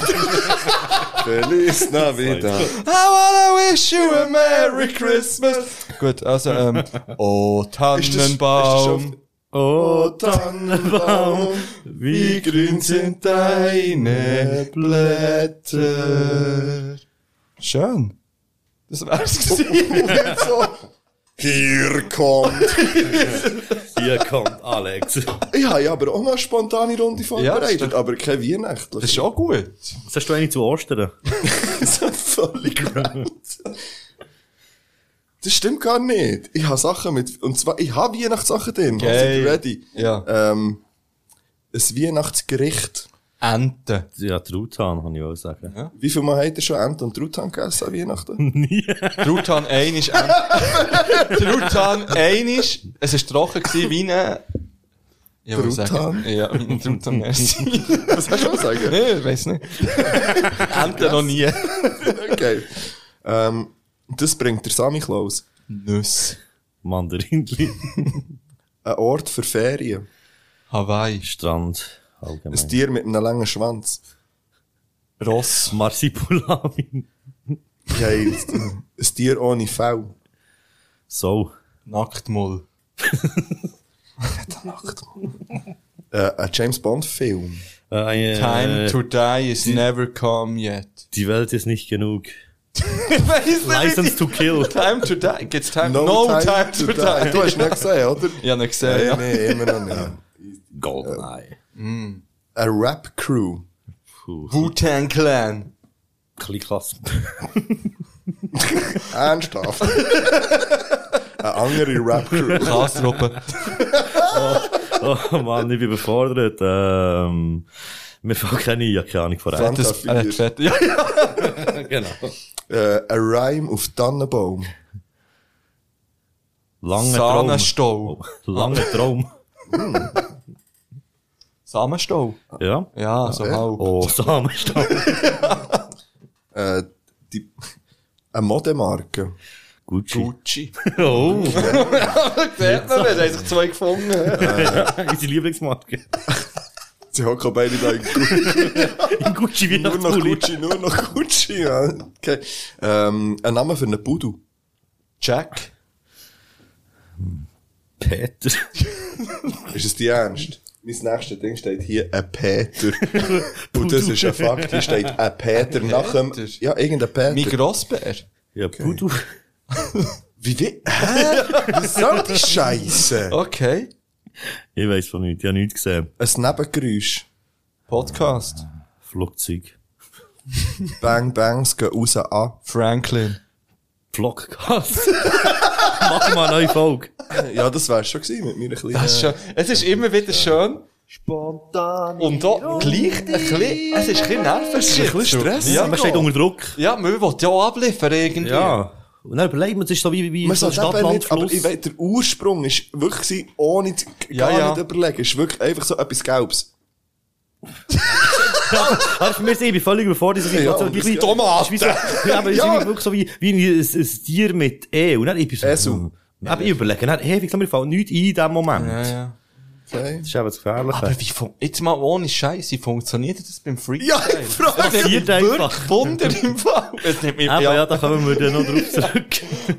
Feliz Navidad. I wanna wish you a Merry Christmas. Gut, also, ähm, oh, Ist das- ist das Tannenbaum. schon- Oh, Tannenbaum, wie grün sind deine Blätter. Schön. Das wär's gewesen. so. Hier kommt. Hier kommt Alex. Ich habe ja aber auch noch eine spontane Runde vorbereitet, Ja, das- aber keine weihnachtliche. Das ist auch gut. Was hast du eigentlich zu Ostern? Völlig random. Das stimmt gar nicht. Ich habe Sachen mit, und zwar, ich habe Weihnachtssachen drin. Geil. Seid ihr ready? Ja. Ähm, ein Weihnachtsgericht. Enten. Ja, Truthahn, kann ich auch sagen. Wie viel Mal habt ihr schon Enten und Truthahn gegessen an Weihnachten? Nie. Truthahn 1 ist Ente. Truthahn 1 es ist trocken gewesen wie eine... Ja, was soll ich sagen? Ja, wie ein Truthahn, merci. Was hast du zu sagen? Nee, ich weiss nicht. Enten noch nie. okay. Ähm, das bringt der Sammy Klaus. Nüsse. Mandarinli. Ein Ort für Ferien. Hawaii. Strand. Allgemein. Ein Tier mit einem langen Schwanz. Ross. Marsipulami. Geil. Ein Tier ohne V. So. Nacktmull. Äh, ein James Bond Film. Äh, Time to die is never come yet. Die Welt ist nicht genug. License to kill. Time to die. Gibt's time? No, time, to, die. Du hast nicht gesehen, oder? Ja, nicht gesehen, Äh, ja. Nee, immer noch nicht. Goldeneye. Mm. Eine Rap-Crew. Wu-Tang Clan. Klickklasse. Ernsthaft. Eine andere Rap-Crew. Kastruppe. oh, oh Mann, ich bin überfordert. Ähm, mir fällt keine, ich habe keine Ahnung von Fanta Enten. vier. Äh, ja, genau. Äh, ein Rhyme auf Tannenbaum. Lange Sahnenstau. Traum. Lange Oh, Traum. Samenstau. Ja? Ja, so halb. Oh, Samenstau. äh, die, eine Modemarke. Gucci. Gucci. oh. Sieht man nicht, haben sich zwei gefunden. Äh, Unsere Lieblingsmarke. Sie hocken beide da in Gucci. in Gucci wie Nur noch Gucci, nur noch Gucci. Ja. Okay. Ähm, ein Name für einen Budu. Jack. Peter. Ist es die Ernst? Mein nächstes Ding steht hier ein Peter. Und das ist ein Fakt. Hier steht ein Peter nach dem... Ja, irgendein Peter. Mein Grossbär. Ja, Budu. Wie die... Hä? Was soll die Scheiße? Okay. Ich weiss von nichts, ich habe nichts gesehen. Ein Nebengeräusch. Podcast. Flugzeug. Bang Bangs gehen raus ah. an. Franklin. Vlogcast. Mach mal eine neue Folge. Ja, das wär's schon gewesen mit meiner kleinen... Das ist schön. Es ist immer wieder schön. Spontan. Und da gleich ein bisschen, es ist ein bisschen Es ist nervig. ein bisschen Stress. Ja, man steht unter Druck. Ja, man will ja auch abliefern irgendwie. Ja. Nou, Und dann überlegt man, es ist so wie, wie Man so soll Stadt, eben Land, nicht, aber Fluss. ich weiß, der Ursprung ist wirklich gewesen, ohne zu, Ja, gar ja. nicht überlegen. Es ist wirklich einfach so etwas Gelbes. Aber für mich ist ich bin völlig überfordert. Das ist Ja, so und wie das- wie Tomaten. Wie so, ja, aber es ist Ja. wirklich so wie, wie ein, ein ein Tier mit E. Und dann ich bin so, Esu. Aber ich überlege, dann, hey, wie kann mir fällt nichts ein in diesem Moment. Ja, Ah, ja. Okay. Das ist eben das Gefährliche. Aber wie fun- jetzt mal ohne Scheiß, wie funktioniert das beim Freestyle? Ja, ich frage Es nimmt mich mich einfach. wirklich Wunder im Fall. Es nimmt mich Eben, ja, da kommen wir dann noch drauf zurück.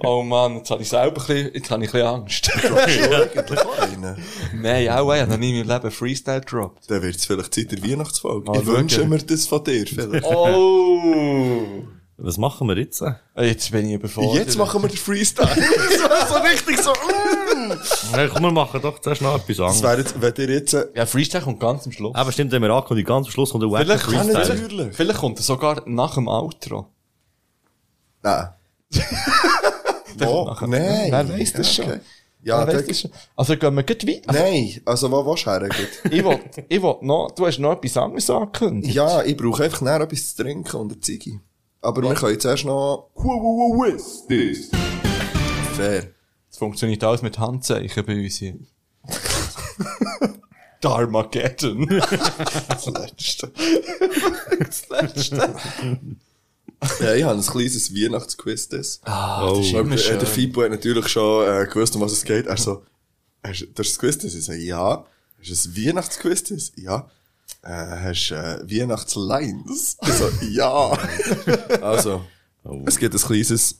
Oh Mann, jetzt habe ich selber ein bisschen, jetzt habe ich ein bisschen Angst. Eigentlich einen. Nein, auch ich habe noch nie in meinem Leben Freestyle gedroppt. Dann wird's vielleicht Zeit der Weihnachtsfolge. Mal ich wünsche schauen. mir das von dir. Vielleicht. Oh! Was machen wir jetzt? Jetzt bin ich überfordert. Jetzt machen wir den Freestyle. so, so richtig so. mm. Nein, komm, wir machen doch zuerst noch etwas Das anderes. wäre jetzt, wenn ihr jetzt... äh, Ja, Freestyle kommt ganz am Schluss. Aber stimmt, wenn wir ankündigen, ganz am Schluss kommt der Wacken Vielleicht, Freestyle. vielleicht, vielleicht kommt er sogar nach dem Outro. Nein. Wo? Nein. Wer weiss das schon? Okay. Oh, Ja, Wer weiss dann- das schon? Also gehen wir gleich weiter. Also, Nein, also wo willst du hergehen? Ich will, ich will noch, du hast noch etwas anderes angekündigt. Ja, ich brauche einfach näher etwas zu trinken und eine Ziege. Aber wir können jetzt erst noch... Who is this? Fair. Es funktioniert alles mit Handzeichen bei uns hier. Darmageddon. Das Letzte. das Letzte. ja, ich habe ein kleines Weihnachtsquiz. Das. Ah, das ist Weil immer der- schön. Der Fibu hat natürlich schon äh, gewusst, um was es geht. Er so, hast du das Quiz? das?» Ich so, ja. Hast du ein Weihnachtsquiz? das?» Ja. Äh, hast du äh, Weihnachtslines? Ich so, ja. also, es Mm. gibt ein kleines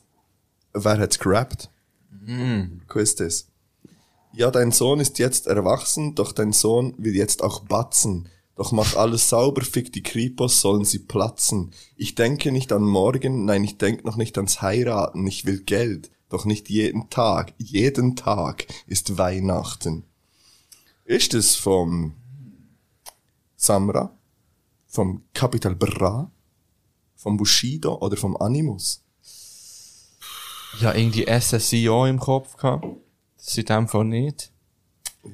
Wer hat's gerappt? Quiz. das. ja, dein Sohn ist jetzt erwachsen, doch dein Sohn will jetzt auch batzen. Doch mach alles sauber, fick die Kripos, sollen sie platzen. Ich denke nicht an morgen, nein, ich denk noch nicht ans Heiraten, ich will Geld. Doch nicht jeden Tag, jeden Tag ist Weihnachten. Ist es vom Samra, vom Capital Bra, vom Bushido oder vom Animus? Ja, irgendwie SSIO im Kopf gehabt. Das ist in dem Fall nicht.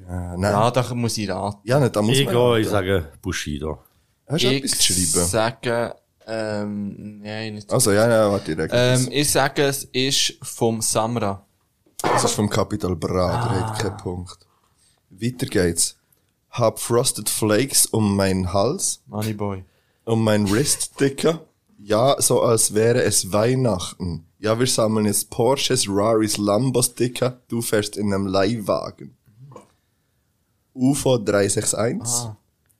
Ja, Ja, da muss ich raten. Äh, Ja, nicht, da muss ich man gehe, raten. ich sage Bushido. Hast du etwas geschrieben? sage, ähm, nein, nicht. Also, ja, ja, warte, ich Ähm, ich sage, es ist vom Samra. Das ist Also vom Capital Bra, der hat keinen Punkt. Weiter geht's. Hab Frosted Flakes um meinen Hals. Money Boy. Um mein Wrist dicker. Ja, so als wäre es Weihnachten. Ja, wir sammeln jetzt Porsches, Raris, Lambos dicker. Du fährst in einem Leihwagen. UFO 361.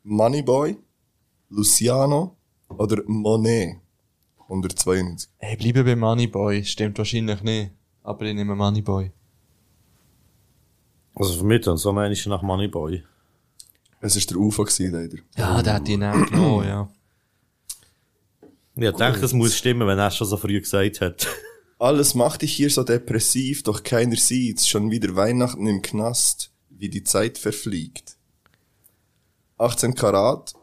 Money Boy. Luciano. Oder Monet. 192. Ey, bleibe bei Moneyboy. Stimmt wahrscheinlich nicht. Aber ich nehme Moneyboy. Also für mich dann, so meine ich nach Moneyboy. Es war der UFO gewesen, leider. Ja, der hat ihn auch genommen, Oh, ja. Ich denke, das muss stimmen, wenn er es schon so früh gesagt hat. Alles macht dich hier so depressiv, doch keiner sieht's. Schon wieder Weihnachten im Knast, wie die Zeit verfliegt. 18 Karat,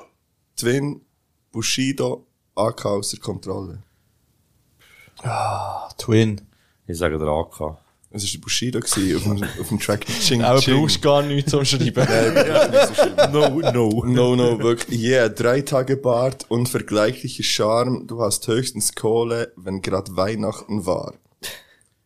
Twin, Bushido, AK außer Kontrolle. Ah, Twin. Ich sage der AK. Es war der Bushido gewesen, auf, dem, auf dem Track Ching Aber Ching. brauchst gar nichts zum Schreiben. no, no. No, no, wirklich. Yeah, drei Tage Bart, unvergleichlicher Charme. Du hast höchstens Kohle, wenn grad Weihnachten war.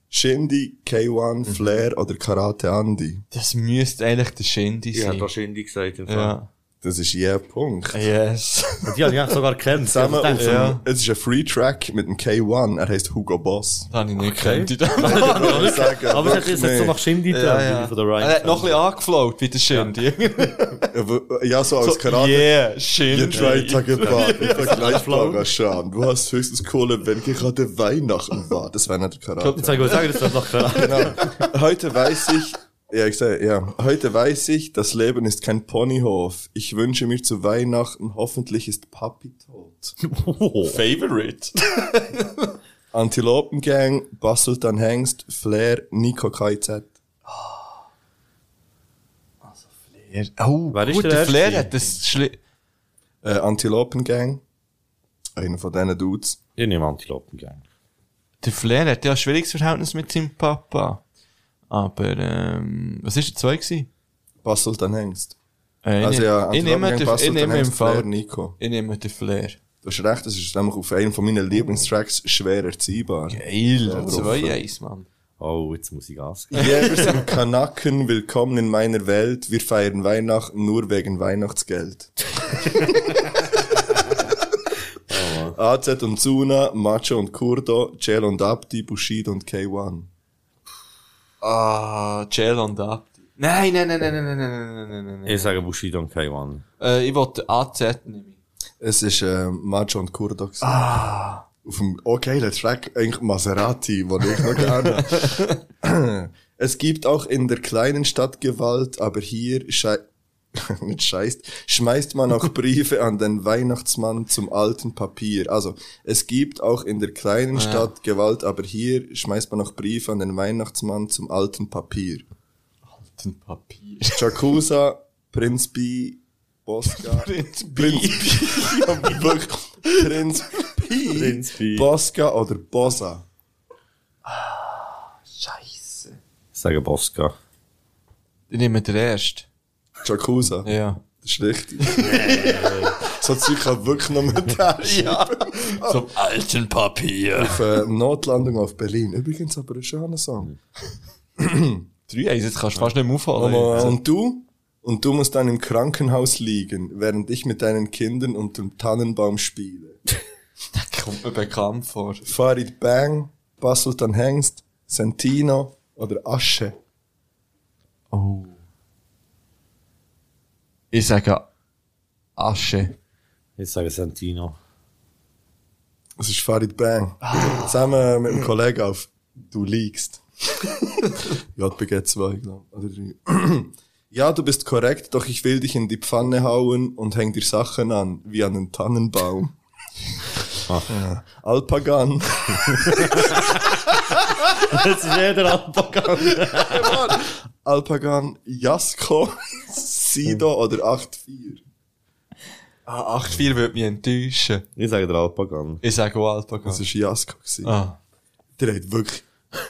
Shindy, Mhm. K1, Flair oder Karate Andy. Das müsste eigentlich der Shindy Ich sein. habe da Shindy gesagt. Im Fall. Ja. Das ist jeder Punkt. Yes. Und die habe ich eigentlich sogar kennt. Zusammen auf dem, Also, ja. Es ist ein Free Track mit einem K1, er heißt Hugo Boss. Das habe ich nicht Okay. gekannt. Aber es hat- es hat so nach Shindy getönt, ja, ja. von der Ryan Er hat noch ein Family. bisschen angeflaut wie der Shindy. Ja, so als So, Karate. yeah, Shindy. Ja, drei Tage Bart, Ja. vergleichbarer Charme. Du hast höchstens Kohle, wenn gerade Weihnachten war. Das war nicht der Karate. Ich wollte sagen, das war noch Karate. genau. Heute weiß ich, ja, ich sag, ja, heute weiß ich, das Leben ist kein Ponyhof. Ich wünsche mir zu Weihnachten, hoffentlich ist Papi tot. Oh. Favorite. Antilopengang, Basultan Hengst, Flair, Nico KZ. Ja, Oh, Wer ist gut, der der Erste? Flair hat das schli Äh, Antilopengang. Einer von diesen Dudes. Ich nehme Antilopengang. Der Flair hat ja ein schwieriges Verhältnis mit seinem Papa. Aber, ähm, was ist der zwei gewesen? Basultan Hengst. Äh, ich Also nehm- ja, ich nehme Antilopengang, den, ich Basultan nehme im Hengst, Fall, Flair, Nico. ich nehme den Flair. Du hast recht, das ist nämlich auf einem von meinen Lieblingstracks schwer erziehbar. Geil, Da drauf. 2-1, Mann. Oh, jetzt muss ich Gas geben. Jäger sind Kanaken, willkommen in meiner Welt. Wir feiern Weihnachten nur wegen Weihnachtsgeld. AZ und Zuna, Macho und Kurdo, Cel und Abdi, Bushido und K1. Ah, Jail und Abdi. Nein, nein, nein, nein, nein, nein, nein, nein, nein, nein, nein. Ich sage Bushido und K1. Äh, ich wollte AZ nehmen. Es ist äh, Macho und Kurdo. gewesen. Auf dem okay, der Track eigentlich Maserati, wo ich noch gerne. es gibt auch in der kleinen Stadt Gewalt, aber hier schei nicht scheißt, schmeißt man auch Briefe an den Weihnachtsmann zum alten Papier. Also, es gibt auch in der kleinen Ja. Stadt Gewalt, aber hier schmeißt man auch Briefe an den Weihnachtsmann zum alten Papier. Alten Papier. Jakusa, Prinz B, Bosca. Prinz B. Prinz B. Ja, wirklich. Prinz P. Prinz P. Bosca oder Bossa. Scheiße. Ich sage Bosca. Ich nehme den ersten. Jakusa. Ja. Das ist richtig. so Zeug kann wirklich noch mit der Ja. Zum alten Papier. Auf äh, Notlandung auf Berlin. Übrigens aber ein schöner Song. 3-1, jetzt kannst du fast nicht mehr aufholen. Aber, Äh, und du? Und du musst dann im Krankenhaus liegen, während ich mit deinen Kindern unterm Tannenbaum spiele. kommt mir bekannt vor. Farid Bang, Basultan Hengst, Sentino oder Asche. Oh. Ich sage Asche. Ich sage Santino. Das ist Farid Bang. Zusammen mit einem Kollegen auf Du liegst. JPG 2, glaube Oder drei. Ja, du bist korrekt, doch ich will dich in die Pfanne hauen und häng dir Sachen an, wie an einen Tannenbaum. Ja. Alpagan. Das ist jeder Alpagan. Alpagan Jasko, Sido oder 8-4. Ah, 8-4 würde mich enttäuschen. Ich sage der Alpagan. Ich sage auch Alpagan. Das war Jasko. gewesen. Ah. Der hat wirklich...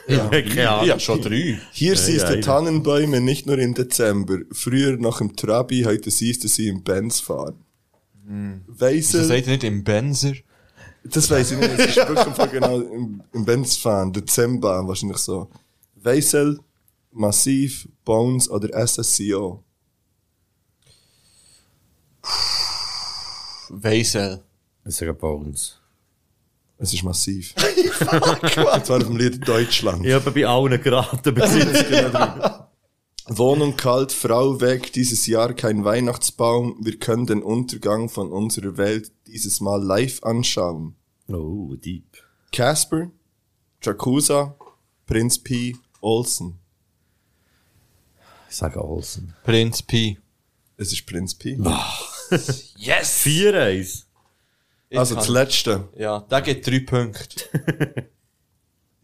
Ja, keine Ahnung. Ja, schon drei. Hier Ja, siehst du ja. Tannenbäume nicht nur im Dezember. Früher noch im Trabi, heute siehst du sie im Benz fahren. Hm. Wieso Weisel, seid ihr nicht im Benzer? das weiss ich nicht, es ist wirklich im Fall genau im, im Benz fahren, Dezember wahrscheinlich so. Weisel, Massiv, Bones oder SSCO. Weisel. Ich sage Bones. Es ist Massiv. Jetzt war auf dem Lied Deutschland. Ich habe bei allen geraten. bis jetzt. Wohnung kalt, Frau weg, dieses Jahr kein Weihnachtsbaum. Wir können den Untergang von unserer Welt dieses Mal live anschauen. Oh, deep. Casper, Jacuza, Prinz P, Olsen. Ich sage Olsen. Prinz P. Es ist Prinz P. Yes! 4-1. Also das Letzte. Ja, da geht drei Punkte.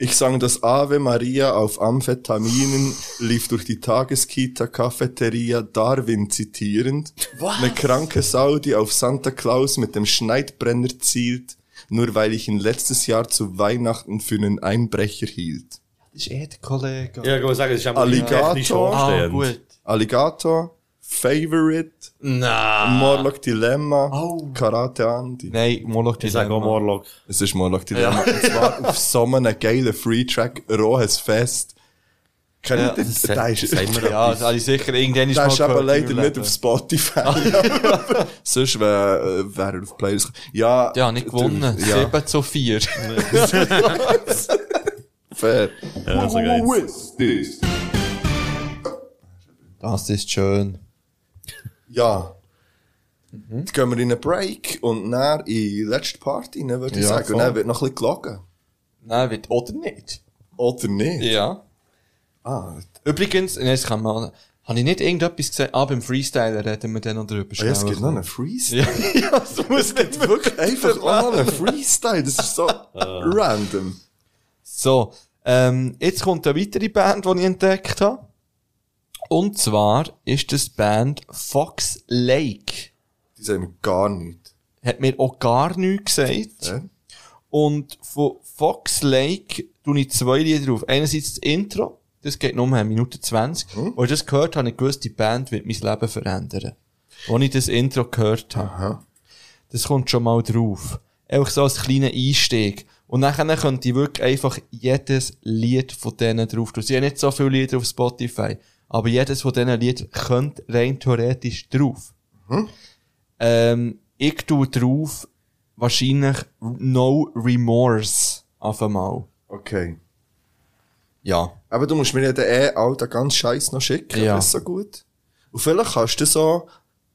Ich sang das Ave Maria auf Amphetaminen, lief durch die Tageskita Cafeteria Darwin zitierend. Was? Eine kranke Sau, die auf Santa Claus mit dem Schneidbrenner zielt, nur weil ich ihn letztes Jahr zu Weihnachten für einen Einbrecher hielt. Das ist eh der Kollege. Ja, ich wollte sagen, es ist einfach technisch Alligator. Ah, anstehend. Alligator. Favorite. Nein. Morlock Dilemma. Karate Andy. Nein, Morlock Ich sage auch Morlock. Es ist Morlock Dilemma. Ja. Und zwar auf so einem geilen Free-Track, rohes Fest. Kennt Ja, ihr den? das Der ist, Ja, das habe ich sicher irgendwann der ist aber gehört leider im nicht Leben. auf Spotify. Aber Sonst wäre äh, wär er auf Playlist. Ja, Ja, nicht gewonnen. Ja. 7 zu 4. Fair. Ja, so geht's. Das ist schön. Ja. Mhm. Jetzt gehen wir in einen Break und dann in die letzte Party, ne, würde ich Ja, sagen. voll. Und dann wird noch ein bisschen gelogen. Nein, wird oder nicht. Oder nicht? Ja. Ah, Übrigens, nein, das kann man, habe ich nicht irgendetwas gesagt? Ah, beim Freestyler reden wir dann noch drüber. Ah, ja, es gibt noch einen Freestyle. ja, es muss nicht wirklich einfach auch noch einen Freestyle. Das ist so random. So, ähm, jetzt kommt eine weitere Band, die ich entdeckt habe. Und zwar ist das die Band Fox Lake. Die sagen mir gar nichts. Hat mir auch gar nichts gesagt. Ja. Und von Fox Lake tue ich zwei Lieder auf. Einerseits das Intro, das geht nur um eine Minute 20. Mhm. Und das gehört habe ich gewusst, die Band wird mein Leben verändern. Als ich das Intro gehört habe. Das kommt schon mal drauf. Einfach so als kleiner Einstieg. Und nachher könnte ich wirklich einfach jedes Lied von denen drauf tun. Sie haben nicht so viele Lieder auf Spotify. Aber jedes von diesen Lied könnte rein theoretisch drauf. Ähm, ich tue drauf wahrscheinlich No Remorse auf einmal. Okay. Ja. Aber du musst mir ja den eh all den ganzen Scheiß noch schicken. Ja. Das ist so gut. Und vielleicht kannst du so,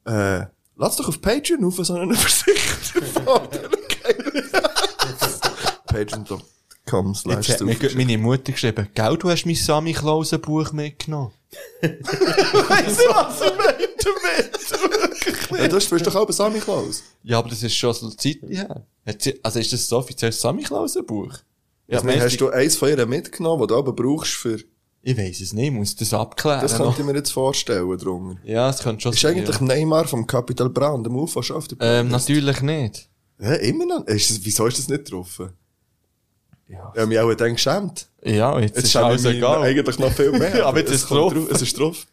äh, lass doch auf Patreon auf so eine Übersicht. Patreon.com Jetzt slash hat mir gerade meine Mutter geschrieben, gell, du hast mein Sammy Klausen Buch mitgenommen. Weißt du, was ich meine damit? Du spielst doch auch bei Sammy Klaus. Ja, aber das ist schon so eine Zeit her. Hat sie- Also ist das so offiziell Sammy Klausen Buch? Ja, meinst hast du eins von ihr mitgenommen, das du aber brauchst für... Ich weiß es nicht, ich muss das abklären. Das könnte ich noch. mir jetzt vorstellen drunter. ja, das könnte schon Ist eigentlich ja. Neymar vom Capital Bra und dem UFO schon auf der Ähm, Playlist? natürlich nicht. Hä, immer noch? Ist das, wieso ist das nicht drauf? Ja. Ich habe mich auch dann geschämt. Ja, jetzt, ist schäme ich alles mich egal. eigentlich noch viel mehr. aber jetzt ist es kommt drauf. Es ist drauf.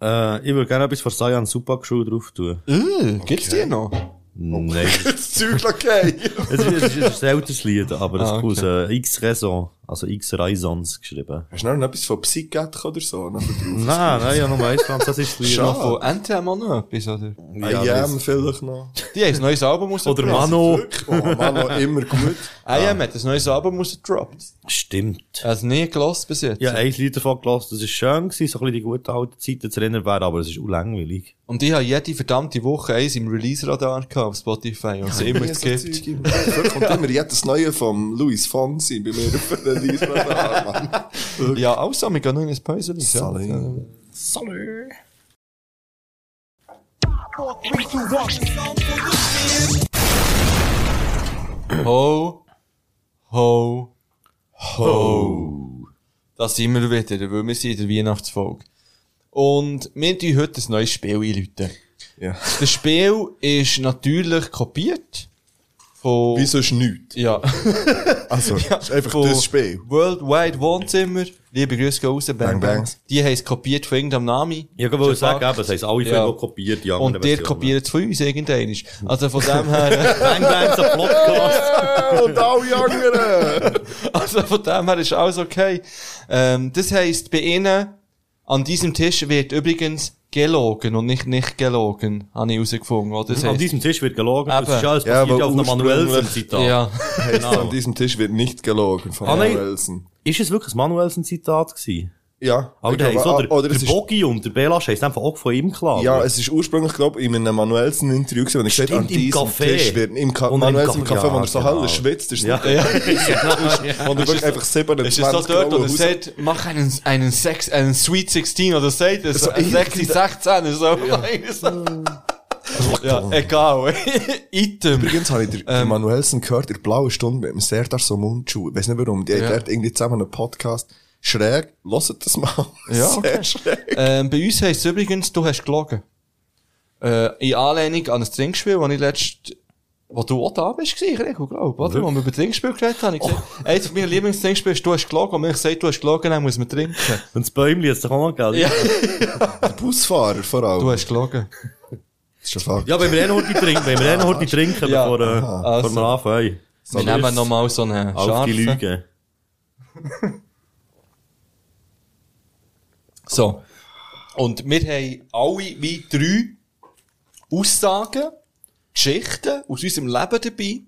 Äh, ich würde gerne etwas von Sayan Supakshu drauf tun. Äh, gibt's die noch? Nein. Das Zeug okay. es, ist, es, ist, es ist ein älteres Lied, aber das Ah, ist okay. aus äh, X Raison, also X Raisons geschrieben. Hast du noch etwas von Psycat oder so? Noch drauf? Nein, nein, ja, nur eins französisches Lied. Ist noch Schade. von NTM auch noch etwas, oder? I Ja, am vielleicht noch. Die haben ein neues Album rausgebracht. Oder Mano. Oh, Mano, immer gut. IM hat ein neues Album rausgedroppt. Stimmt. Hast du nie gelost bis jetzt? Ja, ein Lied davon gelassen, das ist schön gewesen, so ein bisschen die gute alte Zeit zu erinnern wäre, aber es ist auch langweilig. Und ich habe jede verdammte Woche eins im Release-Radar gehabt auf Spotify und es Ja, immer so gekippt. Zeug im- Da kommt immer jedes Neue vom Luis Fonsi bei mir auf den Leisradar, Mann. Ja, also, wir gehen noch in ein Päuschen. Salut. Salut. Ho, ho, ho. Da sind wir wieder, weil wir sind in der Weihnachtsfolge. Und wir tun heute ein neues Spiel einläuten. Ja. Das Spiel ist natürlich kopiert von... Wieso ist nichts? Ja. Also, ist einfach das Spiel. Worldwide Wohnzimmer. Liebe Grüße gehen raus, Bang Bang Bang. Bangs. Die haben es kopiert von irgendeinem Namen. Ja, ich wollte Schon sagen, Fakt. eben, es haben alle Ja. Filme kopiert, die anderen Und ihr Versionen. kopiert es von uns irgendeiner. Also von dem her... Bang Bangs, ein Podcast. Und alle anderen. Also von dem her ist alles okay. Ähm, das heisst, bei Ihnen an diesem Tisch wird übrigens gelogen und nicht nicht gelogen, habe ich herausgefunden. oder? Das An heisst- diesem Tisch wird gelogen, das Eben. ist alles passiert ja auf einer Manuelsen-Zitat. Ja. Heisst, Genau. Ah, An diesem Tisch wird nicht gelogen von Ah, nein. Manuelsen. Ist es wirklich ein Manuelsen-Zitat gewesen? Ja. Aber Ich der glaube, heisst, oder, ah, oder der es ist- Bogi und der Belasch heisst einfach auch von ihm klar. Ja, es ist ursprünglich, glaube ich, in einem Manuelsen-Interview gewesen, wo ich gesagt habe, an Stimmt, im diesem Café. Tisch wird, im Ka Und im Manuelsen im Café, Café, wo er ja, so genau. hell schwitzt, ist es Ja. nicht der einzige Tisch, Ja. wo er Ist es wirklich so- einfach Ist 27 es doch dort, Gramm wo er sagt, mach einen, einen, Sex, einen Sweet 16 oder sagt es, So so, ein sexy irgendein- 16 ist so. Ja, egal. Item. Übrigens habe ich den, Ähm. den Manuelsen gehört, in der blauen Stunde mit dem Serdar so Mundschuh. Ich weiß nicht warum. Die haben Ja. dort irgendwie zusammen einen Podcast. Schräg. Hört das mal. Ja, Sehr okay. schräg. Ähm, bei uns heisst es übrigens, du hast gelogen. Äh, in Anlehnung an ein Trinkspiel, das ich letzt, wo du auch da bist, gewesen, ich glaube, oder? Wo wir über Trinkspiel geredet haben, ich gesagt, eins meiner Lieblingstrinkspiele ist, du hast gelogen, und wenn ich sage, du hast gelogen, dann muss man trinken. Und das Bäumli hat es doch auch noch gegeben. Ja. Der Busfahrer vor allem. Du hast gelogen. Das ist schon Fakt. Ja, wenn wir eh noch heute trinken, wenn wir eh noch heute trinken, Ja. bevor, äh, Aha. bevor Also. wir anfangen. Wir nehmen nochmal so eine Auf die scharfe. Lüge. So. Und wir haben alle wie drei Aussagen, Geschichten aus unserem Leben dabei.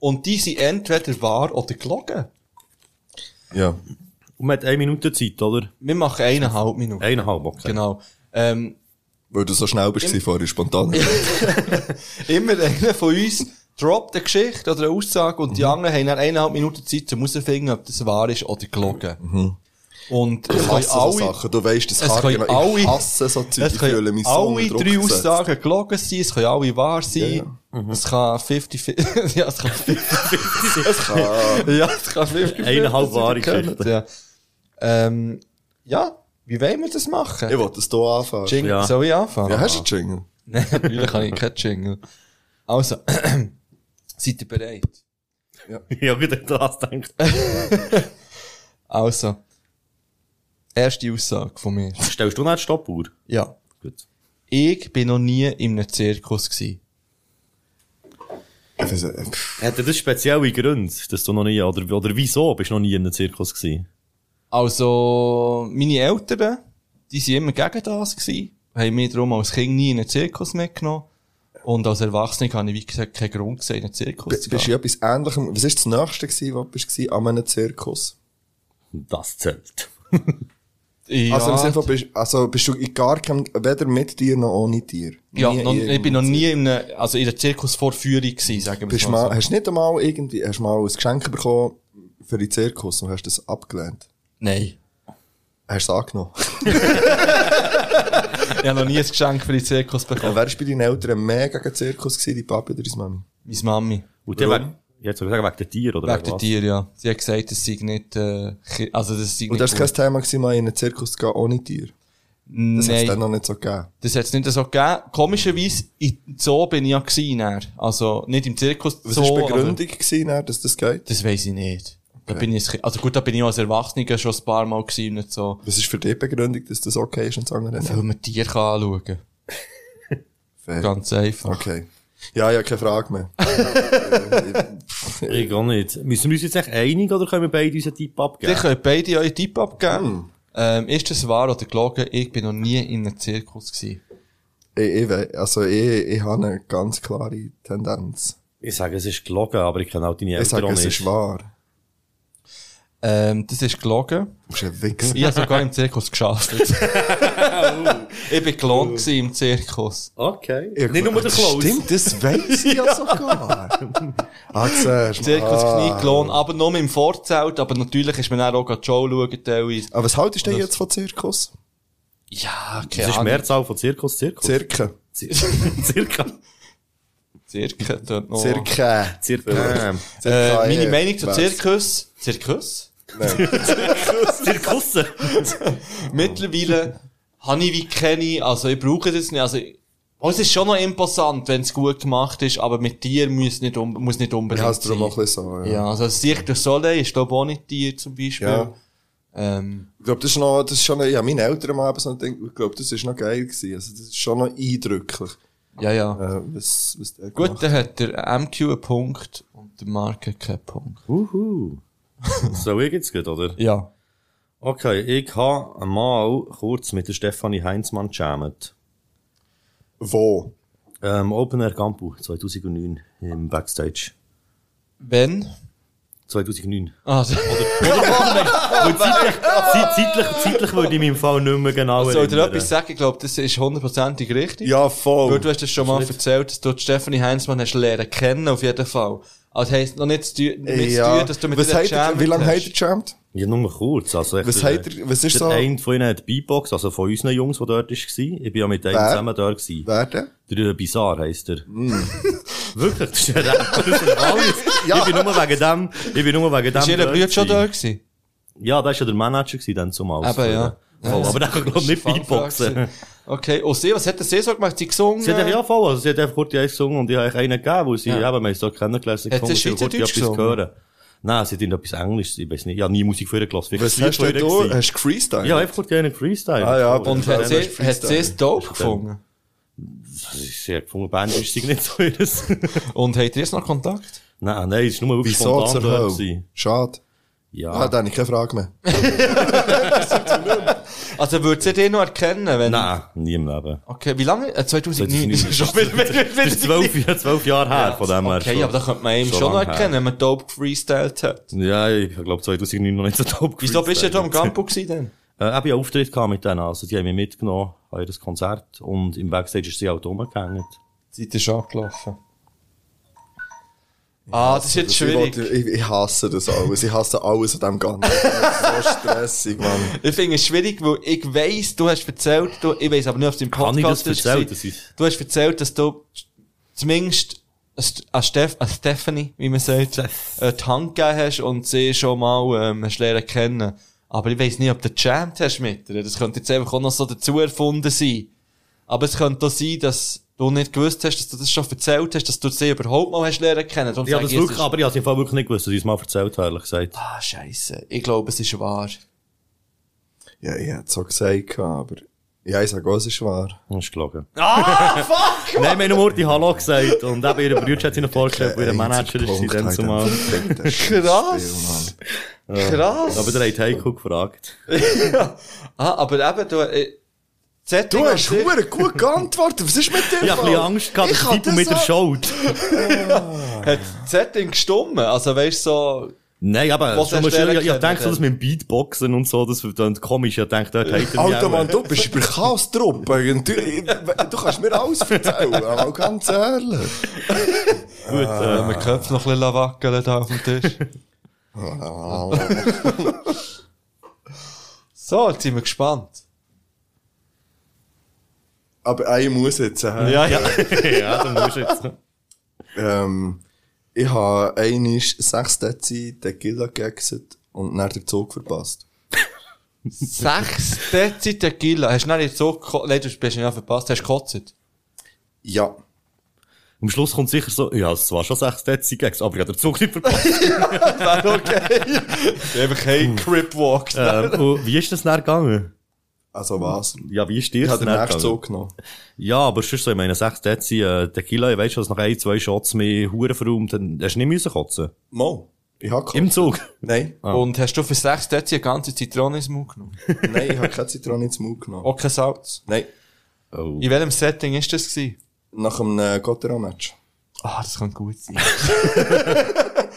Und die sind entweder wahr oder gelogen. Ja. Und man hat eine Minute Zeit, oder? Wir machen eineinhalb Minuten. Eineinhalb, okay. Genau. Ähm, Weil du so schnell bist gewesen vorher, spontan. immer einer von uns droppt eine Geschichte oder eine Aussage und die Mhm. anderen haben dann eineinhalb Minuten Zeit, um herauszufinden, ob das wahr ist oder gelogen. Und es Mhm. Ich können hasse so alle, Sachen. Du weißt, das es kann können genau- ich alle- hasse so Zeug. es Ich können fühle mich so alle unter Druck drei gesetzt. Aussagen gelogen sein, es können alle wahr sein, es kann 50, ja, es kann 50, es kann, ja, es kann 50, Eineinhalb wahre Geschichten. ja. Ähm, ja, wie wollen wir das machen? Ich wollte das hier anfangen. Jingle. Ah. Ja. Soll ich anfangen? Ja, hast du einen Jingle? Nein, natürlich habe ich keinen Jingle. Also, seid ihr bereit? Ja. Genau. ja, gut, ich das denkt. Also, erste Aussage von mir. Stellst du noch die Stoppuhr? Ja. Gut. Ich bin noch nie in einem Zirkus gewesen. äh, Hätte das spezielle Gründe, dass du noch nie, oder, oder wieso bist du noch nie in einem Zirkus gewesen? Also, meine Eltern, die waren immer gegen das gewesen, haben mich darum als Kind nie in einen Zirkus mitgenommen. Und als Erwachsener habe ich, wie gesagt, keinen Grund gesehen, in einen Zirkus Bist zu bist du gehen. etwas Ähnlichem? Was war das Nächste, gewesen, was bist du gewesen an einem Zirkus? Das zählt. Ja. Also, im Sinne von, bist, also bist du in gar keinem, weder mit dir noch ohne dir. Ja, Nie noch, in ich bin noch nie in einer, also in einer Zirkusvorführung gewesen, sagen wir Bist es mal, mal so. Hast du nicht einmal irgendwie, hast du mal ein Geschenk bekommen für den Zirkus und hast das abgelehnt? Nein. Hast du es angenommen? ich habe noch nie ein Geschenk für den Zirkus bekommen. Und wärst du bei deinen Eltern mehr gegen den Zirkus gewesen, die Papi oder deine Mami? Meine Mami. Und der weg, jetzt soll ich sagen, wegen der Tier, oder? Wegen der Tier, ja. Sie hat gesagt, das sei nicht, äh, Ki- also das sei nicht Und das war gut. kein Thema, gewesen, mal in einen Zirkus zu gehen ohne Tier? Das hat es Nein. dann noch nicht so gegeben. Das hat es nicht so gegeben. Komischerweise, in so bin ich ja gewesen, dann. Also, nicht im Zirkus. Was so, war die aber- Begründung, gewesen, dann, dass das geht? Das weiß ich nicht. Da bin ich, ein Ki- also gut, da bin ich als Erwachsener schon ein paar Mal gewesen, nicht so. Was ist für dich die Begründung, dass das okay ist und das andere Weil nicht? man Tiere kann anschauen kann. Fair. Ganz einfach. Okay. Ja, ja, keine Frage mehr. Ich gar nicht. Müssen wir uns jetzt echt einig, oder können wir beide unseren Tipp abgeben? Ihr könnt beide euren Tipp abgeben. Ähm, ist das wahr oder gelogen? Ich bin noch nie in einem Zirkus gewesen. Ich, ich, we- also ich, ich habe eine ganz klare Tendenz. Ich sage, es ist gelogen, aber ich kenne auch deine Eltern Ich sage, auch es nicht. ist wahr. Ähm, das ist gelogen. Du bist ein Wichser. Ich habe sogar im Zirkus geschafft. ich bin gelohnt gewesen im Zirkus. Ah. Okay. Ich- Nicht nur der Klaus. Stimmt, das weiss ich ja sogar. Ah, siehst du. Zirkus Ah. Knie gelohnt, aber nur im Vorzelt. Aber natürlich ist man dann auch gerade die Show schauen. teilweise. Aber Ah, was haltest du denn Und jetzt von Zirkus? Ja, keine Es ist Ahnung. Mehrzahl von Zirkus, Zirkus. Zirke. Zirka. Zirke, dort noch. Zirke. Zirke. Ähm, Oh. Äh, Zirke, meine äh, Meinung zu was? Zirkus. Zirkus? Nein. Zirkusse. Mittlerweile habe ich wie keine, also ich brauche das nicht. Also, ich- oh, es ist schon noch imposant, wenn es gut gemacht ist, aber mit Tieren muss nicht, un- muss nicht unbedingt Ja, es darum auch ein bisschen so, ja. Ja, also das Cirque du Soleil ist glaube ich auch nicht Tier zum Beispiel. Ja. Ähm, ich glaube, das ist noch, das ist schon noch, ja, meine Eltern haben abends noch gedacht, ich glaube, das ist noch geil gewesen. Also, das ist schon noch eindrücklich. Ja, ja. Äh, was, was der Gut, gemacht dann hat der MQ einen Punkt und der Marke keinen Punkt. Uhu. So, ich jetzt gut, oder? Ja. Okay, ich habe mal kurz mit der Stefanie Heinzmann gejammt. Wo? Ähm, Open Air Campu 2009 im Backstage. Wenn? 2009. Ah, so. Ah, Und zeitlich, zeit- zeitlich, zeitlich würde ich mich im Fall nicht mehr genau Soll ich dir erinnern. etwas sagen? Ich glaube, das ist hundertprozentig richtig. Ja, voll. Weil du hast das schon mal erzählt, dass du die Stephanie Heinzmann hast lernen kennen, auf jeden Fall. Also heisst noch nicht zu tun, nicht zu tun, dass du mit was ihr habt ihr, gejammt Wie lange hast. habt ihr gejammt? Ja, nur kurz. Also Was der- hat er- was ist der so- Ein von ihnen hat Beatbox, also von unseren Jungs, der dort war. Ich bin ja mit einem Wer? zusammen dort. Gewesen. Wer denn? Der Bizarre heisst er. Mm. Wirklich, das ist ein Rapper aus dem Wallis. Ich bin nur wegen dem, ich bin nur wegen dem Ist ihr dort Bruder schon gewesen. da gewesen? Ja, das war ja der Manager gewesen, dann Ah, zumal. Eben, ja. Voll, Ja. aber der kann, glaube ich, nicht Fun Beatboxen. Fact. Okay, und sie, was hat sie so gemacht? Sie gesungen? Sie hat einfach ja voll, also sie hat einfach kurz die Eis gesungen und ich habe eigentlich einen gegeben, weil sie, Ja. eben, wir haben es dort kennengelernt, sie Hat sie gesungen, sie Schweizerdeutsch kurz etwas gesungen? hören. Nein, sie hat irgendetwas Englisches, ich weiß nicht, ich habe nie Musik für ihr gelassen. Vielleicht Was Lied hast du von ihr da? gewesen. Hast du gefreestylt? Ja, einfach kurz einen Freestyle. Oh, Ah ja, Voll, Und ja. hat sie, Dann hat sie es dope gefunden? Das ist sehr gefunden, Band ist sie nicht so ihres. Und habt ihr jetzt noch Kontakt? Nein, nein, es ist nur wirklich Wieso spontan zur dort Hölle? gewesen. Schade. Ja. Ah, dann habe ich keine Frage mehr. Also würde sie dich noch erkennen, wenn... Nein, nie im Leben. Okay, wie lange? Äh, 2009? Das ist schon wieder... Das ist zwölf, zwölf Jahre her, von dem her. Okay, aber da könnte man ihn so schon noch lang her. erkennen, wenn man dope gefreestylt hat. Ja, ich glaube 2009 noch nicht so top Wieso bist du da am gefreestylt. Campo gewesen denn? Äh, ich hab ja einen Auftritt gehabt mit denen, also die haben mich mitgenommen an ihr Konzert und im Backstage ist sie halt rumgehängt. Zeit ist abgelaufen. Ah, das ist jetzt also, Ich schwierig. wollte- Ich, ich hasse das alles. Ich hasse alles an dem Ganzen. Das ist so stressig, Mann. Ich finde es schwierig, weil ich weiss, du hast erzählt, du, ich weiss aber nicht, ob es im Podcast ich das ist erzählt, gewesen. dass Du hast erzählt, dass du zumindest an, Steph, an Stephanie, wie man sagt, äh, die Hand gegeben hast und sie schon mal ähm, hast lernen kennen. Aber ich weiss nicht, ob du gejammt hast mit ihr. Das könnte jetzt einfach auch noch so dazu erfunden sein. Aber es könnte auch sein, dass du nicht gewusst hast, dass du das schon erzählt hast, dass du sie überhaupt mal hast lernen kennen. Darum Ich hab sage das ich, es wirklich, ist- aber ich habe es im Fall wirklich nicht gewusst, dass ich es mal erzählt habe, ehrlich gesagt. Ah, scheiße. Ich glaube, es ist wahr. Ja, ich hätte es auch gesagt, aber... Ja, ich sage auch, es ist wahr. Das ist gelogen. Ah, fuck! Nein, wir haben nur die Hallo gesagt und eben ihre Brüder hat sie noch vorgestellt, weil ihr Manager ist sie dann zumal. Krass. Ja. Krass. Aber der hat Heiko gefragt. Ah, aber eben, du, äh, Du hast hure gut geantwortet. Was ist mit dir? Ich hab ein bisschen Angst gehabt, dass Typ mit der Schuld. hat das Setting gestummen? Also, weißt du, so, Nein, aber Was schon hast mal du schön, denn ich, ich denke so, gesagt? dass mit dem Beatboxen und so, das klingt komisch, ich denke, dort hat er mich Alter auch- Mann, du bist über Chaos-Truppe. Und Du, ich- du kannst mir alles erzählen, aber ganz ehrlich. gut, äh, wir köpfen noch ein bisschen wackeln da auf dem Tisch. Ah. so, jetzt sind wir gespannt. Aber einen muss jetzt äh, haben. Ja, ja. ja, du musst jetzt. Ähm, ich habe einmal sechs Dezi Tequila gegessen und dann den Zug verpasst. Sechs Dezi Tequila. Hast du nicht so gekotzt? Nein, du bist nicht verpasst. Hast du gekotzt? Ja. Am Schluss kommt sicher so, ja, es war schon sechs Dezi gegessen, aber ich habe den Zug nicht verpasst. Hm. Wäre okay. Ich habe keinen Crip Walk. ähm, und wie ist das dann gegangen? Also was? Ja, wie ist dir Ich das habe den dann nächsten gegangen? Zug genommen. Ja, aber sonst so, ich meine, sechs Dezi äh, Tequila, ich weiss schon, dass nach ein, zwei Shots mehr Huren verräumt, dann hast du nicht müssen kotzen. Mo. Ich habe Im Zug? Nein. Ah. Und hast du für sechs Dezi eine ganze Zitrone ins Mund genommen? Oh. Nein, ich habe keine Zitrone ins Mund genommen. Auch kein Salz? Nein. Oh. In welchem Setting ist das gewesen? Nach einem Gotteron-Match. Ah, das kann gut sein.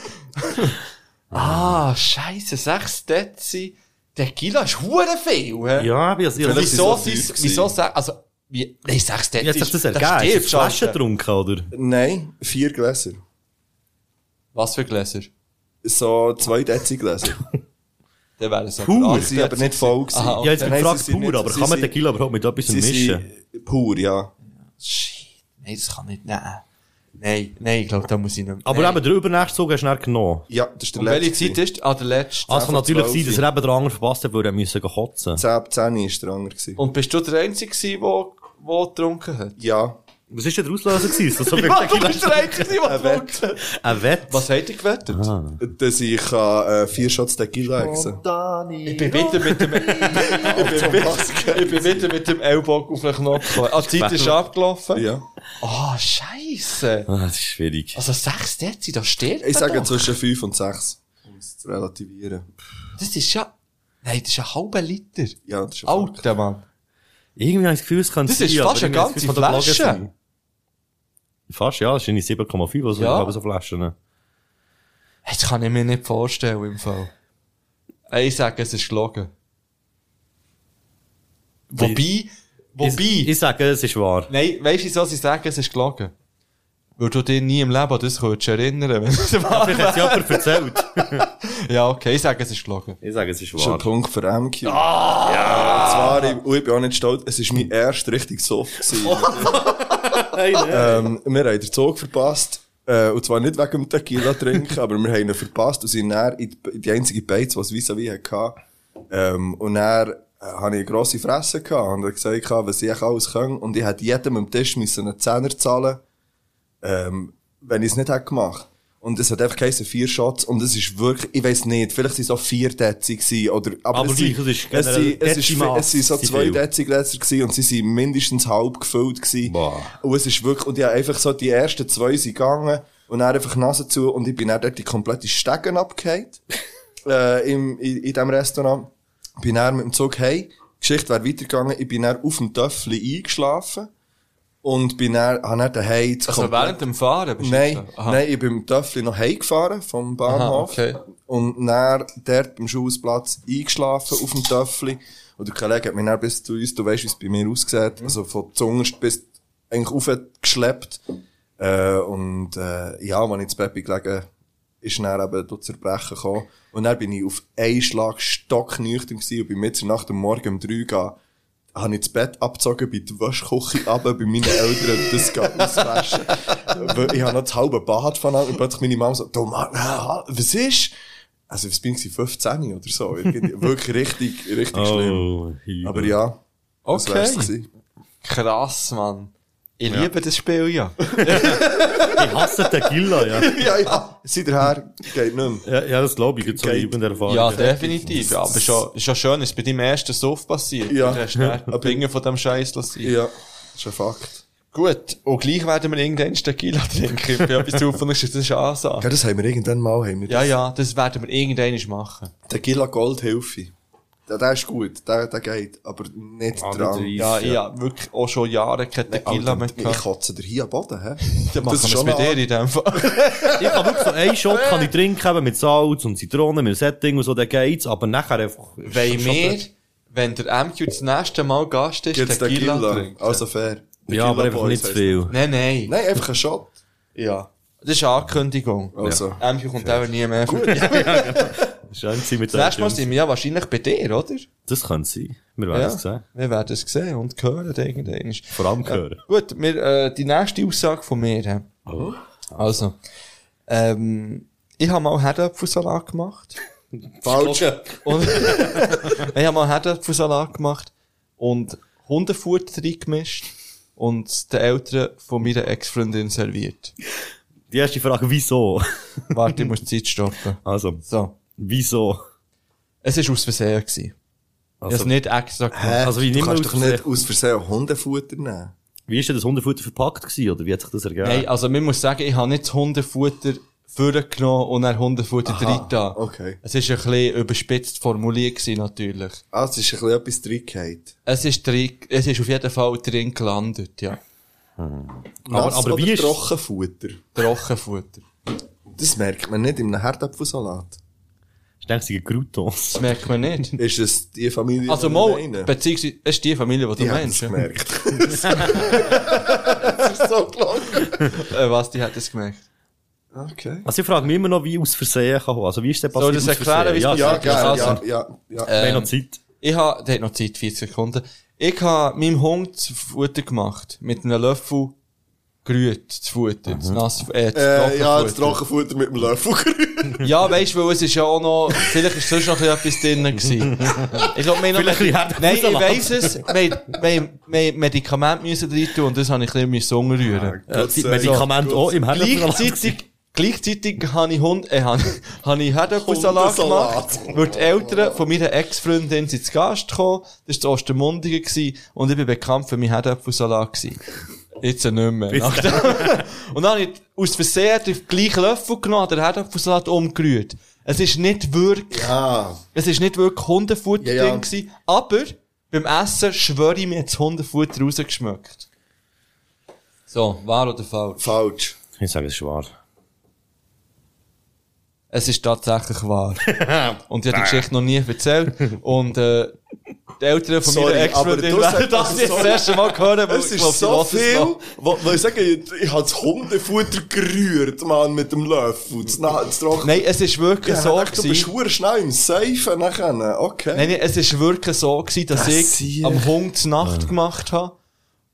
ah, scheiße, sechs Dezi. Tequila ist hure viel, hä? Ja, wie es Wieso, das ist wieso, wieso, so teuer wieso, gewesen. sag- also, wie, nein, sechs Dezi. Wie hat sich das ist- ergeben? Hast du stirbst, Flaschen Alter. getrunken, oder? Nein, vier Gläser. Was für Gläser? So zwei Dezi-Gläser. Dann wäre es aber Pur, alles aber nicht voll gewesen. Aha, Ja, jetzt okay. bin Nein, ich gefragt, sie sind pur, nicht- aber sie kann man sind- Tequila überhaupt mit etwas sie mischen? Pur, ja. Shit, nein, das kann nicht, nein. Nein, nein, ich glaube, da muss ich nicht Aber nein. eben, der übernächste Zug hast du nicht genommen. Ja, das ist der Und welche Zeit gewesen. ist? Ah, der letzte. Also es kann natürlich sein, dass er er eben den anderen verpasst hat, weil er müssen gehen kotzen musste. 10, 10 ist der andere gewesen. Und bist du der Einzige gewesen, der, der getrunken hat? Ja. Was war der Auslöser? gewesen? So viel Ja, du Tequila- bist der Einzige, der getrunken hat. Ein Wett. Ah. Was hat er gewettet? Dass ich äh, vier Shots Tequila essen Ich bin wieder mit dem, ich bin wieder- ich bin wieder mit dem Ellbogen auf den Knopf gekommen. Ah, die Zeit ist abgelaufen. Ja. Ah, scheisse. Ah, das ist schwierig. Also sechs Dezi, da steht man Ich sage doch. zwischen 5 und 6, um es zu relativieren. Das ist ja, nein, das ist ein halber Liter. Ja, das ist ja Alter Mann. Irgendwie habe ich das Gefühl, es könnte Das ist sein, fast aber eine irgendwie ganze habe ich das Gefühl, es kann der Flasche. Blogger sein. Fast, ja. Das ist irgendwie 7,5 oder so. Ja. also Ich habe so Flaschen. Hey, Das kann ich mir nicht vorstellen im Fall. Ey, Ich sage, es ist gelogen. Wobei, wobei. Ich, ich sage, es ist wahr. Nein, weißt du, wieso sie sagen, es ist gelogen? Weil du dich nie im Leben an das könntest erinnern, wenn es wahr Vielleicht hat es wäre. jemand erzählt. Ja, okay, ich sage, es ist gelogen. Ich sage, es ist Das ist ein wahr. Punkt für MQ. Ah! Ja! Und zwar, ich, und ich bin auch nicht stolz, es war mein erster richtig Soft. gewesen. Oh. ähm, wir haben den Zug verpasst. Äh, und zwar nicht wegen dem Tequila trinken, aber wir haben ihn verpasst und sind dann in die, in die einzige Beiz, die es vis-à-vis hatte. Ähm, und dann äh, hatte ich eine grosse Fresse gehabt und habe gesagt, gehabt, was ich alles kann. Und ich hätte jedem am Tisch müssen einen Zehner zahlen ähm, wenn ich es nicht hätte gemacht. Und es hat einfach geheißen, vier Shots. Und es ist wirklich, ich weiß nicht, vielleicht sind es auch vier Dezi gewesen, oder, aber, Aber es, sind- gleich, es ist es, generell sind- es, ist, Dezimaß es sind so sind zwei viel. Dezi Gläser gewesen und sie sind mindestens halb gefüllt gewesen. Und es ist wirklich, und ich habe einfach so, die ersten zwei sind gegangen und dann einfach Nase zu und ich bin dann dort die komplette Stegen abgehängt äh, im, in, in diesem Restaurant. Bin dann mit dem Zug hey, die Geschichte wäre weitergegangen, ich bin dann auf dem Töffli eingeschlafen und bin dann, habe dann daheim das Also komplette- während dem Fahren bist du Nein, jetzt da? Aha. nein, ich bin mit dem Töffli noch heimgefahren vom Bahnhof. Aha, okay. Und dann dort beim Schausplatz eingeschlafen auf dem Töffli. Und der Kollege hat mich dann bis zu uns, du weißt, wie es bei mir aussieht, Mhm. also von Zungerst bis eigentlich aufgeschleppt. Äh, und äh, ja, wenn ich ins Bett bin gelegen ist dann eben dort zerbrechen gekommen. Und dann bin ich auf einen Schlag stocknüchtern gewesen und bin Mitternacht am Morgen um drei gegangen. Habe ich das Bett abgezogen, bei der Waschküche runter, bei meinen Eltern das geht auswaschen. Weil ich habe noch das halbe Bad von an und plötzlich meine Mama so, du Mann, ah, was ist? Also, was bin ich, gewesen, 15 oder so? Irgendwie, Wirklich richtig, richtig Oh, schlimm. Aber ja. das Okay. wär's gewesen. Krass, Mann. Ich Ja. liebe das Spiel ja. Ich hasse Tequila, ja. ja, ja. Seither geht nicht mehr. Ja, ja das glaube ich. Jetzt so Geht. liebende Erfahrung. Ja, definitiv. Aber ist ja, ist ja schön, dass es bei deinem ersten Suff passiert. Ja. Du hast den Aber- Finger von dem Scheiß lassen. Ja, ist ein Fakt. Gut. Und gleich werden wir irgendwann Tequila trinken. Ich bin etwas zufällig, das ist eine Ja, Ansage. das haben wir irgendwann mal. Haben wir Ja, das. ja, das werden wir irgendwann machen. Tequila Gold Hilfe. Der, der ist gut, der, der geht, aber nicht Ah, dran. nicht Ja, reif, ich habe wirklich auch schon Jahre keine Tequila mehr Ich gehabt. kotze dir hier am Boden, hä? Dann machen wir es bei dir in dem Fall. Ich kann wirklich so einen Shot kann ich trinken, eben mit Salz und Zitrone, mit Setting und so, dann geht's. Aber nachher einfach... Weil wir, wenn der MQ das nächste Mal Gast ist, Jetzt Tequila, Tequila, trinken. also fair. Ja, Tequila aber einfach Boys nicht zu heisst viel. Nein, nein. das. Nein, einfach ein Shot. Ja. Das ist eine Ankündigung. Also. Ja. MQ kommt auch nie mehr. Gut. Schön sein mit Das nächste Mal sind wir ja wahrscheinlich bei dir, oder? Das könnte sein. Wir werden es sehen. wir werden es sehen und hören irgendwann. Vor allem hören. Äh, gut, wir, äh, die nächste Aussage von mir. hä? Also, ähm, ich habe mal Herdöpfelsalat gemacht. Falsch. Und ich habe mal Herdöpfelsalat gemacht und Hundefutter reingemischt und den Eltern von meiner Ex-Freundin serviert. Die erste Frage, wieso? Warte, ich muss die Zeit stoppen. Also, So. wieso? Es war aus Versehen. gewesen. ich habe es nicht extra gemacht. Also, Hä? Also, wie du nimmer kannst aus doch Versehen- nicht aus Versehen Hundefutter nehmen. Wie ist denn das Hundefutter verpackt gewesen, oder wie hat sich das ergeben? Nein, also man muss sagen, ich habe nicht das Hundefutter vorgenommen und dann Hundefutter Aha, drin da. okay. Es ist ein bisschen überspitzt formuliert gewesen, natürlich. Ah, es ist ein bisschen etwas Trickheit. Es ist drin, es ist auf jeden Fall drin gelandet, ja. Nass oder ist- Trockenfutter? Trockenfutter. Das merkt man nicht in einem Herdäpfelsalat. Ich denke, sie sind Croutons. Das merkt man nicht. Ist es dus die Familie, Also die mal, wir meinen? beziehungsweise, es ist die Familie, die du Die haben meinst. es gemerkt. das ist so gelungen. äh, was, die hat es gemerkt? Okay. Also ich frage mich immer noch, wie aus Versehen kann kommen. Also wie ist der Soll ich das erklären, wie es passiert ist? Also, Wir haben ähm, noch Zeit. Ich habe, der hat noch Zeit, 40 Sekunden. Ich habe meinem Hund das Futter gemacht. Mit einem Löffel Grüt, das Futter, das nass, äh, das Eh, Äh, ja, das Trockenfutter. Trockenfutter mit dem Löffel gerührt. Ja, weißt du, weil es ist ja auch noch, vielleicht ist sonst noch ein bisschen etwas drin gewesen. Ich glaube, wir haben noch, Vielleicht ein bisschen härter nein, ich Fußsalat. weiss es, wir, wir, wir Medikamente müssen rein tun und das habe ich ein Ah, bisschen umrühren. Ja, Gott sei eh, Dank. Medikamente auch im Herdöpfelsalat. Gleichzeitig, gleichzeitig habe ich Hund, äh, habe, ich- habe ich Herdöpfelsalat gemacht, Hundesalat. weil die Eltern von meiner Ex-Freundin sind zu Gast gekommen, das war Ostermundigen gewesen, und ich bin bekannt für meinen Herdöpfelsalat gewesen. Jetzt nicht mehr. Nach dem- und dann habe ich aus Versehen den gleichen Löffel genommen, den Herdöpfelsalat umgerührt. Es ist nicht wirklich, Ah, es ist nicht wirklich Hundefutter Ja, ja. drin gewesen, aber beim Essen schwöre ich mir, hat das Hundefutter rausgeschmeckt. So, wahr oder falsch? Falsch. Ich sage, es ist wahr. Es ist tatsächlich wahr. Und ich habe die Geschichte noch nie erzählt. Und, äh, die Eltern von Sorry, meiner aber Ex-Freundin du werden sagst, das es jetzt so- das erste Mal hören, weil Es ich ist glaub, sie so hören es viel, noch. wo- weil ich sage, ich, ich habe das Hundefutter gerührt, Mann, mit dem Löffel. Das, Na- das Trocken- Nein, es ist wirklich Ja, so ich dachte, Du bist gewesen. verdammt schnell im Seifen nachher. Okay. Nein, nein, es ist wirklich so gewesen, dass Das ich sehe am Hund die Nacht gemacht habe.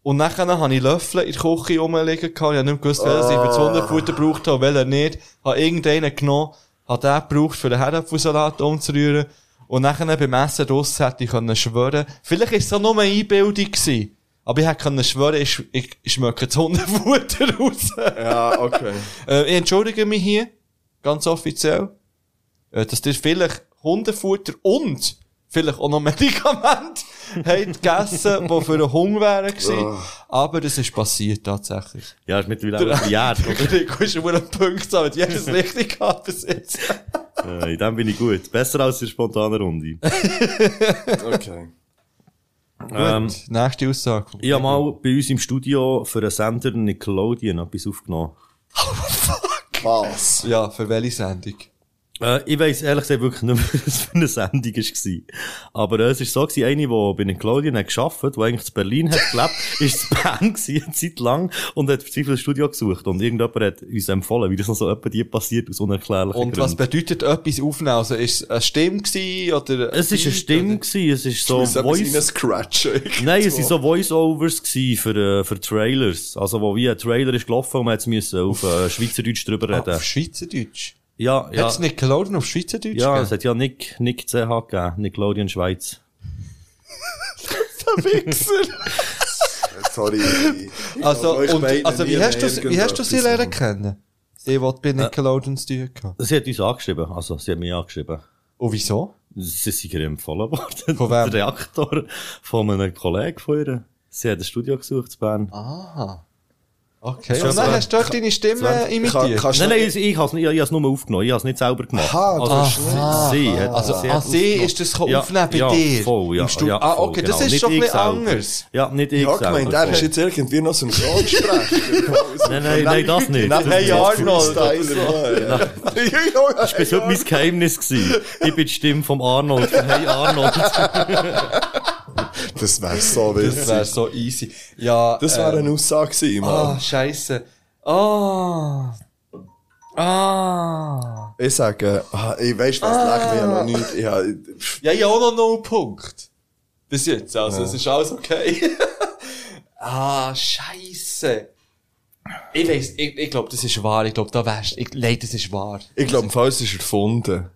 Und nachher habe ich Löffel in der Küche rumliegen gehabt. Ich habe nicht gewusst, welchen ich für das Ah. Hundefutter gebraucht habe, welchen nicht. Habe irgendeinen genommen, habe den gebraucht, für den Herdäpfelsalat umzurühren. Und nachher beim Essen draussen hätte ich können schwören Vielleicht war es auch nur eine Einbildung gewesen. Aber ich hätte können schwören, ich, sch- ich, ich schmecke das Hundefutter raus. Ja, okay. Äh, ich entschuldige mich hier, ganz offiziell, äh, dass ihr vielleicht Hundefutter und vielleicht auch noch Medikamente habt gegessen, die für einen Hunger wären gewesen. Aber das ist passiert tatsächlich. Ja, ist mittlerweile auch ein Jahr. Rico ist nur ein Punkt, aber die hat es richtig gehabt bis jetzt. Äh, in dem bin ich gut. Besser als in der spontanen Runde. Okay. Ähm, Gut, nächste Aussage. Ich habe mal bei uns im Studio für einen Sender Nickelodeon etwas aufgenommen. Was? Ja, für welche Sendung? Äh, ich weiss ehrlich gesagt wirklich nicht mehr, was für eine Sendung es war. Aber äh, es war so, gewesen, eine, die bei Nickelodeon hat gearbeitet hat, die eigentlich in Berlin hat gelebt, ist in Bern gewesen, eine Zeit lang und hat verzweifelt ein Studio gesucht. Und irgendjemand hat uns empfohlen, wie das noch so etwa die passiert, aus unerklärlichen Und was bedeutet etwas aufnehmen? Also, ist es eine Stimme gewesen, oder? Es ist eine Stimme gewesen, es ist so Voice- Nein, es waren so Voice-Overs gewesen für, äh, für Trailers. Also, wo wie ein Trailer ist gelaufen und man jetzt müssen auf äh, Schweizerdeutsch drüber reden. auf Ah, Schweizerdeutsch? Ja, ja. Hat es Nickelodeon auf Schweizerdeutsch Ja, gegeben? es hat ja Nick, Nick CH gegeben. Nickelodeon Schweiz. Der Wichser! Sorry. Also, Ich und, meine, also wie, nie hast du, mehr wie hast du sie irgendetwas. lernen kennen? Sie, die bei Nickelodeon zu tun hatte. Sie hat uns angeschrieben. Also, sie hat mich angeschrieben. Und Oh, wieso? Sie sind ihr empfohlen worden. Von wem? Der Reaktor von einem Kollegen von ihr. Sie hat ein Studio gesucht zu Bern. Aha. Okay, Schon und dann so. hast du dort deine Stimme Sven, Äh, imitiert. nein, nein, ich, ich habe es nicht, ich hab's nur aufgenommen. Ich habe es nicht selber gemacht. Also, Aha, du hast nicht- sie Aha. hat, Also, an hat sie aufgenommen. ist das gekommen aufnehmen bei ja, dir? Voll, ja, Im Studio. ja, Ah, voll, okay, das ist schon ein ich bisschen selber. anders. Ja, nicht ich Ja, ich meine, der selber. ist jetzt irgendwie noch Synchronsprecher. Nein, nein, nein, das nicht. Nein, Das ist hey, ein Arnold, oder Freestyler. so. Nein. Das war bis heute mein Geheimnis. Gewesen. Ich bin die Stimme vom Arnold. Von hey Arnold. Das wäre so witzig. Das wäre so easy. Ja, Das wäre ähm, eine Aussage gewesen, Ah, Mann. scheiße. Ah. Ah. Ich sage, ah, ich weiss was, Ah. leck mich ja noch nicht. Ich habe- Ja, ich habe auch noch null Punkte. Bis jetzt, also Ja. es ist alles okay. ah, scheiße. Ich weiss, ich, ich glaube, das ist wahr. Ich glaube, da wärst ich, Nein, das ist wahr. Ich glaube, falls es ist erfunden.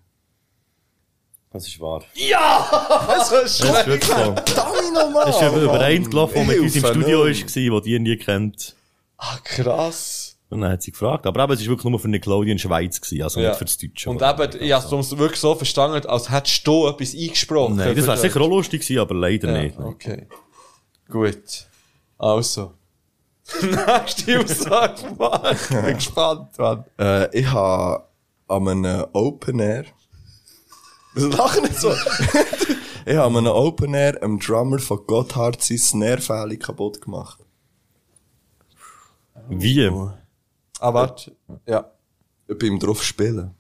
Das ist wahr. Ja! Das ist Das ist wirklich so. nochmal! Das ist über über einen gelaufen, der mit uns im Ah, Hilfe, Studio nein. war, den ihr nie kennt. Ah, krass. Und dann hat sie gefragt. Aber eben, es war wirklich nur für Nickelodeon Schweiz, gewesen, also Ja. nicht für das Deutsche. Und eben, ich habe es wirklich so verstanden, als hättest du etwas eingesprochen. Nein, das wäre Oh. sicher auch lustig gewesen, aber leider Ja, nicht. Okay. Gut. Also. Nächste Aussage, Mann. Ich bin gespannt, Mann. Äh, ich habe an einem Open Air. Das lachen nicht so. ich habe an einem Open Air einem Drummer von Gotthard sein Snare-Fähli kaputt gemacht. Wie? Ah, warte. Ja. Beim drauf spielen.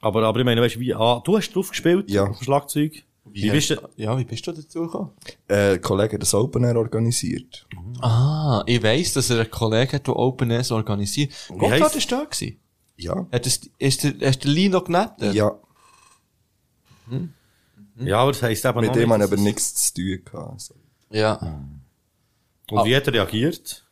Aber, aber ich meine, weißt du, wie, ah, du hast drauf gespielt? Ja. Auf dem Schlagzeug? Wie, bist du? Ja, wie bist du dazu gekommen? Äh, ein Kollege hat das Open Air organisiert. Ah, ich weiss, dass er einen Kollegen hat, der Open Airs organisiert. Gotthard heisst- ist da gewesen. Ja. Hat es, ist der, ist der Lino genannt? Ja. Ja, aber das heisst eben Mit noch dem nicht, habe ich dass aber es- nichts zu tun gehabt. Also. Ja. Und wie hat er reagiert?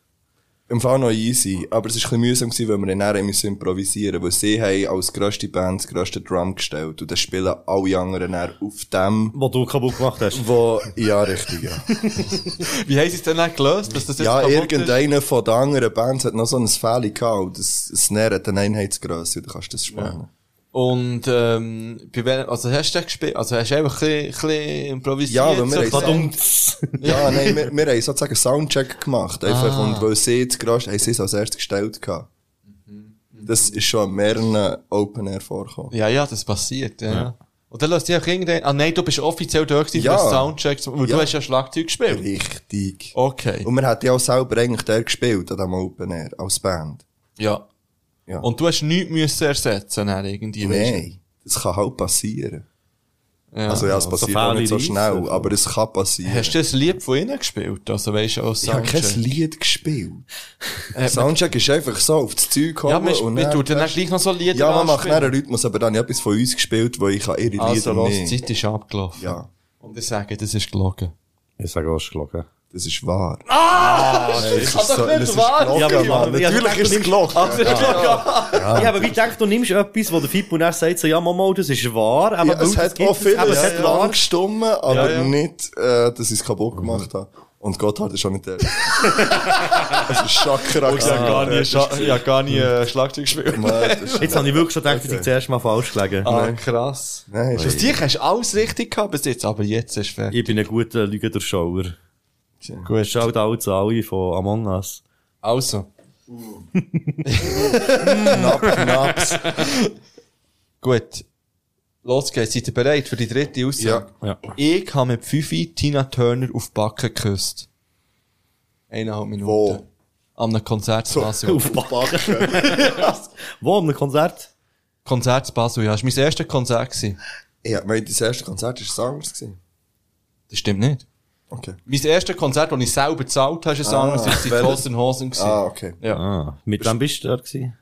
Im Fall noch easy, aber es war ein bisschen mühsam, gewesen, weil wir dann nachher müssen improvisieren mussten, weil sie haben als grösste Band das grösste Drum gestellt und dann spielen alle anderen dann auf dem... Wo du kaputt gemacht hast. Wo, ja, richtig, ja. Wie haben sie es denn dann gelöst, dass das jetzt ja, kaputt irgendeiner von den anderen Bands hat noch so ein Fähli gehabt und das Snare hat eine Einheitsgrösse und du kannst das spannen. Und, ähm, bei wem, also hast du gespielt, also hast du einfach ein bisschen, ein bisschen improvisiert. Ja, weil wir haben- Verdammt. Ja, nein, wir, wir haben sozusagen Soundcheck gemacht, einfach, Ah. und weil sie das grösste, haben sie es als erstes gestellt gehabt. Mhm, Das ist schon an mehreren Open Air vorgekommen. Ja, ja, das passiert, ja. Ja. Und dann lässt dich auch irgendein, ah nein, du bist offiziell da gewesen Ja. für den Soundcheck, weil Ja. Um- du hast ja Schlagzeug gespielt. Richtig. Okay. Und wir hätten ja auch selber eigentlich der gespielt an diesem Open Air als Band. Ja. Ja. Und du hast nichts müssen ersetzen, dann irgendwie. weisst Nein, das kann halt passieren. du? Ja. Also ja, es passiert auch nicht so Fälle schnell, reissen. aber es kann passieren. Hast du ein Lied von ihnen gespielt? Also weisst du, als ich habe Soundcheck? kein Lied gespielt. Äh, Soundcheck ist einfach so auf das Zeug kommen Ja, man- man dann- tut dann gleich noch so Lieder Ja, man macht anspielen. dann einen Rhythmus, aber dann habe ich etwas von uns gespielt, wo ich ihre Lieder Also, los, nicht. die Zeit ist abgelaufen. Ja. Und ich sage, das ist gelogen. Ich sage auch, es ist gelogen. Das ist wahr. Ah! das das ist kann so- doch das nicht ist wahr gelogen, sein. Mann. Natürlich ist es gelogen. Also, Ja. ja. Ja, aber wie denkt du, nimmst etwas, wo der Fippo dann sagt, so, ja, Mama, das ist wahr, aber ja, es weil hat gibt auch vieles aber es hat ja, wahr. lang gestummen, aber Ja, ja. nicht, äh, dass ich es kaputt gemacht habe. Und Gotthard ist auch nicht der. Es ist Chakra. Ich habe gar nie, Scha- ich hab gar nie äh, Schlagzeug gespielt. Jetzt habe ich wirklich schon gedacht, dass ich zuerst mal falsch gelegen Ah, Nein. krass. Nein, Bis dich hast du alles richtig gehabt bis jetzt, aber jetzt ist fertig. Ich bin ein guter Lügendurchschauer. Gut. Schaut alle zu alle von Among Us. Also. Knapp, knapp. Gut. Los geht's. Seid ihr bereit für die dritte Aussage? Ja. Ich habe mit 5 Tina Turner auf die Backe geküsst. Eineinhalb Minuten. Wo? An einem Konzert in Basel. auf Wo? An einem Konzert? Konzert in Basel, ja. Das war mein erstes Konzert. gewesen. Ja, mein erstes Konzert war ein anderes. gewesen. Das stimmt nicht. Okay. Mein erstes Konzert, das ich selber gezahlt habe, ist ein Ah, anderes. Das waren die welches? Hosen Hosen. gewesen. Ah, okay. Ja. Ah, mit wem bist du dort gewesen?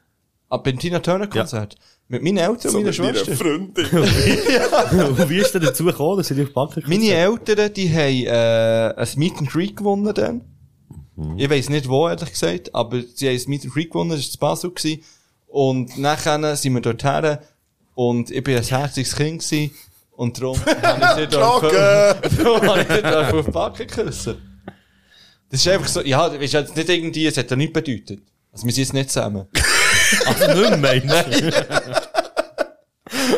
Ab beim Tina Turner Konzert. Mit meinen Eltern So und meiner mit meiner Schwester. Und wie ist denn dazu gekommen, dass ich dich packen kann? Meine Eltern, die haben, äh, ein Meet and Greet gewonnen dann. Mhm. Ich weiss nicht wo, ehrlich gesagt, aber sie haben ein Meet and Greet gewonnen, das war in Basel. Gewesen. Und nachher sind wir dorthin und ich bin ein herziges Kind gewesen. Und darum habe ich sie dürfen- Drogen! darum habe ich sie dürfen auf die Backe küssen. Das ist einfach so, ja, das ist jetzt nicht irgendwie, es hat ja nichts bedeutet. Also wir sind jetzt nicht zusammen. Also nicht mehr, Nein.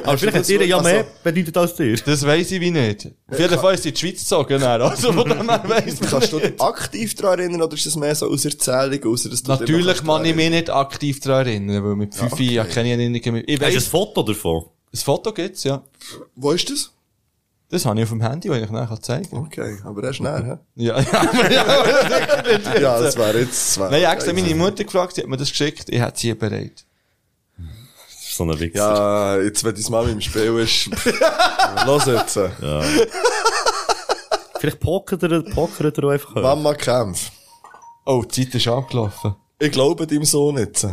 Aber Hast du vielleicht hat das dir ja also- mehr bedeutet als dir. Das weiss ich wie nicht. Auf jeden Fall ist sie in die Schweiz gezogen, dann. also von dem her weiss man Kannst du dich aktiv daran erinnern oder ist das mehr so aus Erzählung, außer dass du dich noch Natürlich kannst kann ich daran mich nicht aktiv daran erinnern, weil mit 5 ja, okay. keine Erinnerungen mehr. Ich Hast du ein weiss, Foto davon? ein Foto gibt's, ja. Wo ist das? Das habe ich auf dem Handy, das ich nachher zeigen kann. Okay, aber erst näher, Ja, ja, aber ja, aber das hä? Ja, das wäre jetzt... Das wär Nein, ich habe extra meine Mutter gefragt, sie hat mir das geschickt, ich hätte sie bereit. So ein Wichser. Ja, jetzt, wenn deine Mami im Spiel ist, los jetzt. Ja. Vielleicht pokert er, pokert er auch einfach. Mama kämpft. Oh, die Zeit ist abgelaufen. Ich glaube deinem Sohn jetzt.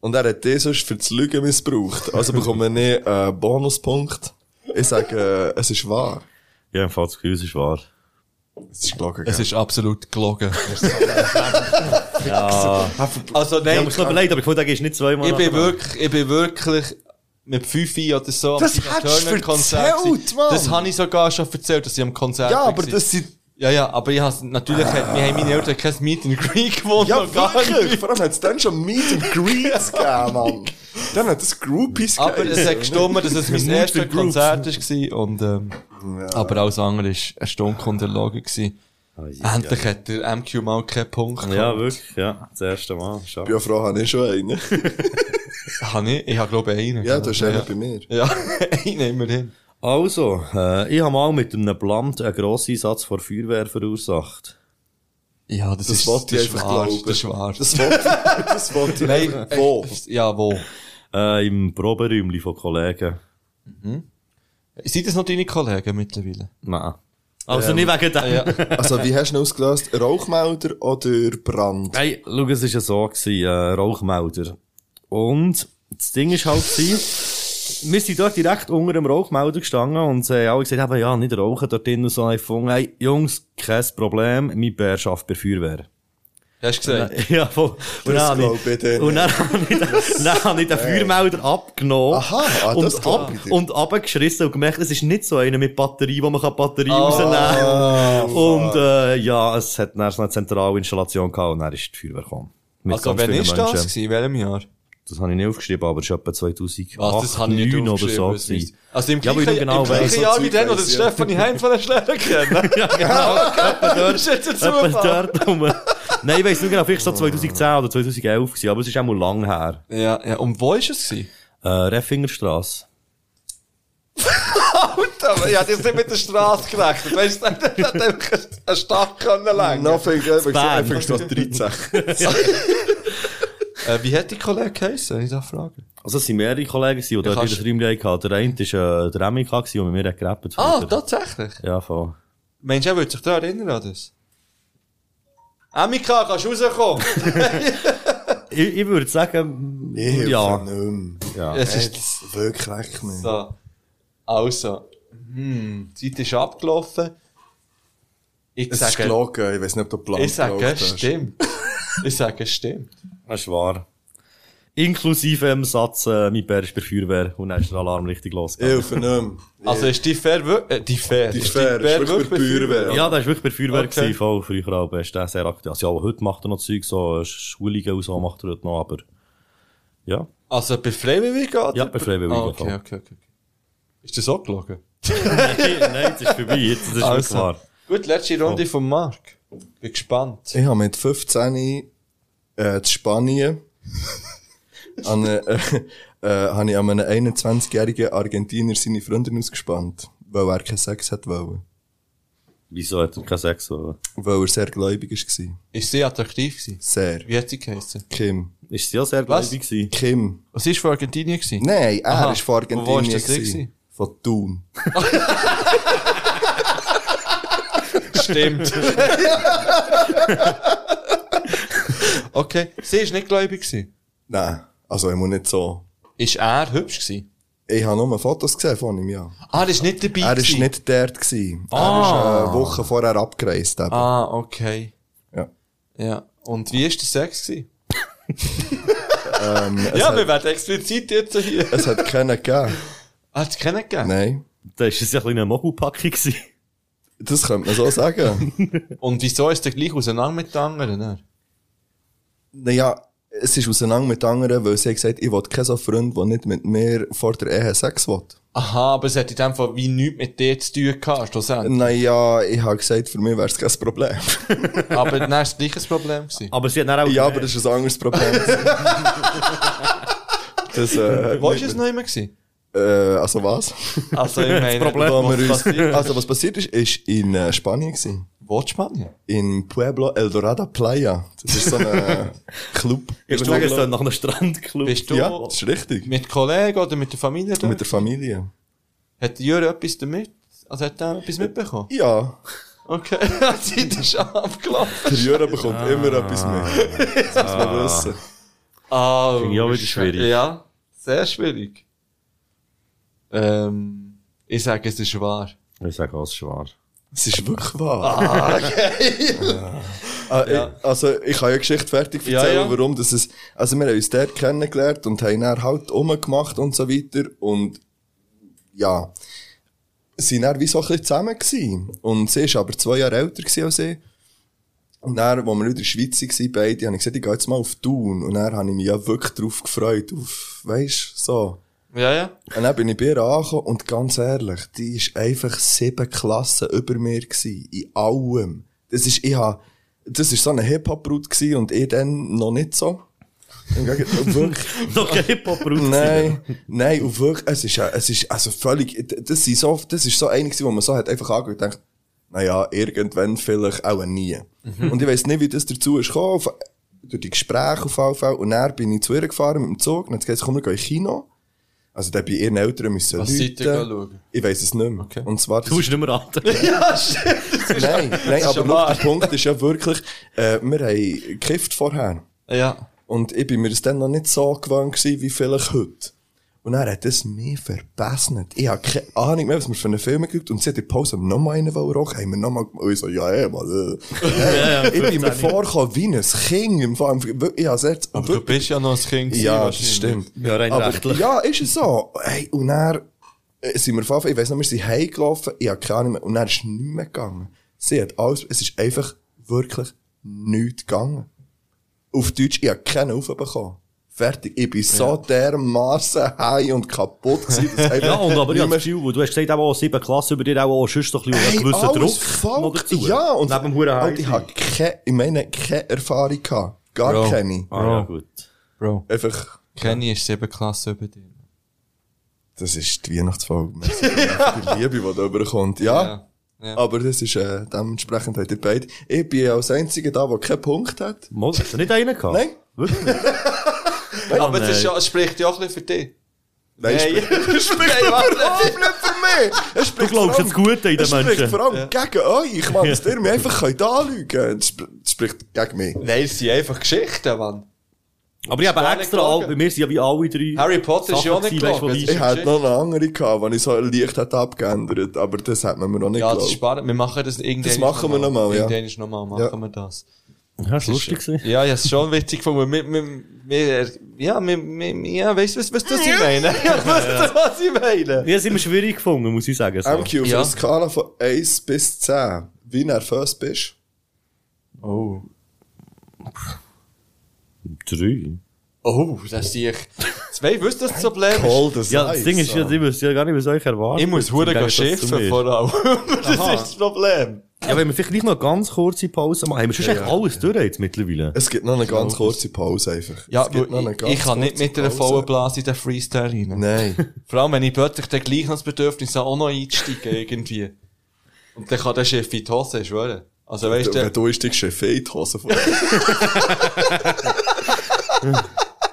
Und er hat den sonst für das Lügen missbraucht. Also bekommen wir nicht einen Bonuspunkt. Ich sage, äh, es ist wahr. Ja, im Fall das Gefühl, es ist wahr. Es ist gelogen. Es gell? ist absolut gelogen. Ja. Also Ich nein, habe mir überlegt, aber ich wollte, ist nicht zweimal. ich bin nacheinander. wirklich, ich bin wirklich mit 5 oder so am Das Tina hättest du Turner Konzert erzählt, gewesen. Mann. Das habe ich sogar schon erzählt, dass ich am Konzert Ja, war. aber das sind... Ja, ja, aber ich has, natürlich hat, wir haben meine Eltern kein Meet and Greet gewonnen. Ja, und gar nichts. wirklich. Vor allem hat es dann schon Meet and Greets gegeben, Mann. Dann hat es Groupies Aber es hat gestummen, dass es mein Meet and erstes Groups. Konzert war und, ähm, aber alles andere war eine Stunde und erlogen. gewesen. Endlich hat der MQ mal keinen Punkt Ja, wirklich, ja. Das erste Mal. Schade. bin ja froh, habe ich schon einen. habe ich? Ich habe, glaube ich, einen. Ja, du hast einen Ja. bei mir. Ja, einen immerhin. Also, äh, ich habe mal mit einem Blamt einen grossen Einsatz vor Feuerwehr verursacht. Ja, das, ist wollte ich einfach schwarz, glauben. das ist schwarz. Das wollte- das wollte ich Nein, einfach- wo? Ja, wo? Äh, Im Proberäumchen von Kollegen. Mhm. Sind das noch deine Kollegen mittlerweile? Nein. Also nicht wegen dem. Ja. Also, wie hast du ihn ausgelöst? Rauchmelder oder Brand? Hey, schau, es war ja so, gewesen, äh, Rauchmelder. Und das Ding ist halt, gewesen, wir sind dort direkt unter dem Rauchmelder gestanden und äh, alle gesagt, eben, ja, nicht rauchen dort drin und so. Und Ich fand, hey, Jungs, kein Problem, mein Bär schafft bei der Feuerwehr. Hast du gesagt? Ja, voll. Und Das dann, glaub habe ich dir ich, und dann, habe ich, den- dann habe ich den Feuermelder abgenommen Aha, ah, das und, glaub ab, ich dir. und abgeschrissen und gemerkt, es ist nicht so einer mit Batterie, wo man kann Batterie Ah, rausnehmen kann. fuck. Und äh, ja, es hat dann so eine Zentralinstallation gehabt und dann ist die Feuerwehr gekommen. Mit Also, ganz wann vielen ist das Menschen. gewesen? In welchem Jahr? Das habe ich nicht aufgeschrieben, aber es ist etwa 2008, Was, Ah, das habe ich nicht 2009 oder aufgeschrieben, so. das gewesen. weiss- Also im Ja, weil ich gleichen- nicht genau im gleichen weiss, was Jahr ich wie den, wo der weiss, ja. Stefanie Heim von der Schläger kennt. ne? ja, genau. Das ist jetzt ein Etwa Zufall. dort rum. Nein, ich weiss nicht genau, vielleicht so 2010 oder 2011 gewesen, aber es ist auch mal lang her. Ja, ja. Und wo ist es gewesen? Äh, Reffingerstrasse. Alter, ich hätte jetzt nicht mit der Straße gerechnet. Weißt du, der hätte einfach eine Stadt können lenken. Nothing, einfach Bern. einfach statt 13. Äh, wie hat die Kollege geheißen? Ich darf fragen. Also, es sind mehrere Kollegen, gewesen, die dort kannst- in das Räumchen hatten. Der eine war äh, der Remika, gewesen, der mit mir hat gerappt hat. Ah, tatsächlich? Ja, voll. Mensch, er würde sich daran erinnern an das. Amika, kannst du rauskommen? Ich, ich würde sagen, Ich ja. helfe nicht mehr. Ja. Es ist- Ey, wirklich weg, man. So. Also. Hm, die Zeit ist abgelaufen. Ich Es ist sage, gelogen, ich weiß nicht, ob du Plan ich sage, geglaubt hast. stimmt. ich sage, stimmt. Das ist wahr. Inklusive dem Satz, äh, mein Bär ist bei der Feuerwehr und dann ist der Alarm richtig losgegangen. Hilfe nicht mehr. Also ist die Fair wirklich, äh, die Fair. Die ist Fair, ist wirklich bei der Feuerwehr? Ja, der war wirklich bei der Feuerwehr, Okay. gewesen, voll früher auch. Er ist der sehr aktiv. Also, ja, aber heute macht er noch Zeug, so äh, Schulungen und so macht er heute noch, aber ja. Also bei Freiwilligen? Ja, bei Freiwilligen, Ah, okay, voll. okay, okay. Ist das auch gelogen? nein, nein, das ist vorbei, jetzt das ist wirklich Also. wahr. Gut, letzte Runde Voll. von Marc. Bin gespannt. Ich habe mit 15 äh, in Spanien an, eine- äh, äh, habe ich an einem 21-jährigen Argentinier seine Freundin ausgespannt, weil er keinen Sex hat wollen. Wieso hat er keinen Sex wollen? Weil er sehr gläubig war. Ist sie attraktiv gewesen? Sehr. Wie hat sie geheißen? Kim. Ist sie auch sehr Was? gläubig gewesen? Kim. Was ist von Argentinien gewesen? Nein, er Aha. ist von Und Argentinien. Wo ist das gewesen. gewesen? Von Thun. Stimmt. okay, sie ist nicht gläubig gewesen. Nein, also ich muss nicht so. Ist er hübsch gewesen? Ich habe nur Fotos gesehen von ihm, ja. Ah, er ist nicht dabei Er ist gewesen. nicht dort gewesen. Er Ah. ist eine Woche vorher abgereist. Eben. Ah, okay. Ja. Ja. Und wie ist der Sex gewesen? Ähm, es, ja, hat, wir werden explizit jetzt hier. es hat keinen gegeben. Hat es keinen gegeben? Nein. Da war es ja ein bisschen eine Mogelpackung. gewesen. Das könnte man so sagen. Und wieso ist der gleich auseinander mit den anderen? ne? naja, es ist auseinander mit anderen, weil sie hat gesagt, ich will keinen so Freund, der nicht mit mir vor der Ehe Sex will. Aha, aber es hat in dem Fall wie nichts mit dir zu tun gehabt, schlussendlich. Naja, ich habe gesagt, für mich wäre es kein Problem. aber dann war es gleich ein Problem. Gewesen. Aber sie hat dann auch ja, aber das ist ein anderes Problem. das, äh, Wo war es noch immer? Gewesen? Äh, also was? Also, ich meine, Wo was wir uns, passiert? also was passiert ist, ist in äh, Spanien gewesen. Wo in Spanien? In Pueblo El Dorado Playa. Das ist so ein äh, Club. Ich würde sagen, es ist nach einem Strandclub. Bist du Ja, das ist richtig. mit Kollegen oder mit der Familie da? Mit der Familie. Hat Jürgen etwas damit? Also hat er etwas mitbekommen? Ja. Okay, die Zeit ist abgelaufen. Der Jürgen bekommt Ah. immer etwas mit. Das muss man wissen. Oh, Finde ich auch wieder schwierig. Ja, sehr schwierig. Ähm, ich sage, es ist wahr. Ich sage auch, es ist wahr. Es ist wirklich wahr. Ah, Ja. ich, also, ich kann ja Geschichte fertig Ja, erzählen, ja. warum das ist. Also, wir haben uns dort kennengelernt und haben dann halt rumgemacht und so weiter und, ja, sind dann wie so ein bisschen zusammen gewesen. Und sie ist aber zwei Jahre älter gewesen als ich. Und dann, als wir wieder in der Schweiz waren, beide, habe ich gesagt, ich gehe jetzt mal auf Thun. Und dann habe ich mich ja wirklich drauf gefreut, auf, weisst, so. Ja, ja. Und dann bin ich bei ihr angekommen und ganz ehrlich, die ist einfach sieben Klassen über mir gewesen, in allem. das ist, ich hab, das ist so eine Hip-Hop-Route gewesen und ich dann noch nicht so. Im Gegenteil, und wirklich. Noch keine Hip-Hop-Route Nein, nein, und wirklich, es ist, ja- es ist, also völlig, das sind so, das ist so eine gewesen, wo man so hat einfach angehört und denkt, naja, irgendwann vielleicht, auch nie. Mhm. Und ich weiss nicht, wie das dazu ist gekommen, auf- durch die Gespräche auf jeden Fall. Und dann bin ich zu ihr gefahren mit dem Zug und dann hat sie gesagt, komm, wir gehen in Kino. Also, da bei ihren Eltern müssen Was seid ihr läuten. schauen? Ich weiss es nicht mehr. Und zwar, Du bist nicht mehr alt. ja, stimmt. Nein, nein, Das ist aber ja schau, der Punkt ist ja wirklich, äh, wir haben gekifft vorher. Ja. Und ich bin mir das dann noch nicht so gewohnt gewesen, wie vielleicht heute. Und er hat das mir verbessert. Ich habe keine Ahnung mehr, was wir für einen Film geguckt Und sie hat in der Pause nochmal einen wollen rocken. Haben wir nochmal, und ich so, ja, ey, mal, äh. Ja, ja, ich bin mir 15. vorgekommen wie ein Kind. Im Fall, ich habe selbst, Aber du bist ja noch ein Kind. gewesen, ja, das wahrscheinlich. stimmt. ja, ist es so. Hey, und dann äh, sind wir fahren, ich weiss noch, wir sind heimgelaufen, ich habe keine Ahnung mehr, und dann ist nichts mehr gegangen. Sie hat alles, es ist einfach wirklich nichts gegangen. Auf Deutsch, ich habe keinen aufbekommen. Fertig. Ich bin so dermassen high und kaputt gewesen, dass einfach Ja, und aber ich nicht habe mehr das Gefühl, du hast gesagt, auch sieben Klassen über dir, auch sonst doch ein bisschen einen gewissen alles Druck. voll- Ja, und, Neben dem Hurenheim und ich sein. habe keine, ich meine, keine Erfahrung gehabt. Gar Bro. keine. Ah, ja, gut. Bro. Einfach. Kenny ist sieben Klasse über dir. Das ist die Weihnachtsfolge. Merci für die Liebe, die da überkommt. Ja. Aber das ist, äh, dementsprechend hat ihr beide. Ich bin als einziger da, der keinen Punkt hat. Muss, hast du nicht einen gehabt? Nein. aber das ist nein. ja, spricht ja auch ein bisschen für dich. Nein, Nein. spricht überhaupt nicht für mich. Es spricht Du glaubst vor allem- jetzt Gute in den es Menschen. spricht vor allem Ja. gegen euch, Mann, dass ihr mich einfach könnt anlügen könnt. Es sp- es spricht gegen mich. Nein, es sind einfach Geschichten, Mann. Aber ich habe Gar nicht extra, gelogen. all, wir sind ja wie alle drei. Harry Potter ist ja auch nicht gelogen. Das gewesen, weisst du, Ich halt- hätte von Leistung. noch eine andere gehabt, die ich so leicht hätte abgeändert. Aber das hat man mir noch nicht Ja, das ist geglaubt. spannend. dus Wir machen das irgendwann. Das machen wir nochmal, ja. Irgendwann ist nochmal machen Ja. wir das. Ja, ist lustig gewesen. Ja, ja, ist schon witzig von mir. Mir- mir- mir- Ja, mir- mir- mir- ja, weißt du, was, was das ich meine? Ah, Ja, weißt du, was ich meine? Wir sind immer schwierig gefunden, muss ich sagen. So. MQ, auf einer Skala von 1 bis 10, wie nervös bist Oh. Drei. Oh, das sehe ich. Zwei wüssten das Problem. ist. Ja, das Ding ist, ja, ich muss ja gar nicht, was euch erwartet. Ich muss hure gehen schiffen, vor allem. das Aha. ist das Problem. Ja, wenn wir vielleicht gleich noch eine ganz kurze Pause machen. Haben wir schon Ja, echt ja. alles durch jetzt mittlerweile? Es gibt noch eine ganz kurze Pause einfach. Ja, es gibt weil ich, ich kann nicht mit einer vollen Blase in den Freestyle rein. Nein. Vor allem, wenn ich plötzlich dann gleich noch das Bedürfnis habe, auch noch einsteigen irgendwie. Und dann kann der Chef in die Hose, schwören. Also weißt Wenn du, du ist dich Chef in die Hose vor.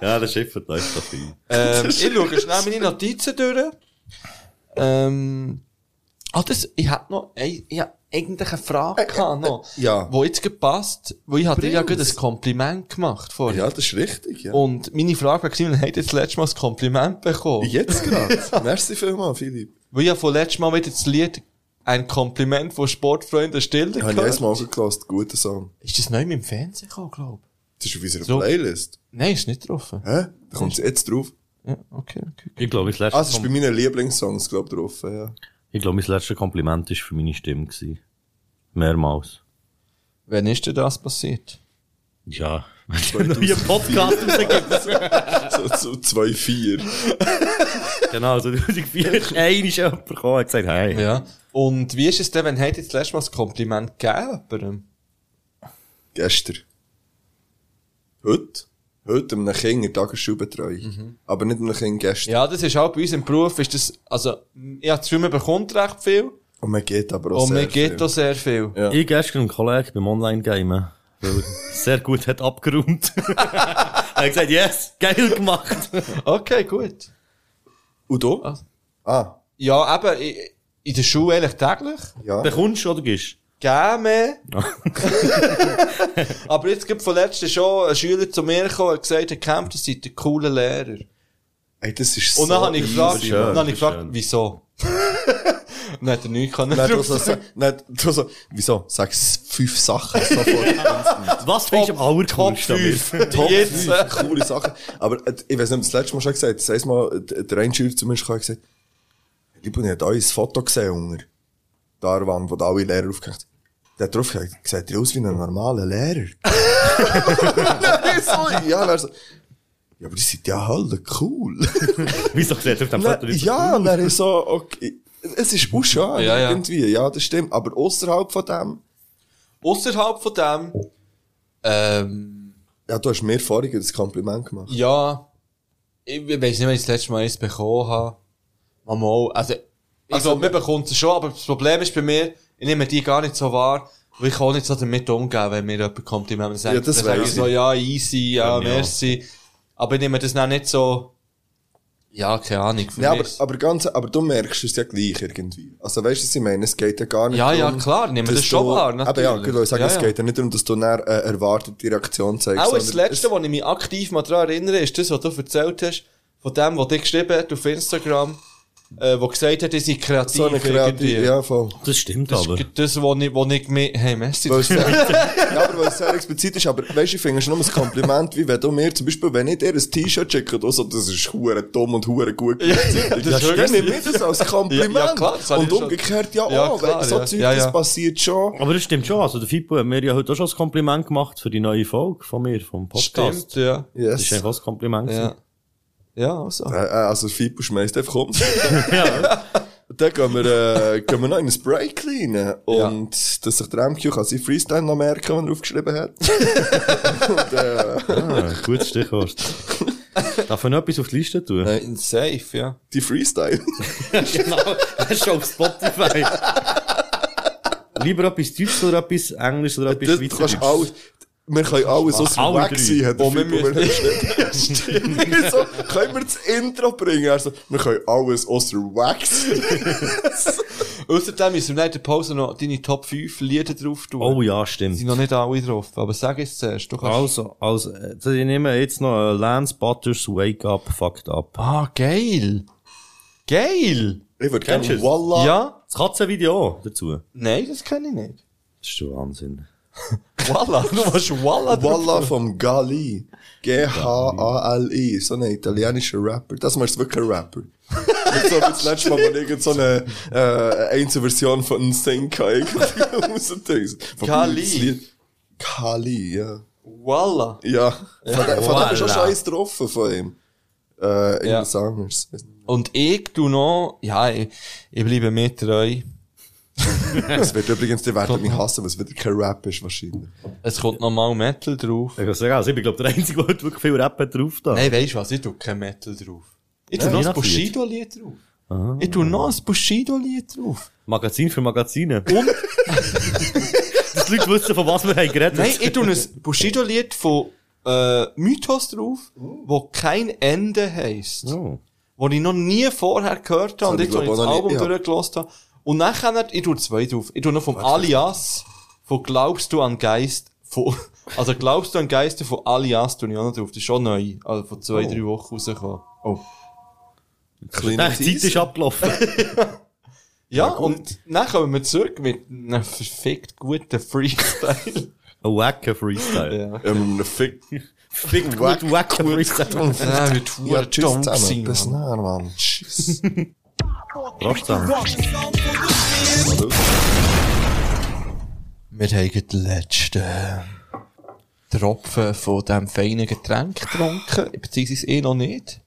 Ja, das Schiff hat läuft doch ein. ähm, ich schaue schnell meine Notizen durch. Ähm, ah, das, ich hab noch, ey, ich hab eigentlich eine Frage gehabt noch. ja. Wo jetzt gepasst, weil ich hab dir ja Bring's. gerade ein Kompliment gemacht vorhin. Ja, das ist richtig, ja. Und meine Frage war, gewesen, wann habt ihr das letzte Mal ein Kompliment bekommen? Jetzt gerade. Merci vielmals, Philipp. Weil ich ja von letztem Mal wieder das Lied ein Kompliment von Sportfreunden Stilde Habe ich erst mal gelassen, guter Song. Ist das neu im Fernsehen gekommen, glaub Das ist auf unserer So. Playlist. Nein, ist nicht drauf. Hä? Da kommt es jetzt drauf. Ja, okay, okay. Ich glaube, mein Ah, es Also, letztes ist bei Kom- meinen Lieblingssongs, glaube ich, drauf, ja. ich glaube, mein letztes Kompliment war für meine Stimme. Gewesen. Mehrmals. Wann ist dir das passiert? Ja. Wenn du einen Podcast rausgibst. so, so 2-4. genau, so 2004 Einer ist jemand gekommen und hat gesagt, hey. Ja. Und wie ist es denn, wenn habt ihr das letzte Mal ein Kompliment gegeben jemandem? Gestern. Heute? Heute einem Kind in der Tagesschulbetreuung. Aber nicht einem Kind gestern. Mhm. Ja, das ist auch bei uns im Beruf, ist das, also, ich habe das Gefühl, man bekommt recht viel. Und man geht aber auch Und sehr Oh, man viel. gibt auch sehr viel. Ich gestern einen Kollegen beim Online-Gamen, weil er sehr gut hat abgeräumt. er hat gesagt, yes, geil gemacht. Okay, gut. Und du? Ah. Ja, eben, i- in der Schule eigentlich täglich. Ja. Bekommst du oder gibst? Gerne. Aber jetzt gibt von letztem schon ein Schüler zu mir gekommen und gesagt, Herr Kemp, das seid ein cooler Lehrer. Ey, das ist Und dann so habe ich gefragt, easy, dann Mann. habe ich gefragt, wieso? Dann hat er nichts können. Nein, du drauf so, sagen. nein, du so, wieso? Sag s- fünf Sachen sofort. Was findest du am allercoolsten? damit? Top fünf coole Sachen. Aber äh, ich weiß nicht, ob ich das letzte Mal schon gesagt habe. Das heißt mal, äh, der eine Schüler zu mir kam und gesagt, Liebe, ich habe euer Foto gesehen unter der Wand, wo alle Lehrer aufgehängt haben. Der hat drauf gesagt, sieht ihr aus wie ein normaler Lehrer. Nein, so, ja, und er so, ja, aber die sind ja halt cool. Wieso sieht auf dem Na, Foto nicht so ja, cool? dann ist so, okay. Es ist auch schön, Ja, ja. irgendwie, ja, das stimmt. Aber außerhalb von dem, Außerhalb von dem, ähm, Ja, du hast mir vorhin das Kompliment gemacht. ja, ich weiß nicht, wenn ich das letzte Mal eins bekommen habe. Mama, also, ich also, glaube, man bekommt es schon, aber das Problem ist bei mir, ich nehme die gar nicht so wahr, weil ich kann auch nicht so damit umgehen, wenn mir jemand kommt, und mir sagt, Ja, das dann sage weiss ich so, ich. ja, easy, ja, Ja, ja. merci. Aber ich nehme das dann nicht so, ja, keine Ahnung, für Ja, mich aber, ist- aber, ganz, aber du merkst es ja gleich irgendwie. Also weißt du, was ich meine? Es geht ja gar nicht Ja, ja, darum, klar, nehmen wir dass das schon du- wahr, Eben, ja, natürlich. gut, weil ich sage, Ja, es ja. geht ja nicht darum, dass du dann äh, erwartete Reaktion zeigst. Auch das sondern- Letzte, was ich mich aktiv mal daran erinnere, ist das, was du erzählt hast, von dem, was dich geschrieben hat auf Instagram, äh, wo gesagt hat, ich sei kreativ. So eine kreative- irgendwie. ja, voll. Das stimmt das aber. Ist das, was ich, was ich mir, hey, merci. Weil es sehr, ja, aber weil es sehr explizit ist, aber weißt du, ich finde es nur ein Kompliment, wie wenn du mir zum Beispiel, wenn ich dir ein T-Shirt schicke, du so, das ist hure dumm und hure gut. Ja, das ist dann wirklich- nehme ich das als Kompliment. Ja, ja, klar, das habe ich und schon- umgekehrt, ja, Ja, auch, klar, weil so ja. Zeug, Ja, ja. das passiert schon. Aber das stimmt schon. Also, der Fippo hat mir ja heute auch schon ein Kompliment gemacht für die neue Folge von mir, vom Podcast. Stimmt, ja. Das ist einfach auch ein Kompliment. Ja. Ja, also. Äh, äh, also, Fipo schmeißt einfach um. Dann gehen wir, äh, gehen wir noch in ein Break rein. Und dass sich der MQ kann sein Freestyle noch merken, wenn er aufgeschrieben hat. Ah, gutes Stichwort. Darf man noch etwas auf die Liste tun? Nein, Äh, safe, ja. Die Freestyle. genau, das ist schon auf Spotify. Lieber etwas Deutsches oder etwas Englisches oder Das, etwas du kannst alles, wir können alles aus dem Weg sein, hat der wir Fibo mir geschrieben. so, können wir das Intro bringen? Also, wir können alles aus dem Weg sein. Außerdem müssen wir nach der Pause noch deine Top 5 Lieder drauf tun. Oh ja, stimmt. Sind noch nicht alle drauf, aber sag es zuerst. Du kannst Also, also, äh, ich nehme jetzt noch äh, Lance Butters Wake Up Fucked Up. Ah, geil. Geil. Ich würde gerne Ah. Walla. Wallah- Ja. Das Katzenvideo dazu. Nein, das kann ich nicht. Das ist schon Wahnsinn. Walla, du musst Walla drauf Walla vom Gali. G-H-A-L-I. So ein italienischer Rapper. Das meinst du wirklich ein Rapper. Nicht so wie das letzte Mal, wenn irgend so eine äh, Einzelversion von NSYNC irgendwie rausgetönt. Von Gali. das Lied- Gali, ja. Walla. Ja. Von dem- von dem ist auch Walla. schon eins getroffen von ihm. Äh, irgendwas anderes. Und ich tu noch, ja, ich, ich bleibe mir treu. Das wird übrigens, die werden mich hassen, weil es wieder kein Rap ist wahrscheinlich. Es kommt nochmal Metal drauf. Ich kann sagen, also ich bin glaube der Einzige, der heute wirklich viel Rappen drauf da. Nein, weißt du was? Ich tu kein Metal drauf. Ich tu Ja, noch ein Weihnachtslied. Bushido-Lied drauf. Ich tu noch ein Bushido-Lied drauf. Magazin für Magazine. Dus Und? Dass die Leute wissen, von was wir haben geredet. Nein, ich tu ein Bushido-Lied von äh, Mythos drauf, Oh. wo kein Ende heisst. Oh. Wo ich noch nie vorher gehört habe und Das jetzt, wo hab ich ich, das glaub, auch noch Album nie- ja. durchgelost habe. Und nachher, ich tu zwei drauf. Ich tu noch vom Alias, von Glaubst du an Geist, von, also Glaubst du an Geister von Alias tu ich auch noch drauf. Das ist schon neu. Also von zwei, Oh. drei Wochen rausgekommen. Oh. Die Zeit ist abgelaufen. Ja, Ja, gut. und dann kommen wir zurück mit einem verfickt guten Freestyle. Ein wacker Freestyle. Ähm, fick. Fick gut, wacker Ja, Freestyle. wird verdammt dumm sein, Bis Mann. nachher, Mann. Tschüss. Trotzdem. Wir haben gerade den letzten Tropfen von diesem feinen Getränk getrunken, beziehungsweise eh noch nicht.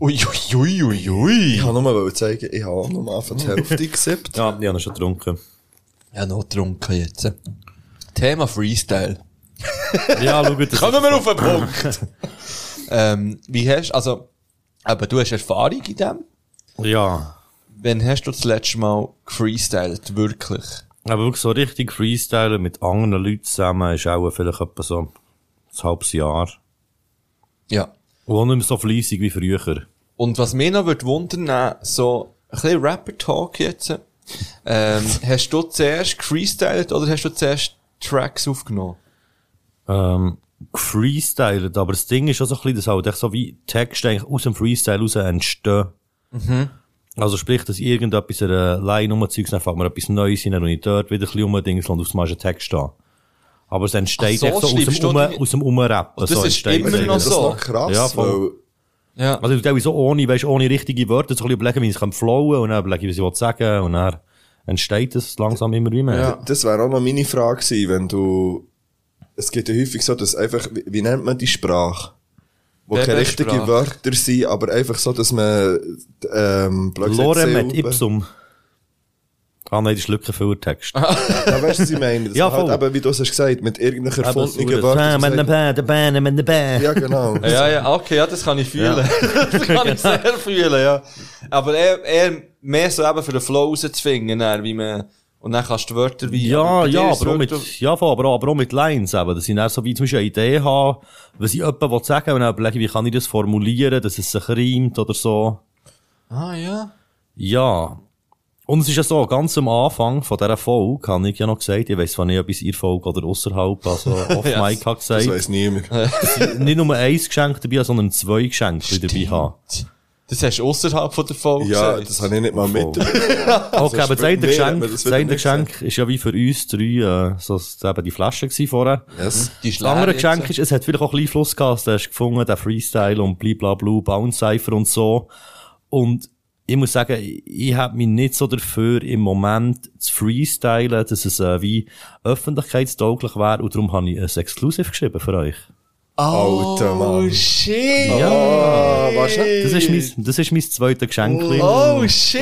Ui, ui, ui, ui, ui. Ich wollte nur zeigen, ich habe auch noch mal die Hälfte gesippt. Ja, die haben ihn schon getrunken. Ja, noch getrunken jetzt. Thema Freestyle. Ja, schau, das Kommen wir auf den Punkt. ähm, wie hast, also, aber du hast Erfahrung in dem. Ja. Wann hast du das letzte Mal gefreestylt, wirklich? Aber wirklich so richtig Freestylen mit anderen Leuten zusammen ist auch vielleicht etwa so ein halbes Jahr. Ja. Und auch nicht mehr so fleissig wie früher. Und was mich noch würde wundern, so ein bisschen Rapper-Talk jetzt. Ähm, hast du zuerst gefreestylt oder hast du zuerst Tracks aufgenommen? Ähm, gefreestylt, aber das Ding ist auch so ein bisschen, dass halt echt so wie Texte eigentlich aus dem Freestyle raus entstehen. Mhm. Also sprich, dass irgendetwas in einer Line rumzeugt, dann fängt man etwas Neues hin, dann und ich dort wieder ein bisschen rumdings und aufs Mal ist ein Text an. Aber es Ach entsteht so, echt so aus schreibst dem, du um, die- aus dem Umrappen. Und das so ist entsteht immer es noch eigentlich. so. Das ist noch krass, ja, voll. Ja. Also ich teilweise so ohne, weißt, ohne richtige Wörter, so ein bisschen überlegen, wie ich es flowen kann, und dann überlegen, was ich will sagen und dann entsteht es langsam immer wie mehr. Ja. Das wäre auch noch meine Frage gewesen, wenn du, es gibt ja häufig so, dass einfach, wie, wie nennt man die Sprache? Wo keine Websprache. richtigen Wörter sind, aber einfach so, dass man, ähm, blöd gesagt, Lorem et Silben- ipsum. Ah nein, das ist Lückenfüllertext. Ja, weißt du, was ich meine? Das Ja, halt voll. eben, wie du es hast gesagt, mit irgendeiner Eben, erfundenen so Wörter. das- Mit den gesagt- Bären, Bären, mit den Bären. Ja, genau. Ja, ja, okay, ja, das kann ich fühlen. das kann ich sehr fühlen, ja. Aber eher, eher mehr so eben für den Flow rauszufinden, dann, wie man, und dann kannst du Wörter wie... Also Ja, bei dir ja, ist aber auch, Wörter- mit, ja voll, aber, auch, aber auch mit Lines eben, dass ich dann so wie zum Beispiel eine Idee habe, was ich jemandem will sagen will, und dann überlege ich, wie kann ich das formulieren, dass es sich reimt oder so. Ah, ja. Ja. Und es ist ja so, ganz am Anfang von dieser Folge habe ich ja noch gesagt, ich weiss zwar nicht, ob ich es in der Folge oder außerhalb, also off Ja, mic habe gesagt. das weiss niemand. dass ich nicht nur ein Geschenk dabei habe, sondern zwei Geschenke dabei habe. Das hast du außerhalb von der Folge Ja, gesagt. das habe ich nicht mal mit. Okay, aber das Nee, eine hat man Geschenk, das das wieder eine nicht Geschenk ist ja wie für uns drei, äh, so, das eben die Flasche gewesen vorher. Yes. Die ist das andere leer Geschenk jetzt. äh, ist, es hat vielleicht auch ein bisschen Fluss gehabt, du hast gefunden, der Freestyle und blablabla, Bounce-Cypher und so. Und ich muss sagen, ich- ich habe mich nicht so dafür im Moment zu freestylen, dass es äh, wie öffentlichkeitstauglich wäre und darum habe ich ein Exclusive geschrieben für euch. Alter Mann. Oh, shit! Ja. Oh, was Das ist mein, das ist mein zweites Geschenk. Oh shit,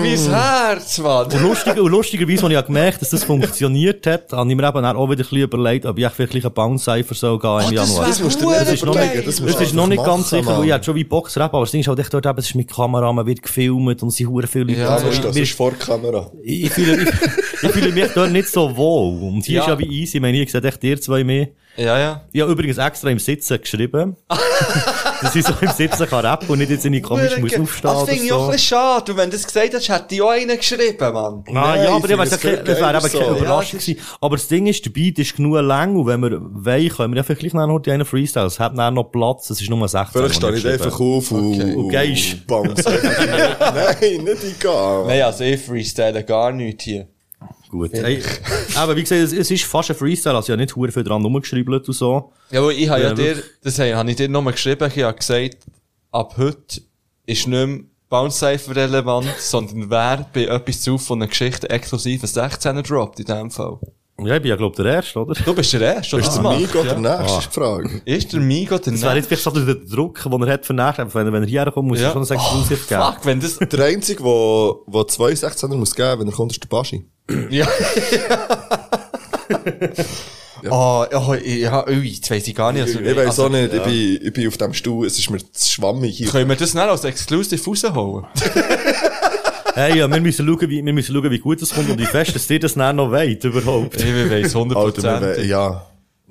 mein Herz, Mann. Und, lustig, und lustigerweise, als ich gemerkt habe, dass das funktioniert hat, habe ich mir eben dann auch wieder ein bisschen überlegt, ob ich echt vielleicht einen Bounce-Cypher soll gehen im Januar. das musst du dir Das ist noch überlegen, nicht, das das musst du ist noch nicht einfach ganz machen, sicher, weil Mann. ich hatte schon wie Boxrap, aber das Ding ist halt echt dort eben, es ist mit Kamera, man wird gefilmt und es sind hure viele Leute. Ja, da. das ist- das Wir- ist vor der Kamera. ich, ich, fühle, ich, ich fühle mich dort nicht so wohl. Und hier Ja. ist ja wie easy, ich meine, ich seht echt ihr zwei mehr. Ja, ja. Ich habe übrigens extra im Sitzen geschrieben, dass ich so im Sitzen kann rappen und nicht jetzt in die komische muss aufstehen Das oder finde ich auch ein so. bisschen schade. Und wenn du das gesagt hättest, hätte ich auch einen geschrieben, Mann. Ah, ja, aber ich weiss, das, das wäre eben keine Überraschung gewesen. Aber das Ding ist, der Beat ist genug lang und wenn wir wollen, können wir ja vielleicht nachher noch die einen Freestyle. Es hat nachher noch Platz, es ist nur 16. Vielleicht stehe ich einfach auf und, Und gehst. Bams. Nein, nicht egal. Nein, also ich freestyle gar nichts hier. Gut. Ey, aber Ah, wie gesagt, es, es ist fast ein Freestyle, also ich habe nicht hure viel dran rumgeschrieben und so. Ja, weil ich habe ja Äh, dir, wirklich. das habe habe ich dir nochmal geschrieben, ich habe gesagt, ab heute ist nicht mehr Bounce Cypher relevant, sondern wer bei etwas zu von einer Geschichte exklusiv einen 16er droppt in dem Fall. Ja, ich bin ja, glaube ich, der Erste, oder? Du bist der Erste, oder? Bist Das du macht, Migo ja. der Ah. Nächste, ist die Frage. Ist der Migo der Das wäre Nächste? jetzt vielleicht so der Druck, den er hat für nachher. Wenn, wenn er hierher kommt, muss er schon sagen, oh, geben. Fuck, wenn das... Der Einzige, wo, wo zwei 16er muss geben, wenn er kommt, ist der Baschi. Ja. Ah, ja, ja, ui, jetzt weiss ich gar nicht. also- ich weiß auch also- nicht, ich, Ja. bin, ich bin auf dem Stuhl, es ist mir zu schwammig hier. Können wir das nicht als Exclusive rausholen? Hey, ja, wir müssen schauen, wie, wir müssen schauen, wie gut das kommt und wie fest, dass dir das nachher noch weit überhaupt. Ich weiss, 100%. Alter, wir- ja. Nou,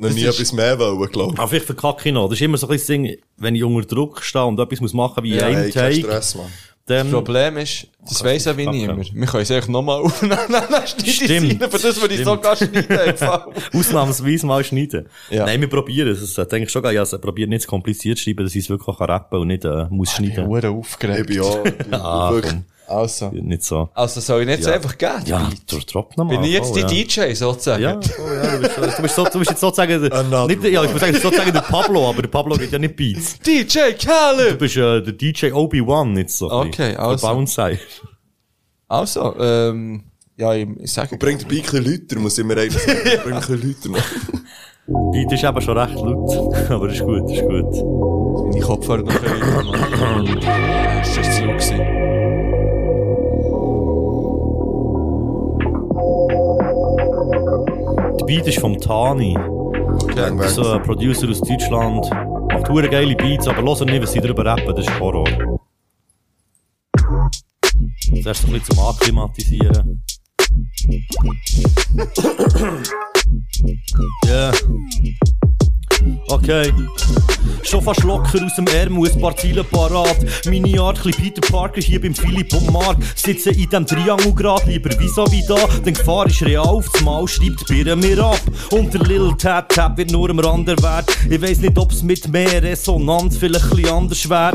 Noch Das nie ist- etwas mehr wollen, glaube Aber vielleicht verkacke ich noch. Das ist immer so ein bisschen das Ding, wenn ich unter Druck stehe und etwas muss machen wie Ja, ein ey, kein Take. Stress, Mann. Das Dann, Problem ist, das weiss ja wie Fuck, niemand. Wir können es eigentlich nochmal aufnehmen. Nein, nein, schneide ich es rein, Stimmt. aber das würde ich so Stimmt. gar schneiden. im Fall. Ausnahmsweise mal schneiden. Nein, wir probieren es. Das denke ich schon, geil. ja, es probiert nicht zu kompliziert zu schreiben, dass ich es wirklich kann rappen und nicht äh, muss schneiden. Ich bin aufgeregt. Ich bin auch- ah, wirklich. komm. Also. Nicht so. Also soll ich nicht so Ja. einfach gehen? Ja, Beat? dr- drop nochmal. Bin ich jetzt voll, die Oh, ja. DJ sozusagen? Ja, oh, ja du, bist, so- du, bist so, du bist jetzt sozusagen, der- nicht, der- ja, ich muss sagen, sozusagen der Pablo, aber der Pablo geht ja nicht Beats. DJ Khaled! Du bist äh, der DJ Obi-Wan jetzt so. ein Okay, bisschen. also. Der Bounce Also, ähm, ja, ich, ich sage... Und bringt ein bisschen Leute, muss ich mir eigentlich sagen. Bringt ein bisschen Leute noch. Beat ist eben schon recht laut, aber ist gut, ist gut. Meine Kopfhörer noch verwirrt. Das war zu laut. gewesen. Der Beat ist vom Tani. Gangbangs. So ein Producer aus Deutschland. Macht hure geile Beats, aber hört nicht, was sie darüber rappen, das ist Horror. Zuerst ein bisschen zum Akklimatisieren. Ja. Okay. Schon fast locker aus dem Ärmel, ein paar Ziele parat. Meine Art, chli Peter Parker hier beim Philipp und Mark. Sitze in dem Triangle grad, lieber wieso wie da. Denn Gefahr ist real, auf das Mal schreibt die Birne mir ab. Und der Lil Tat Tat wird nur am Rand erwähnt. Ich weiss nicht, ob's mit mehr Resonanz vielleicht chli anders wär.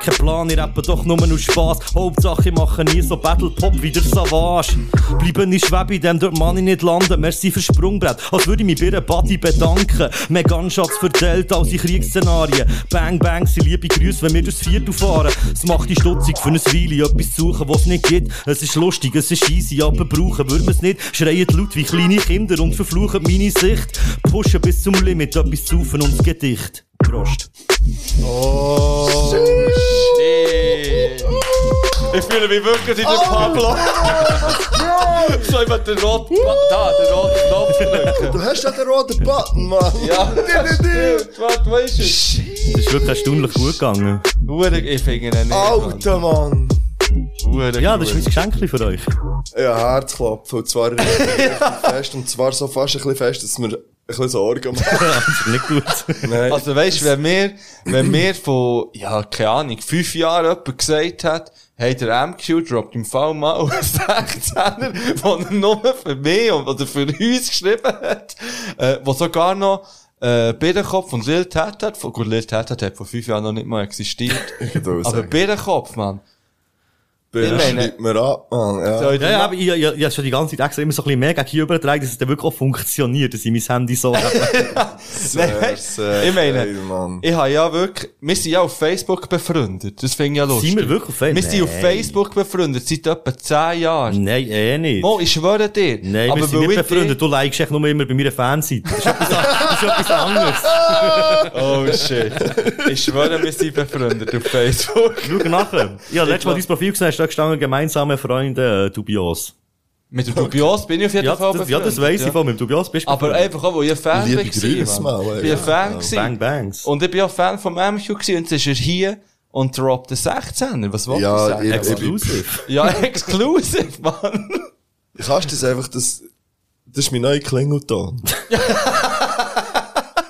Kein Plan, ich rappe doch nur aus Spass. Hauptsache, ich mache nie so Battle Pop wie der Savage. Bleiben ich schwebe, denn dort man ich nicht landen. Merci für Sprungbrett, als würde ich mich bei einer Party bedanken. Mehr Gunshots verteilt als in Kriegsszenarien. Bang, bang, sie liebe Grüße, wenn wir durchs Viertel fahren. Es macht die stutzig für ein Weile, etwas suchen, was es nicht gibt. Es ist lustig, es ist easy, aber brauchen würden wir es nicht. Schreien die Leute wie kleine Kinder und verfluchen meine Sicht. Pushen bis zum Limit, etwas saufen und das Gedicht. Prost. Oh, shit. Ich fühle mich wirklich in der Oh, Pablo. so, ich will den roten Knopf. Da, den roten Knopf drücken. Du hast ja den roten Button, Mann. Ja, das stimmt. Warte, wo ist es? Das ist wirklich erstaunlich gut gegangen. Hure, ich finde ihn nicht. Alter Mann. Ja, das ist mein Geschenk für euch. Ja, Herzklopfen. Und zwar richtig fest. Und zwar so fast ein bisschen fest, dass wir ein bisschen Sorgen machen. Nicht gut. Nein. Also weißt du, wenn mir, wenn mir von, ja, keine Ahnung, fünf Jahren jemand gesagt hat, hey, der MQ droppt im Fall mal einen 16er, den er nur für mich und- oder für uns geschrieben hat, äh, wo sogar noch, äh, Birnenkopf und Lil Tat hat, von, gut, Lil Tat hat vor fünf Jahren noch nicht mal existiert. Aber sagen. Birnenkopf, Mann. Ich meine, mir ab, Mann. So, Ja, ja, aber ich, ich, ich, ich habe schon die ganze Zeit extra immer so ein bisschen mehr gegen hier übertragen, dass es dann wirklich auch funktioniert, dass ich mein Handy so habe. Nein, eh, weisst, ich meine, geil, Mann. ich habe ja wirklich, wir sind ja auf Facebook Dus befreundet. Das finde ich ja lustig. Sind wir wirklich auf Wir Facebook? sind auf Nein. Facebook befreundet seit etwa 10 Jahren. Nein, eh nicht. Mo, ich schwöre dir. Nein, wir sind weil nicht ich dir- befreundet. Du likest echt nur immer bei mir Fanseite. Das ist etwas, das ist etwas anderes. Oh shit. Ich schwöre, wir sind befreundet auf Facebook. Schau nachher. Ja, letztes Mal dein Profil gesehen, hast du da gestanden, gemeinsame Freunde, äh, dubios. Mit dem Dubios bin ich auf jeden ja, Fall das, Ja, das befreundet, weiss ja. ich von mir. Mit dem Dubios bist du Aber befreundet. einfach auch, weil ich ein Fan Liebe war. Grüße Mann. mal, Ich bin ein ja. Fan. Ja, gewesen. Bang Bangs. Und ich bin auch Fan von MQ gewesen. und jetzt ist er dus hier und droppt den 16er. Was wollt ihr Ja, sagen? ich- ich- Exclusive. Ja, exclusive, Mann. Kannst du das einfach, das, das ist mein neuer Klingelton.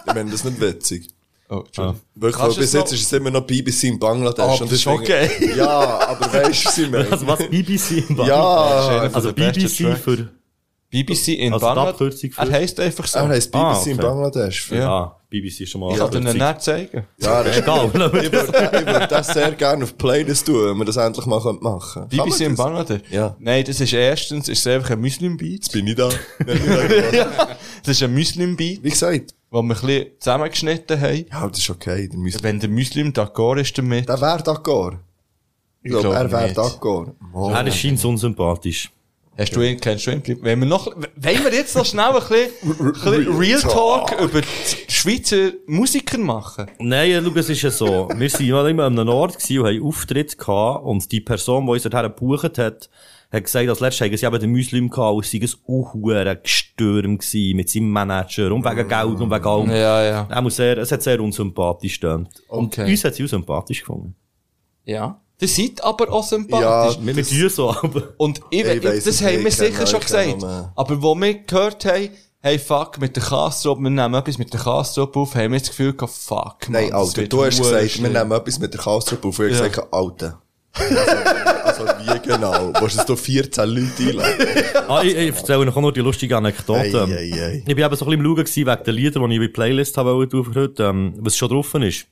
ich meine, das ist nicht witzig. Oh, Wirklich, weil Kannst du bis es jetzt noch- ist es immer noch BBC in Bangladesch. Aber und das ist okay. Ja, aber weißt du, was ich meine? Also was, BBC im Ja, Das ist einer Also der besten BBC Tracks. für... BBC in Also die Bangladesch. Abkürzung für- Er heisst einfach so. Er heisst BBC Ah, okay. in Bangladesch. Ja, Ja. BBC ist schon mal... Ich kann dir ihn nicht zeigen. Ja, das ist Egal. Ich würde ich würd das sehr gerne auf Playlist tun, wenn wir das endlich mal könnten machen könnten. BBC in Bangladesch? Ja. Nein, das ist erstens, ist es einfach ein Muslim-Beat. Jetzt bin ich da. ja, das ist ein Muslim-Beat. Wie gesagt. Wo wir ein bisschen zusammengeschnitten haben. Ja, aber das ist okay. Der Muslim. Wenn der Muslim d'accord ist damit. Der wäre d'accord. Ich glaube, glaube er wäre nicht. d'accord. Mann. Er ist scheinbar unsympathisch. Hast du ihn, kennst du ihn? Wenn wir noch, wenn wir jetzt noch schnell ein bisschen, ein bisschen Real Real Talk. Talk über die Schweizer Musiker machen. Nein, ja, schau, es ist ja so. Wir sind mal immer an einem Ort gewesen und haben Auftritt gehabt und die Person, die uns dorthin gebucht hat, hat gesagt, als letztes haben sie eben den Muslim gehabt und es sei ein unhuren Gestürm gewesen mit seinem Manager und wegen Geld und wegen allem. Ja, ja. Er muss sehr, es hat sehr unsympathisch gestimmt. Und Okay. uns hat sie unsympathisch gefunden. Ja. Ihr seid aber auch sympathisch. Wir mit ihr so, aber... Und ich, Ich weiss ich, das es haben nicht, wir ich sicher kenn schon euch gesagt. auch noch. Aber wo wir gehört haben, hey fuck, mit der Kastrop, wir nehmen etwas mit der Kastrop auf, haben wir das Gefühl gehabt, fuck, Nein, Mann, das Alter, wird du hast verdammt gesagt, wir schlimm. nehmen etwas mit der Kastrup auf. Ich Ja. habe gesagt, Alter. Also, also wie genau? Willst du es 14 Leute einladen? Ah, ich, ich erzähle noch nur die lustige Anekdote. Ei, ei, ei. Ich bin eben so ein bisschen im Schauen gewesen wegen den Liedern, die ich in die Playlist habe wollte tun für heute, ähm, was schon drauf ist.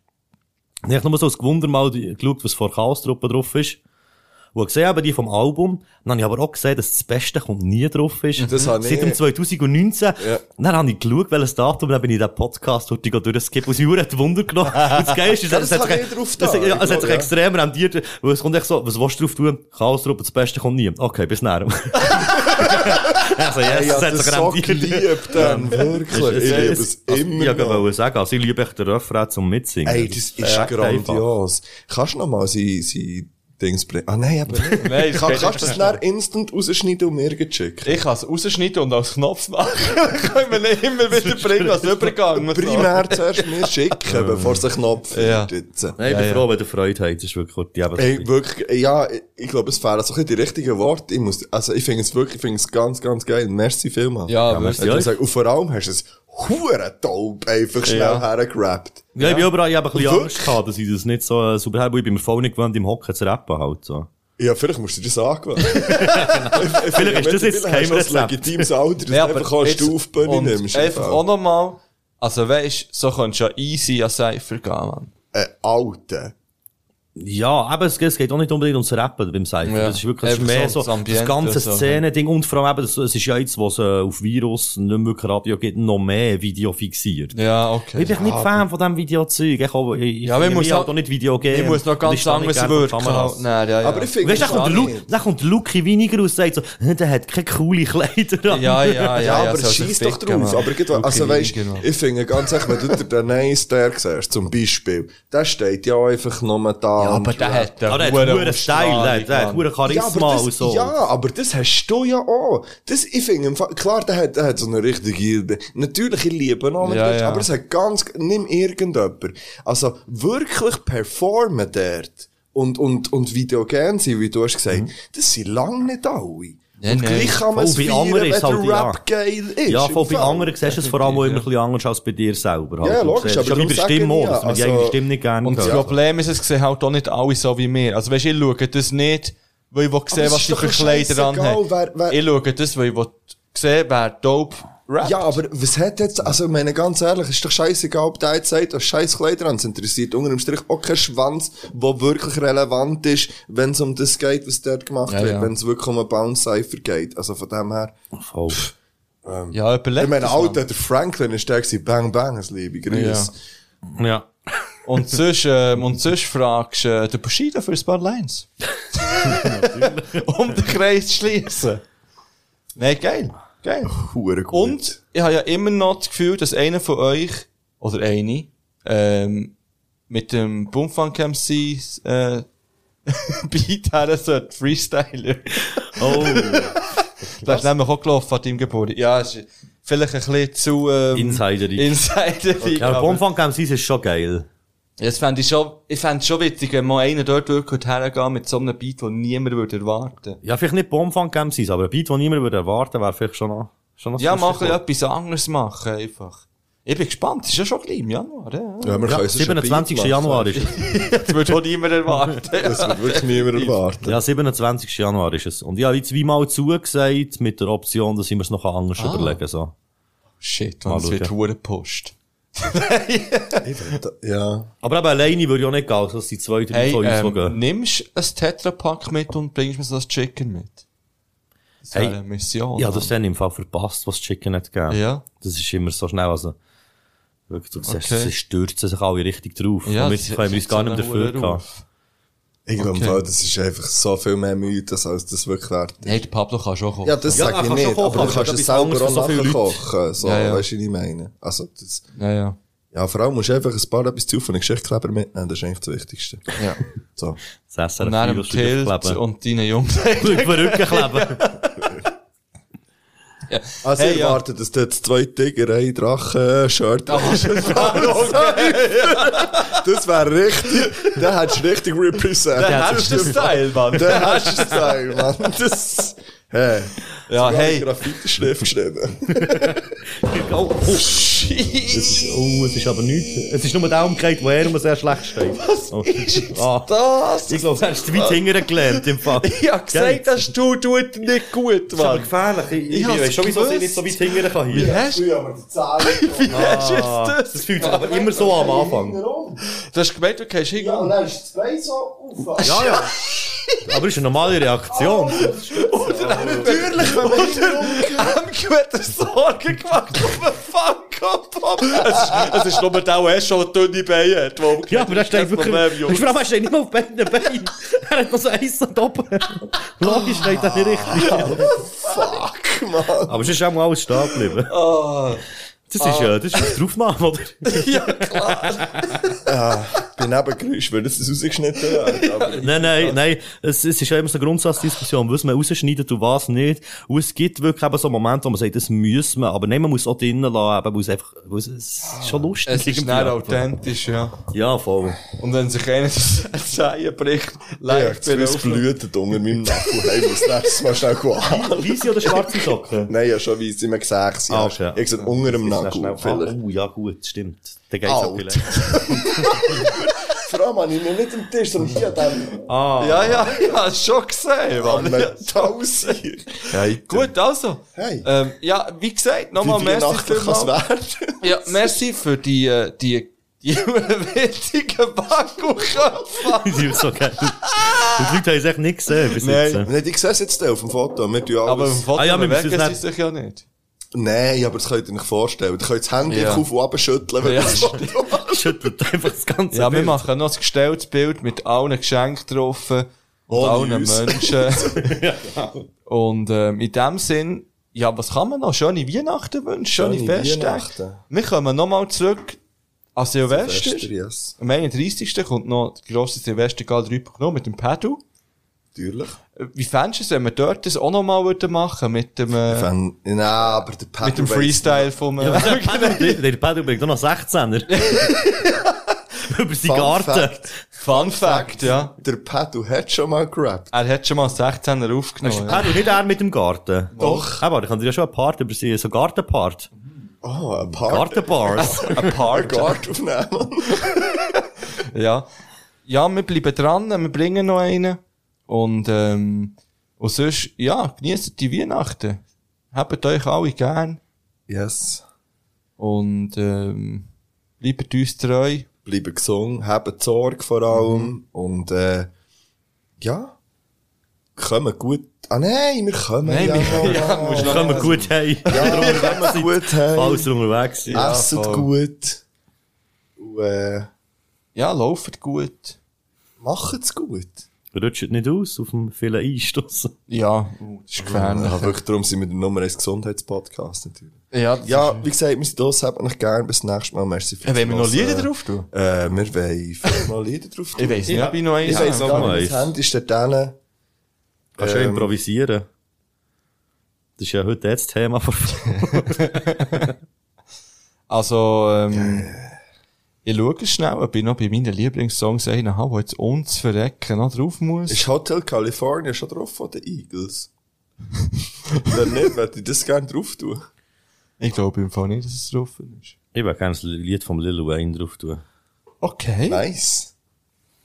Und Ich habe nur so aus Gewunder mal die- geschaut, was vor Chaos-Truppe drauf ist. Und ich gesehen eben die vom Album. Dann habe ich aber auch gesehen, dass das Beste kommt nie drauf ist. Das habe ich. Seit dem 2019. Ja. Dann habe ich geschaut, welches Datum, dann bin ich den Podcast heute durchgeskippen. Aus mir hat die Wunder genommen. Und das Geilste ist, Ja, es das hat habe sich- ich drauf es- da. ja, Es hat Ich sich glaube, extrem rendiert. Weil es kommt echt so, was willst du drauf tun? Chaos-Truppe, das Beste kommt nie. Okay, bis näher. Also, yes, Hey, ich das hab hat das sich so garantiert. geliebt, dann, wirklich. Ich liebe es immer Ich noch. wollte sagen, also ich liebe echt den Refrain zum Mitsingen. Ey, das ist echt einfach. grandios. Kannst du nochmal sein, sein Dings bringen? Ah, nein, aber nicht. Nein, das Kann, geht kannst du das nicht. dann instant rausschneiden und mir schicken? Ich kann es rausschneiden und als Knopf machen. Dann können wir ihn immer wieder bringen, als Übergang. und so. Primär zuerst mir schicken, bevor es einen Knopf Ja. findet. Nein, ich Ja, bin ja. froh, wenn ihr Freude habt. Das ist wirklich gut. Die haben Ey, wirklich, ja, ich, ich glaube, es fehlen so ein bisschen die richtigen Worte. Ich muss, also, ich finde es wirklich, ich finde es ganz, ganz geil. Merci vielmals. Ja, Ich merci würde euch. sagen, Und vor allem hast du es hure taub einfach schnell Ja. hergerappt. ja, ich bin überall, ich habe ein bisschen Wirklich? Angst gehabt, dass ich das nicht so äh, super habe. Ich bin mir voll nicht gewöhnt, im Hocken zu rappen halt so. Ja, vielleicht musst du dir das angewöhnen. Vielleicht ist das hast jetzt das du ein Geheimrezept. legitimes Alter, dass Ja, du aber einfach kannst jetzt- du auf die Bühne und nimmst. Einfach auch nochmal, also weisst, so könntest du ja easy an Cypher gehen, Mann. Äh, Alter. Ja, aber es, es geht auch nicht unbedingt ums Rappen beim Cypher. Ja. Das ist wirklich das ist Eben mehr so so, das Ambiente das ganze und so. Szene-Ding. Und vor allem eben, das- es ist ja jetzt, wo es äh, auf Virus nicht mehr wirklich Radio gibt, noch mehr Video fixiert. Ja, okay. Ich bin Ja, nicht Fan von diesem Videozeug. Ich, hab- ich, Ja, wir ich muss muss auch- auch nicht Video geben. Ich muss noch Und ich ganz stehe nicht anders gerne vor wirken. Kameras. halt. Nein, ja, ja. Aber ich finde, Weißt du, das dann auch kommt, Lu- nicht. dann kommt Luki Winiger und sagt so, «Hm, der hat keine coole Kleider an. Ja, ja, ja. Ja, aber soll es sich schießt doch ficken, drauf. Mann. Aber gerade, also Wirklich, weißt, genau. ich finde ganz ehrlich, wenn du den Nein-Star siehst, zum Beispiel, der steht ja Oh, einfach nur da Mann. aber der hat einen Aber der hat hohen hohen Style, der hat- der hat Mann. hohen Charisma ja, aber das, und so. Ja, aber das hast du ja auch. Das, ich finde, im Fall- klar, der hat, der hat so eine richtige, natürliche Liebe, noch, wenn Ja, du willst, ja. aber es hat ganz, nimm irgendjemand. Also, wirklich performen dort und, und, und videogen sein, wie du hast gesagt, das sind lange nicht alle. und nein. gleich kann man es Voll bei feiern, anderen wenn ist der halt, ja. Rap geil ist. Ja, im voll bei Fall. anderen siehst du es vor allem auch immer ein bisschen anders als bei dir selber. halt. Ja, Du logisch, siehst, aber schon bei darum der sage Stimme ich auch, ja, dass man die also- eigene Stimme nicht gerne Und das hört. Problem ist, es sehen halt auch nicht alle so wie mir. Also weißt, ich schaue das nicht, weil ich will sehen Aber es was ist sie doch für Kleider scheißegal, anhaben. wer- wer- Ich schaue das, weil ich will sehen, wer dope rappt. Ja, aber was hat jetzt, also, ich meine, ganz ehrlich, ist doch scheißegal, ob der jetzt sagt, dass scheiß Kleider an, es interessiert unter dem Strich auch kein Schwanz, der wirklich relevant ist, wenn es um das geht, was dort gemacht Ja, wird, ja. wenn es wirklich um einen Bounce-Cypher geht. Also von dem her. Voll. Ähm, ja, überleg Ich meine, das Alter, der Franklin ist der gewesen, Bang Bang, das liebe Grüße. Ja. ja. Und sonst, ähm, und sonst fragst äh, den Bushido für ein paar Lines. um den Kreis zu schließen. Nein, geil. Geil. Und ich habe ja immer noch das Gefühl, dass einer von euch, oder eine, ähm, mit dem Bumfunk MC äh, Beat her sollte, Freestyler. Oh. das ist nämlich auch gelaufen an deinem Geburtstag. Ja, es ist vielleicht ein bisschen zu... Ähm, Insiderig. Insiderig. Ja, aber aber- Bonfunk Games ist schon geil. ja, Das fände ich schon, ich fände es schon witzig, wenn mal einer dort wirklich hergehen mit so einem Beat, den niemand würde erwarten. Ja, vielleicht nicht Bonfunk Games sein, aber ein Beat, den niemand würde erwarten, wäre vielleicht schon noch, schon noch Ja, mach machen ich etwas anderes machen, einfach. Ich bin gespannt, ist ja schon gleich im Januar, ja. Ja, wir können es schon 27. Beat Januar ist machen. es. das würde auch niemand erwarten. Das wird wirklich niemand erwarten. Ja, 27. Januar ist es. Und ich habe jetzt zweimal zugesagt, mit der Option, dass ich mir es noch anders Ah. überlegen so. Shit, Mal man, es wird schauen. hure Post. ja. Aber eben alleine würde ich auch nicht gehen, also es sind zwei, drei Hey, von uns, die ähm, gehen. nimmst ein Tetrapack mit und bringst mir so das Chicken mit. Das wäre Hey, eine Mission. Ja, das dann im Fall verpasst, was Chicken hat gegeben. Ja. Das ist immer so schnell, also. Wirklich, du siehst, Okay. sie stürzen sich alle richtig drauf. Ja, Und das wir können ist uns so gar nicht ein dafür hoher gehen. Ruf. Ich glaube, Okay. okay. das ist einfach so viel mehr Mythos, als das wirklich wert ist. Nein, der Pablo kann schon kochen. Ja, das Ja, sage er ich kann schon nicht, kochen, aber aber du kannst das es ist etwas selber auch anderes für so viele nachkochen. Leute. So, Ja, ja. weißt du, wie ich meine? Also, das, ja, ja. ja, vor allem musst du einfach ein paar etwas zu von einem Geschichtkleber mitnehmen, das ist eigentlich das Wichtigste. Ja. So. Das Essen Und dann Virus Tilt draufkleben. und deinen Jungs. Über den Rücken kleben. Ja. Also, Hey, ich ja. erwarte, dass du jetzt zwei Tiger, ein Drache, ein Shirt hast. Das wäre richtig, dann hättest du richtig represent. Dann hättest du den Style, Mann. Dann hättest du den Style, Mann. Das, hey. Ja, Sogar hey. in Graffiti-Schrift geschrieben. Oh, oh. Es ist, oh, es ist aber nichts. Es ist nur der Umkreis, wo er immer sehr schlecht steht. Was oh. ist das? Ah. Ich glaube, er ist weit hinten gelernt im Fall. Ich habe gesagt, das tut tut nicht gut, ist Mann. aber gefährlich. Ich, ich, Ich ich hab's weiß schon, wieso sie gewusst. nicht so weit hinten kann hier. Wie hast du Wie hast du jetzt Ah, das? das fühlt sich aber immer so am Anfang. Du hast gemeint, du gehst Ja, und hinten. dann ist das Bein so aufwärts. Ja, ja. Aber es ist eine normale Reaktion. Natürlich, wenn man hinten umgeht. Ich hätte Sorgen gemacht um den Fangkopf. Es ist- es ist nur der, der eh schon dünne Beine hat. der Ja, aber der steht Kein wirklich. Problem, Jungs. Weißt du, warum er steht nicht mal auf beiden Beinen? Er hat noch so eins und oben. Logisch steht er nicht richtig. Fuck, Mann. Aber es ist auch mal alles stehen geblieben. Das ist ja, das ist ein Draufnahme, oder? Ja, bin Nebengeräusch, wenn das rausgeschnitten wird. Aber Nein, nein, nein. Es, es ist ja immer so eine Grundsatzdiskussion, was man rausschneidet und was nicht. Und es gibt wirklich eben so Momente, wo man sagt, das muss man, aber nein, man muss auch drinnen lassen, eben, weil es einfach, weil es, es ist schon lustig. Es ist irgendwie. nicht authentisch, ja. Ja, voll. Und wenn sich einer das Zeichen bricht, live Jetzt wird es beraufen. blutet unter meinem Nackel. Hey, ich muss das nächste Mal schnell an. Weiße oder schwarze Socken? Nein, ja, schon weiss, immer gesagt. sie Ah, haben- okay. Ich gesagt, unter dem Ist das Nackel. schnell- vielleicht. Ah, Oh, ja, gut, stimmt. Dann geht's auch Alt. viel länger. Vor allem habe ich ihn nicht am Tisch, sondern hier an dem. Ah. Ja, ja, ja, schon gesehen, Am Mann. Metallsier. Hey, Gut, also. Hey. Ähm, ja, wie gesagt, nochmal Wie merci weihnachtlich vielmals. kann's Ja, merci für die, äh, die, die witzigen Backkuchen. Die sind so geil. Und die Leute haben es echt nicht gesehen bis jetzt. Nein, ich sehe es jetzt auf dem Foto. Wir tun alles. Aber im Foto Ah ja, wir müssen bewegen es sie nicht- sich ja nicht. Nein, aber das könnt ihr euch vorstellen. Ihr könnt das Handy Ja. auf und ab schütteln, wenn Ja, ihr das Foto Schüttelt einfach das ganze Ja, wir Bild. machen noch ein gestelltes Bild mit allen Geschenken drauf. Und Ohne allen uns. Menschen. Ja, genau. Und ähm, in dem Sinn, ja, was kann man noch? Schöne Weihnachten wünschen, schöne, Schöne Festtage. Weihnachten. Wir kommen nochmal zurück An Silvester, Silvester, yes. am 31. kommt noch die grosse Silvestergal 3.0 mit dem Pedal. Äh, Natürlich. Wie fändest du es, wenn wir dort das auch nochmal würden machen mit dem, äh, fänd- Nein, aber der Pedal mit dem weiss Freestyle nicht. vom, Ja, äh, Der der Pedro bringt auch noch 16er. Über seinen Garten. Fun Fact, ja. Der Pedal hat schon mal gerappt. Er hat schon mal 16er Ist aufgenommen. der Pedro nicht er mit dem Garten? Doch. Aber ich kann dir ja schon einen Part über sie, so Gartenpart. Oh, ein Part. Gartenbars. Ein Part. Guard aufnehmen. Ja. Ja, wir bleiben dran, wir bringen noch einen. Und, ähm, und sonst, ja, genießt die Weihnachten. Habt euch alle gern. Yes. Und, ähm, bleibt uns treu. Bleiben gesund, haben Sorge vor allem. Mhm. Und, äh, ja. Kommen gut. Ah, nein, wir kommen. Nein, ja, wir- noch. ja, musst noch- Kommen wir gut heim. Ja, kommen gut. Hey. Falls ihr unterwegs seid. Esset voll. gut. Und, äh, ja, lauft gut. Macht's gut. Rutscht nicht aus auf dem vielen Einstoss. Ja, das ist gefährlich. Ja, wirklich, darum sind wir der Nummer 1 Gesundheitspodcast natürlich. Ja, ja wie gesagt, wir sind da, habt euch gern, bis zum nächsten Mal. Merci Ja, wollen wir noch Zuhören. Lieder drauf tun? Äh, wir wollen vielleicht noch Lieder drauf Ich weiss nicht, ob ich noch eins Ich weiss habe. noch Noch eins. eins. Das Hemd ist dort drinnen. Kannst du ja Ähm. improvisieren. Das ist ja heute jetzt das Thema von Also, ähm, ich schaue schnell, ob ich noch bei meinen Lieblingssongs einen habe, der jetzt uns verrecken noch drauf muss. Ist Hotel California schon drauf von den Eagles? Wenn nicht, würde ich das gerne drauf tun. Ich glaube im Fall nicht, dass es drauf ist. Ich würde gerne das Lied vom Lil Wayne drauf tun. Okay. Nice.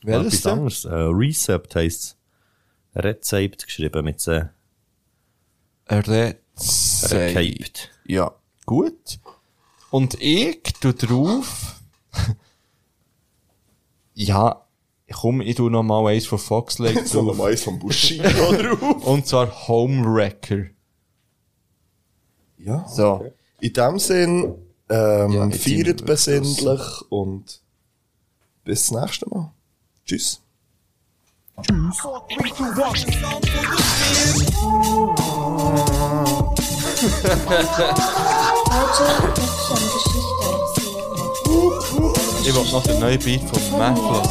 Welches Etwas denn? anderes. Äh, Recept heisst es. Rezept geschrieben mit C. Rezept. Recaped. Ja, gut. Und ich tu drauf. ja, komm, ich tu noch mal eins von Foxlake So drauf. noch eins vom Bushido drauf. Und zwar Homewrecker. Ja. So. In dem Sinn, ähm, jetzt sind feiert wir besinnlich und bis zum nächsten Mal. Tschüss. Ich will noch den neuen Beat von Method.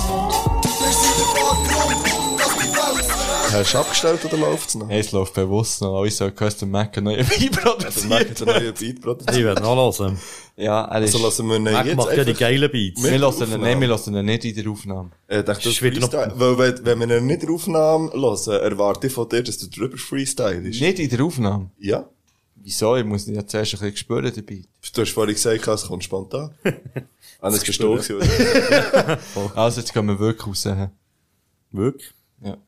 Hast du abgestellt oder läuft's noch? Hey, es läuft bewusst noch. Ich soll Custom Mac einen neuen Beat Also, Mac hat produzieren. einen neuen Beat produziert. Ich werde noch hören. Ja, er ist... Also lassen wir ihn Mac jetzt macht ja die einfach- geilen Beats. wir mit lassen ihn, Aufnahme. nein, wir lassen ihn nicht in der Aufnahme. Ich Äh, dachte, das Ist wieder noch- Freestyle. Weil, wenn, wenn wir ihn nicht in der Aufnahme hören, erwarte ich von dir, dass du drüber freestylst. Nicht in der Aufnahme? Ja. Wieso? Ich muss ihn ja zuerst ein bisschen spüren, den Beat. Du hast vorhin gesagt, es kommt spontan. Ah, das bist du. gewesen, oder? Also, jetzt gehen wir wirklich raus. hä? Wirklich? Ja.